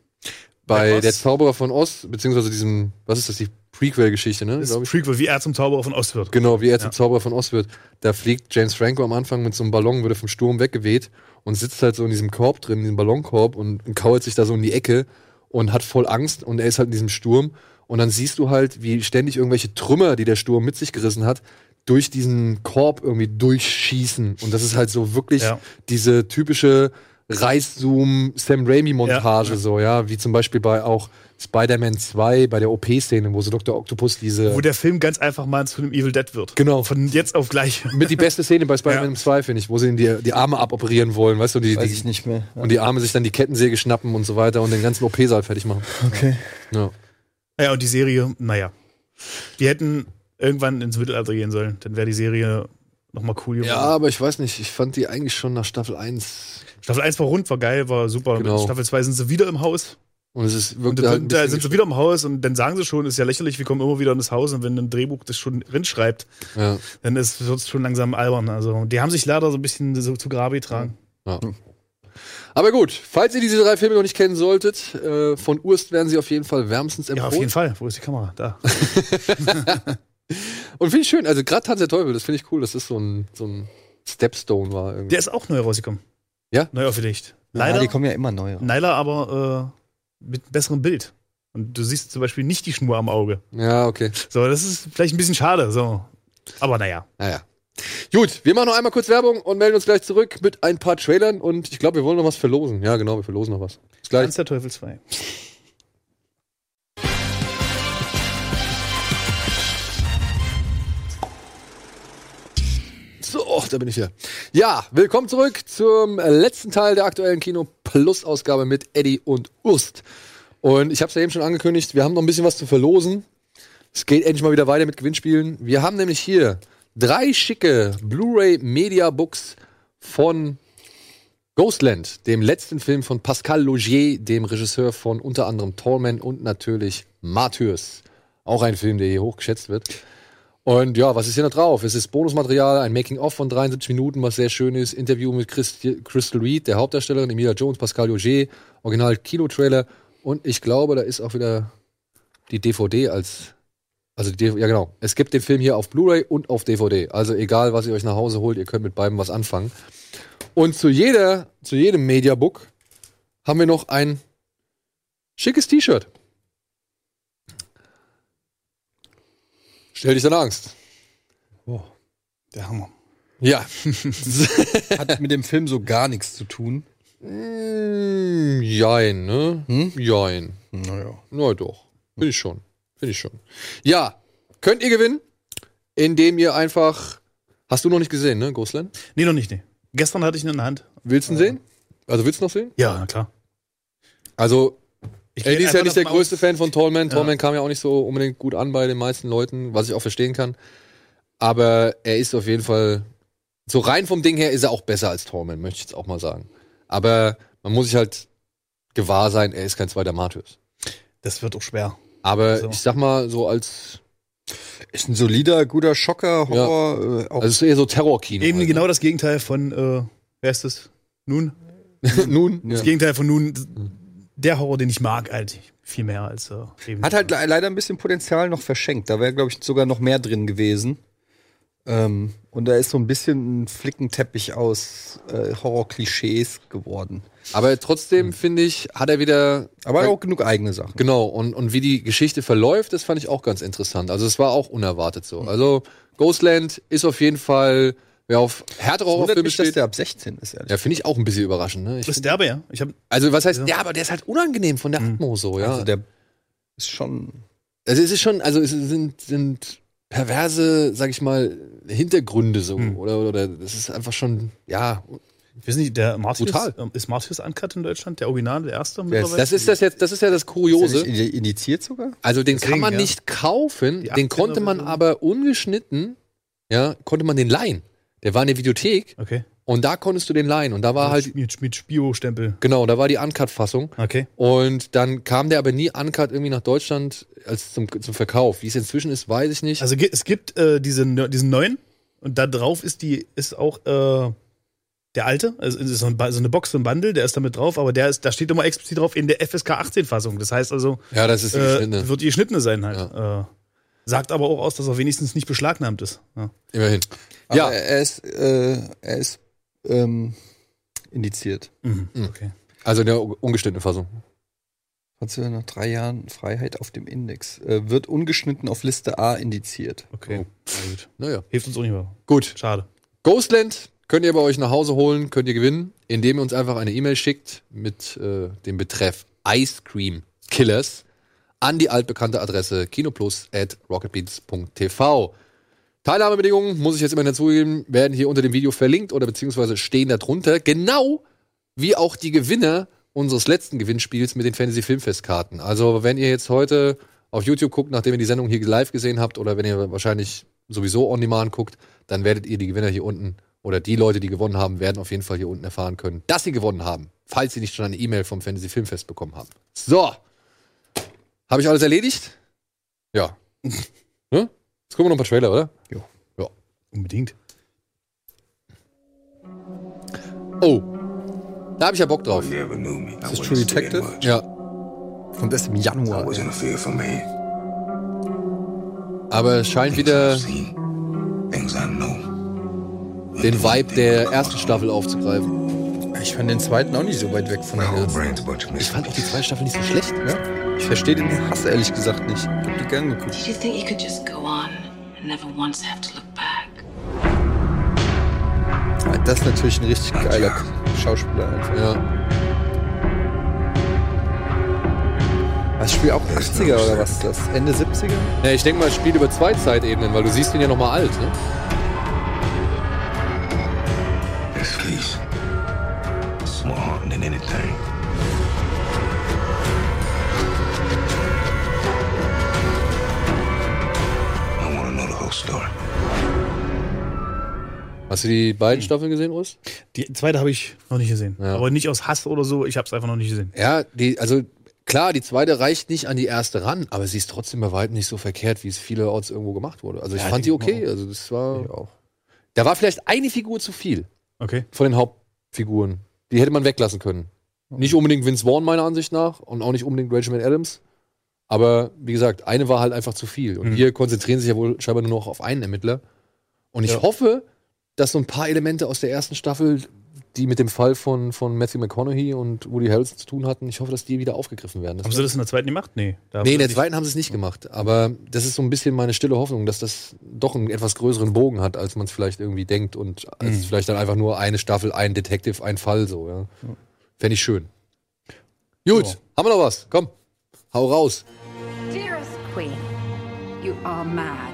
E: Bei
D: Oz.
E: der Zauberer von Oz, beziehungsweise diesem, was ist das, die Prequel-Geschichte, ne?
D: Das
E: glaub
D: ist
E: ich.
D: Prequel, wie er zum Zauberer von Ost wird.
E: Genau, wie er
D: Ja.
E: zum Zauberer von Oz wird. Da fliegt James Franco am Anfang mit so einem Ballon, wurde vom Sturm weggeweht und sitzt halt so in diesem Korb drin, in diesem Ballonkorb und, und kauert sich da so in die Ecke und hat voll Angst und er ist halt in diesem Sturm. Und dann siehst du halt, wie ständig irgendwelche Trümmer, die der Sturm mit sich gerissen hat, durch diesen Korb irgendwie durchschießen. Und das ist halt so wirklich
D: Ja.
E: diese typische Reißzoom-Sam Raimi-Montage, so, ja, wie zum Beispiel bei auch Spider-Man 2, bei der OP-Szene, wo so Dr. Octopus diese.
D: Wo der Film ganz einfach mal zu einem Evil Dead wird.
E: Genau.
D: Von jetzt auf gleich. (laughs)
E: mit die beste Szene bei Spider-Man 2, finde ich, wo sie ihnen die, die Arme aboperieren wollen, weißt du, und die,
B: Weiß
E: die,
B: ich nicht mehr.
E: und die Arme sich dann die Kettensäge schnappen und so weiter und den ganzen OP-Saal fertig machen.
B: Okay.
E: Ja.
D: Ja, und die Serie, naja. Die hätten irgendwann ins Mittelalter gehen sollen. Dann wäre die Serie nochmal cool geworden.
E: ja, aber ich weiß nicht, ich fand die eigentlich schon nach Staffel 1
D: Staffel 1 war rund, war geil, war super.
E: Genau.
D: Mit Staffel 2 sind sie wieder im Haus.
E: und es ist
D: Und
E: wirklich halt
D: dann
E: ein
D: da
E: bisschen
D: sind sie wieder im Haus und dann sagen sie schon, ist ja lächerlich, wir kommen immer wieder in das Haus und wenn ein Drehbuch das schon drin schreibt,
E: gesch- ja.
D: dann wird es schon langsam albern. Also die haben sich leider so ein bisschen so zu Grabe getragen.
E: Ja. Aber gut, falls ihr diese drei Filme noch nicht kennen solltet, äh, von Urst werden sie auf jeden Fall wärmstens empfohlen.
D: Ja, auf jeden Fall. Wo ist die Kamera? Da.
E: Und finde ich schön, also gerade Tanz der Teufel, das finde ich cool, dass das so ein, so ein Stepstone war. Irgendwie.
D: Der ist auch neu rausgekommen.
E: Ja?
D: Neu aufgelegt.
B: Leider.
D: Leider,
B: die kommen ja immer neu raus.
D: leider aber äh, mit besserem Bild. Und du siehst zum Beispiel nicht die Schnur am Auge.
E: Ja, okay.
D: So, das ist vielleicht ein bisschen schade. So. Aber naja.
E: Naja. Gut, wir machen noch einmal kurz Werbung und melden uns gleich zurück mit ein paar Trailern und ich glaube, wir wollen noch was verlosen. Ja, genau, wir verlosen noch was. Bis gleich.
D: Ganz der Teufel 2.
E: So, och, da bin ich wieder. Ja, willkommen zurück zum letzten Teil der aktuellen Kino Plus Ausgabe mit Eddie und Urst. Und ich habe es ja eben schon angekündigt, wir haben noch ein bisschen was zu verlosen. Es geht endlich mal wieder weiter mit Gewinnspielen. Wir haben nämlich hier drei schicke Blu-ray Media Books von Ghostland, dem letzten Film von Pascal Logier, dem Regisseur von unter anderem Torment und natürlich Martyrs. Auch ein Film, der hier hochgeschätzt wird. Und ja, was ist hier noch drauf? Es ist Bonusmaterial, ein Making-of von 73 Minuten, was sehr schön ist. Interview mit Christi Crystal Reed, der Hauptdarstellerin, Emilia Jones, Pascal Auger, Original-Kino-Trailer. Und ich glaube, da ist auch wieder die DVD als. Also, die, D- ja, genau. Es gibt den Film hier auf Blu-ray und auf DVD. Also, egal, was ihr euch nach Hause holt, ihr könnt mit beidem was anfangen. Und zu jeder, zu jedem Mediabook haben wir noch ein schickes T-Shirt. Stell dich deine Angst.
B: Oh, der Hammer.
E: Ja. (laughs)
B: Hat mit dem Film so gar nichts zu tun.
E: Mm, jein, ne?
B: Hm?
E: Jein.
B: Naja.
E: Na doch. Finde ich schon. Finde ich schon. Ja, könnt ihr gewinnen, indem ihr einfach. Hast du noch nicht gesehen, ne, Ghostland?
D: Nee, noch nicht, nee. Gestern hatte ich ihn in der Hand.
E: Willst
D: Äh.
E: du ihn sehen? Also willst du noch sehen?
D: Ja, na klar.
E: Also,
D: Ich
E: Eddie
D: gehe
E: ist ja
D: einfach
E: nicht der
D: davon aus-
E: größte Fan von Tallman.
D: Ja.
E: Tallman kam ja auch nicht so unbedingt gut an bei den meisten Leuten, was ich auch verstehen kann. Aber er ist auf jeden Fall, so rein vom Ding her ist er auch besser als Tallman, möchte ich jetzt auch mal sagen. Aber man muss sich halt gewahr sein, er ist kein zweiter Martyrs.
D: Das wird auch schwer.
E: Aber
B: Also.
D: So.
E: ich sag mal, so als,
B: Ist ein solider, guter Schocker, Horror. Äh, auch
E: also es ist eher so Terrorkino. halt.
D: Eben genau das Gegenteil von, äh, wer ist das? Nun?
E: (laughs) Nun,
D: Das
E: ja.
D: Gegenteil von Nun. Der Horror, den ich mag, eigentlich viel mehr als äh, eben.
B: Hat halt le leider ein bisschen Potenzial noch verschenkt. Da wäre, glaube ich, sogar noch mehr drin gewesen. Ähm, und da ist so ein bisschen ein Flickenteppich aus äh, Horror-Klischees geworden.
E: Aber trotzdem, finde ich, hat er wieder.
B: genau. Hm. Aber auch genug eigene Sachen.
E: Genau, und, und wie die Geschichte verläuft, das fand ich auch ganz interessant. Also es war auch unerwartet
B: Hm.
E: so. Also Ghostland ist auf jeden Fall, wer auf härtere
B: Wundert
E: Horrorfilme
B: mich, dass
E: steht,
B: der ab 16 ist, ehrlich.
E: ja, finde ich auch ein bisschen überraschend. Ne? Ich
D: Das
E: find,
D: ist derbe, ja. Ich hab,
E: also was heißt, ja. aber der ist halt unangenehm von der Atmo so, ja.
B: Also der ist schon.
E: Also es ist schon, also es sind, sind perverse, sag ich mal, Hintergründe so,
B: Hm.
E: oder, oder das ist einfach schon, ja,
D: Ich weiß nicht, der Martius,
E: Brutal.
D: ähm, ist Martius Uncut in Deutschland? Der Original, der erste? mittlerweile?
E: das ist das jetzt, das ist ja das Kuriose.
B: Ist der nicht indiziert sogar?
E: Also den kann
D: Deswegen,
E: man
D: ja.
E: nicht kaufen,
D: Die
E: den
D: 18er
E: konnte man
D: Version.
E: aber ungeschnitten, ja, konnte man den leihen. Der war in der Videothek
D: Okay.
E: und da konntest du den leihen und da war halt
D: Mit, mit Spiro-Stempel.
E: genau, da war die Uncut Fassung
D: Okay.
E: und dann kam der aber nie Uncut irgendwie nach Deutschland als zum, zum Verkauf. Wie es inzwischen ist, weiß ich nicht.
D: Also ge- es gibt äh, diese, ne- diesen neuen und da drauf ist die, ist auch äh, der alte, also es ist so, ein, Ba- so eine Box, so ein Bundle, der ist damit drauf, aber der ist, da steht immer explizit drauf in der FSK 18-Fassung. Das heißt also,
E: ja, das ist die
D: äh,
E: geschnittene.
D: wird die geschnittene sein halt. Äh, sagt aber auch aus, dass er wenigstens nicht beschlagnahmt ist. Ja.
E: Immerhin.
B: Aber
E: Ja.
B: er ist, äh, er ist ähm, indiziert.
D: Mhm.
E: Mhm.
D: Okay.
E: Also in der ungeschnittenen Fassung.
B: Hat sie nach drei Jahren Freiheit auf dem Index. Äh, wird ungeschnitten auf Liste A indiziert.
D: Okay.
E: Oh.
D: Na Gut.
E: Naja.
D: Hilft uns auch nicht mehr.
E: Gut.
D: Schade.
E: Ghostland könnt ihr bei euch nach Hause holen, könnt ihr gewinnen, indem ihr uns einfach eine E-Mail schickt mit äh, dem Betreff Ice Cream Killers an die altbekannte Adresse kinoplus at rocketbeats.tv. Teilnahmebedingungen, muss ich jetzt immer dazugeben, werden hier unter dem Video verlinkt oder beziehungsweise stehen darunter, genau wie auch die Gewinner unseres letzten Gewinnspiels mit den Fantasy Filmfestkarten. Also wenn ihr jetzt heute auf YouTube guckt, nachdem ihr die Sendung hier live gesehen habt oder wenn ihr wahrscheinlich sowieso on demand guckt, dann werdet ihr die Gewinner hier unten oder die Leute, die gewonnen haben, werden auf jeden Fall hier unten erfahren können, dass sie gewonnen haben, falls sie nicht schon eine E-Mail vom Fantasy Filmfest bekommen haben. So. Habe ich alles erledigt? Ja. (laughs) ne? Jetzt gucken wir noch ein paar Trailer, oder?
B: Jo.
E: Ja.
D: Unbedingt.
E: Oh. Da habe ich ja Bock drauf.
U: Never knew me.
B: Ist das True Detective?
E: Ja.
B: Kommt erst im Januar.
U: Wasn't a fearful man.
E: Aber es scheint wieder
U: Things I know.
E: den Vibe der ersten Staffel aufzugreifen.
B: Ich fand den zweiten auch nicht so weit weg von
U: My
B: der
U: whole
B: ersten.
U: brain's a bunch of
E: Ich
U: mystery.
E: fand auch die zweite Staffel nicht so schlecht.
B: Ja? Ich verstehe den Hass ehrlich gesagt nicht. Ich hab die gern geguckt.
V: Did you think you could just go on and never once have to look back?
B: Das ist natürlich ein richtig geiler Schauspieler. Einfach.
E: Ja.
B: Das Spiel auch 80er oder was ist das? Ende 70er?
E: ja ich denke mal, es spielt über zwei Zeitebenen, weil du siehst ihn ja nochmal alt. Ne?
U: This case is more haunting than anything. I want to know the whole story.
E: Hast du die beiden Staffeln gesehen, Urs?
D: Die zweite habe ich noch nicht gesehen. Aber nicht aus Hass oder so, ich habe es einfach noch nicht gesehen.
E: Ja, die, also klar, die zweite reicht nicht an die erste ran, aber sie ist trotzdem bei weitem nicht so verkehrt, wie es vielerorts irgendwo gemacht wurde. Also ich
D: Ja,
E: fand
D: die
E: die okay. Also das war. Da war vielleicht eine Figur zu viel.
D: Okay.
E: Von den Hauptfiguren. Die hätte man weglassen können. Nicht unbedingt Vince Vaughn, meiner Ansicht nach, und auch nicht unbedingt Rachel Adams. Aber wie gesagt, eine war halt einfach zu viel.
D: Mhm.
E: Und hier konzentrieren sich ja wohl scheinbar nur noch auf einen Ermittler. Und ich hoffe, dass so ein paar Elemente aus der ersten Staffel, die mit dem Fall von, von Matthew McConaughey und Woody Harrelson zu tun hatten, ich hoffe, dass die wieder aufgegriffen werden.
D: Haben sie das in der zweiten gemacht? Nee. da haben
E: Nee,
D: sie
E: in der
D: nicht- (laughs)
E: zweiten haben sie es nicht gemacht. Aber das ist so ein bisschen meine stille Hoffnung, dass das doch einen etwas größeren Bogen hat, als man es vielleicht irgendwie denkt. Und als
D: Mhm.
E: es vielleicht dann einfach nur eine Staffel, ein Detective, ein Fall so. Ja. Fände ich schön. Gut, haben wir noch was? Komm, hau raus.
H: Dearest Queen, you are mad.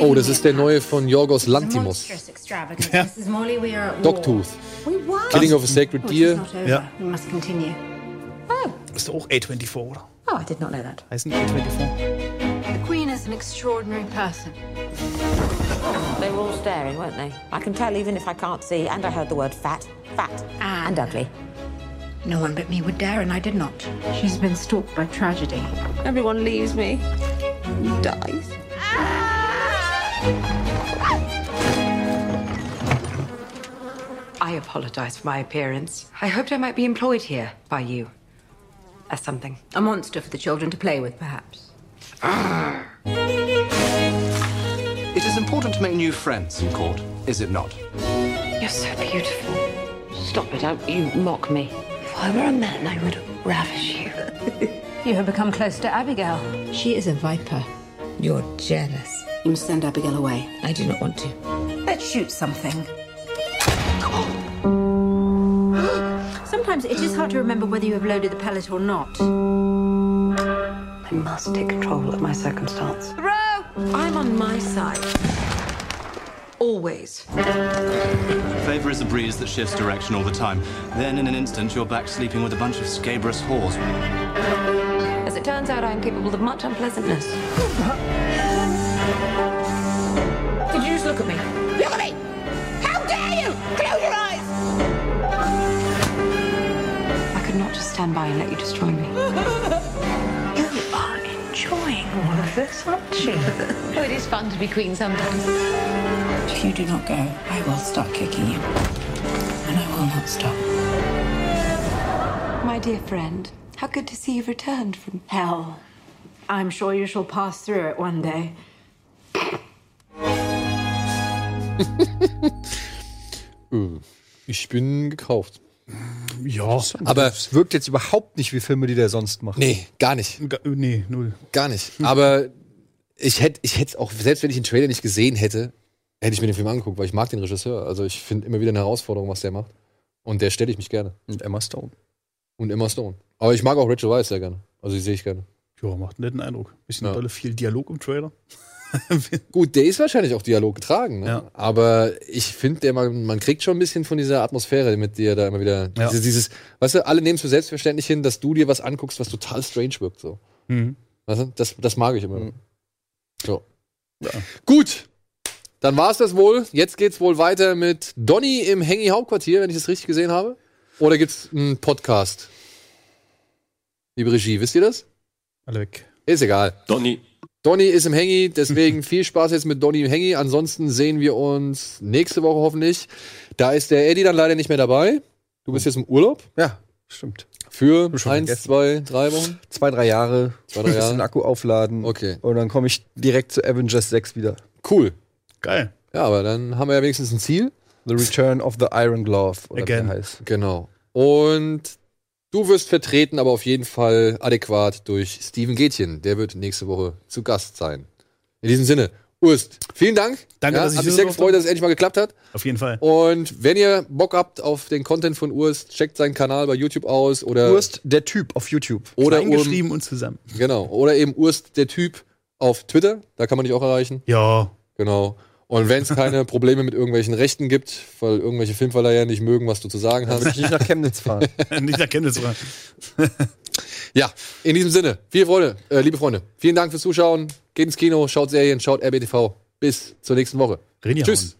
E: Oh, das ist der neue von Yorgos Lantimos.
H: extravagance. Mrs. Morley, we are at
E: Dogtooth.
H: war. We were.
E: Killing of a Sacred
H: Which
E: Deer.
H: is not over.
E: Ja.
H: We must continue.
D: Ist doch auch A24, oder?
H: Oh, I did not know that.
D: Heißen die A24?
H: The Queen is an extraordinary person.
W: They were all staring, weren't they? I can tell even if I can't see, and I heard the word fat, fat, and ugly.
H: Ah. No one but me would dare, and I did not. She's been stalked by tragedy. Everyone leaves me. Dies.
X: I apologize for my appearance. I hoped I might be employed here by you. As something.
H: A monster for the children to play with, perhaps.
Y: It is important to make new friends in court, is it not?
V: You're so beautiful. Stop it, don't you mock me. If I were a man, I would ravish you.
H: You have become close to Abigail. She is a viper.
V: You're jealous. You must send Abigail away. I do not want to.
H: Let's shoot something. (gasps) Sometimes it is hard to remember whether you have loaded the pellet or not.
V: I must take control of my circumstance.
H: Thoreau! I'm on my side. Always.
Z: Favor is a breeze that shifts direction all the time. Then, in an instant, you're back sleeping with a bunch of scabrous whores.
V: As it turns out, I am capable of much unpleasantness. Did you just look at me? Look at me! How dare you! Close your eyes!
X: I could not just stand by and let you destroy me.
V: You are enjoying all of this, aren't (laughs) you? oh, it is fun to be queen sometimes. If you do not go, I will start kicking you. And I will not stop.
X: My dear friend, how good to see you've returned from hell.
H: I'm sure you shall pass through it one day.
E: Äh, Ich bin gekauft.
D: Ja.
E: Aber
B: es wirkt jetzt überhaupt nicht wie Filme, die der sonst macht.
E: Nee, gar nicht.
D: nee, null.
E: Gar nicht. Aber ich hätte ich hätte auch, selbst wenn ich den Trailer nicht gesehen hätte, hätte ich mir den Film angeguckt, weil ich mag den Regisseur. Also ich finde immer wieder eine Herausforderung, was der macht. Und der stelle ich mich gerne.
B: Und Emma Stone.
E: Und Emma Stone. Aber ich mag auch Rachel Weisz sehr gerne. Also die sehe ich gerne.
D: Ja, macht einen netten Eindruck. Bisschen
E: Ja.
D: dolle viel Dialog im Trailer.
E: Gut, der ist wahrscheinlich auch Dialog getragen. Ne? Aber ich finde, man, man kriegt schon ein bisschen von dieser Atmosphäre, mit der da immer wieder.
D: Ja.
E: Dieses, dieses, weißt du, alle nehmen es für selbstverständlich hin, dass du dir was anguckst, was total strange wirkt. So.
D: Mhm.
E: Weißt du? das, das mag ich immer. So. Gut. Dann war es das wohl. Jetzt geht's wohl weiter mit Donny im Hengi Hauptquartier, wenn ich es richtig gesehen habe. Oder gibt's einen Podcast? Liebe Regie, wisst ihr das?
D: Alle weg.
E: Ist egal.
T: Donny.
E: Donny ist im Hengi, deswegen viel Spaß jetzt mit Donny im Hengi. Ansonsten sehen wir uns nächste Woche hoffentlich. Da ist der Eddie dann leider nicht mehr dabei. Du bist jetzt im Urlaub.
B: Ja, stimmt.
E: Für
B: eins,
E: zwei, drei Wochen?
B: Zwei, drei Jahre.
E: Zwei, drei Jahre.
B: Ein bisschen Akku aufladen.
E: Okay.
B: Und dann komme ich direkt zu Avengers 6 wieder.
E: Cool.
D: Geil.
E: Ja, aber dann haben wir ja wenigstens ein Ziel.
B: The Return of the Iron Glove. Oder Wie
E: Again.
B: der heißt.
E: Genau. Und du wirst vertreten, aber auf jeden Fall adäquat durch Steven Gätchen. Der wird nächste Woche zu Gast sein. In diesem Sinne, Urst, vielen Dank.
D: Danke,
E: ja,
D: dass ich
E: Hat
D: hier
E: mich sehr
D: sein durfte.
E: gefreut, dass es endlich mal geklappt hat.
D: Auf jeden Fall.
E: Und wenn ihr Bock habt auf den Content von Urst, checkt seinen Kanal bei YouTube aus oder
B: Urst, der Typ auf YouTube. Oh,
E: oder
D: Klein
E: Ur-
D: geschrieben und zusammen.
E: Genau. Oder eben Urst der Typ auf Twitter, da kann man dich auch erreichen.
D: Ja.
E: Genau. Und wenn
D: (laughs)
E: es keine Probleme mit irgendwelchen Rechten gibt, weil irgendwelche Filmverleiher nicht mögen, was du zu sagen
B: Dann
E: hast.
B: will ich nicht nach Chemnitz fahren.
D: (laughs) Nicht nach Chemnitz fahren.
E: Ja, in diesem Sinne, viele Freunde, äh, liebe Freunde, vielen Dank fürs Zuschauen. Geht ins Kino, schaut Serien, schaut RBTV. Bis zur nächsten Woche.
D: Reinhauen.
E: Tschüss.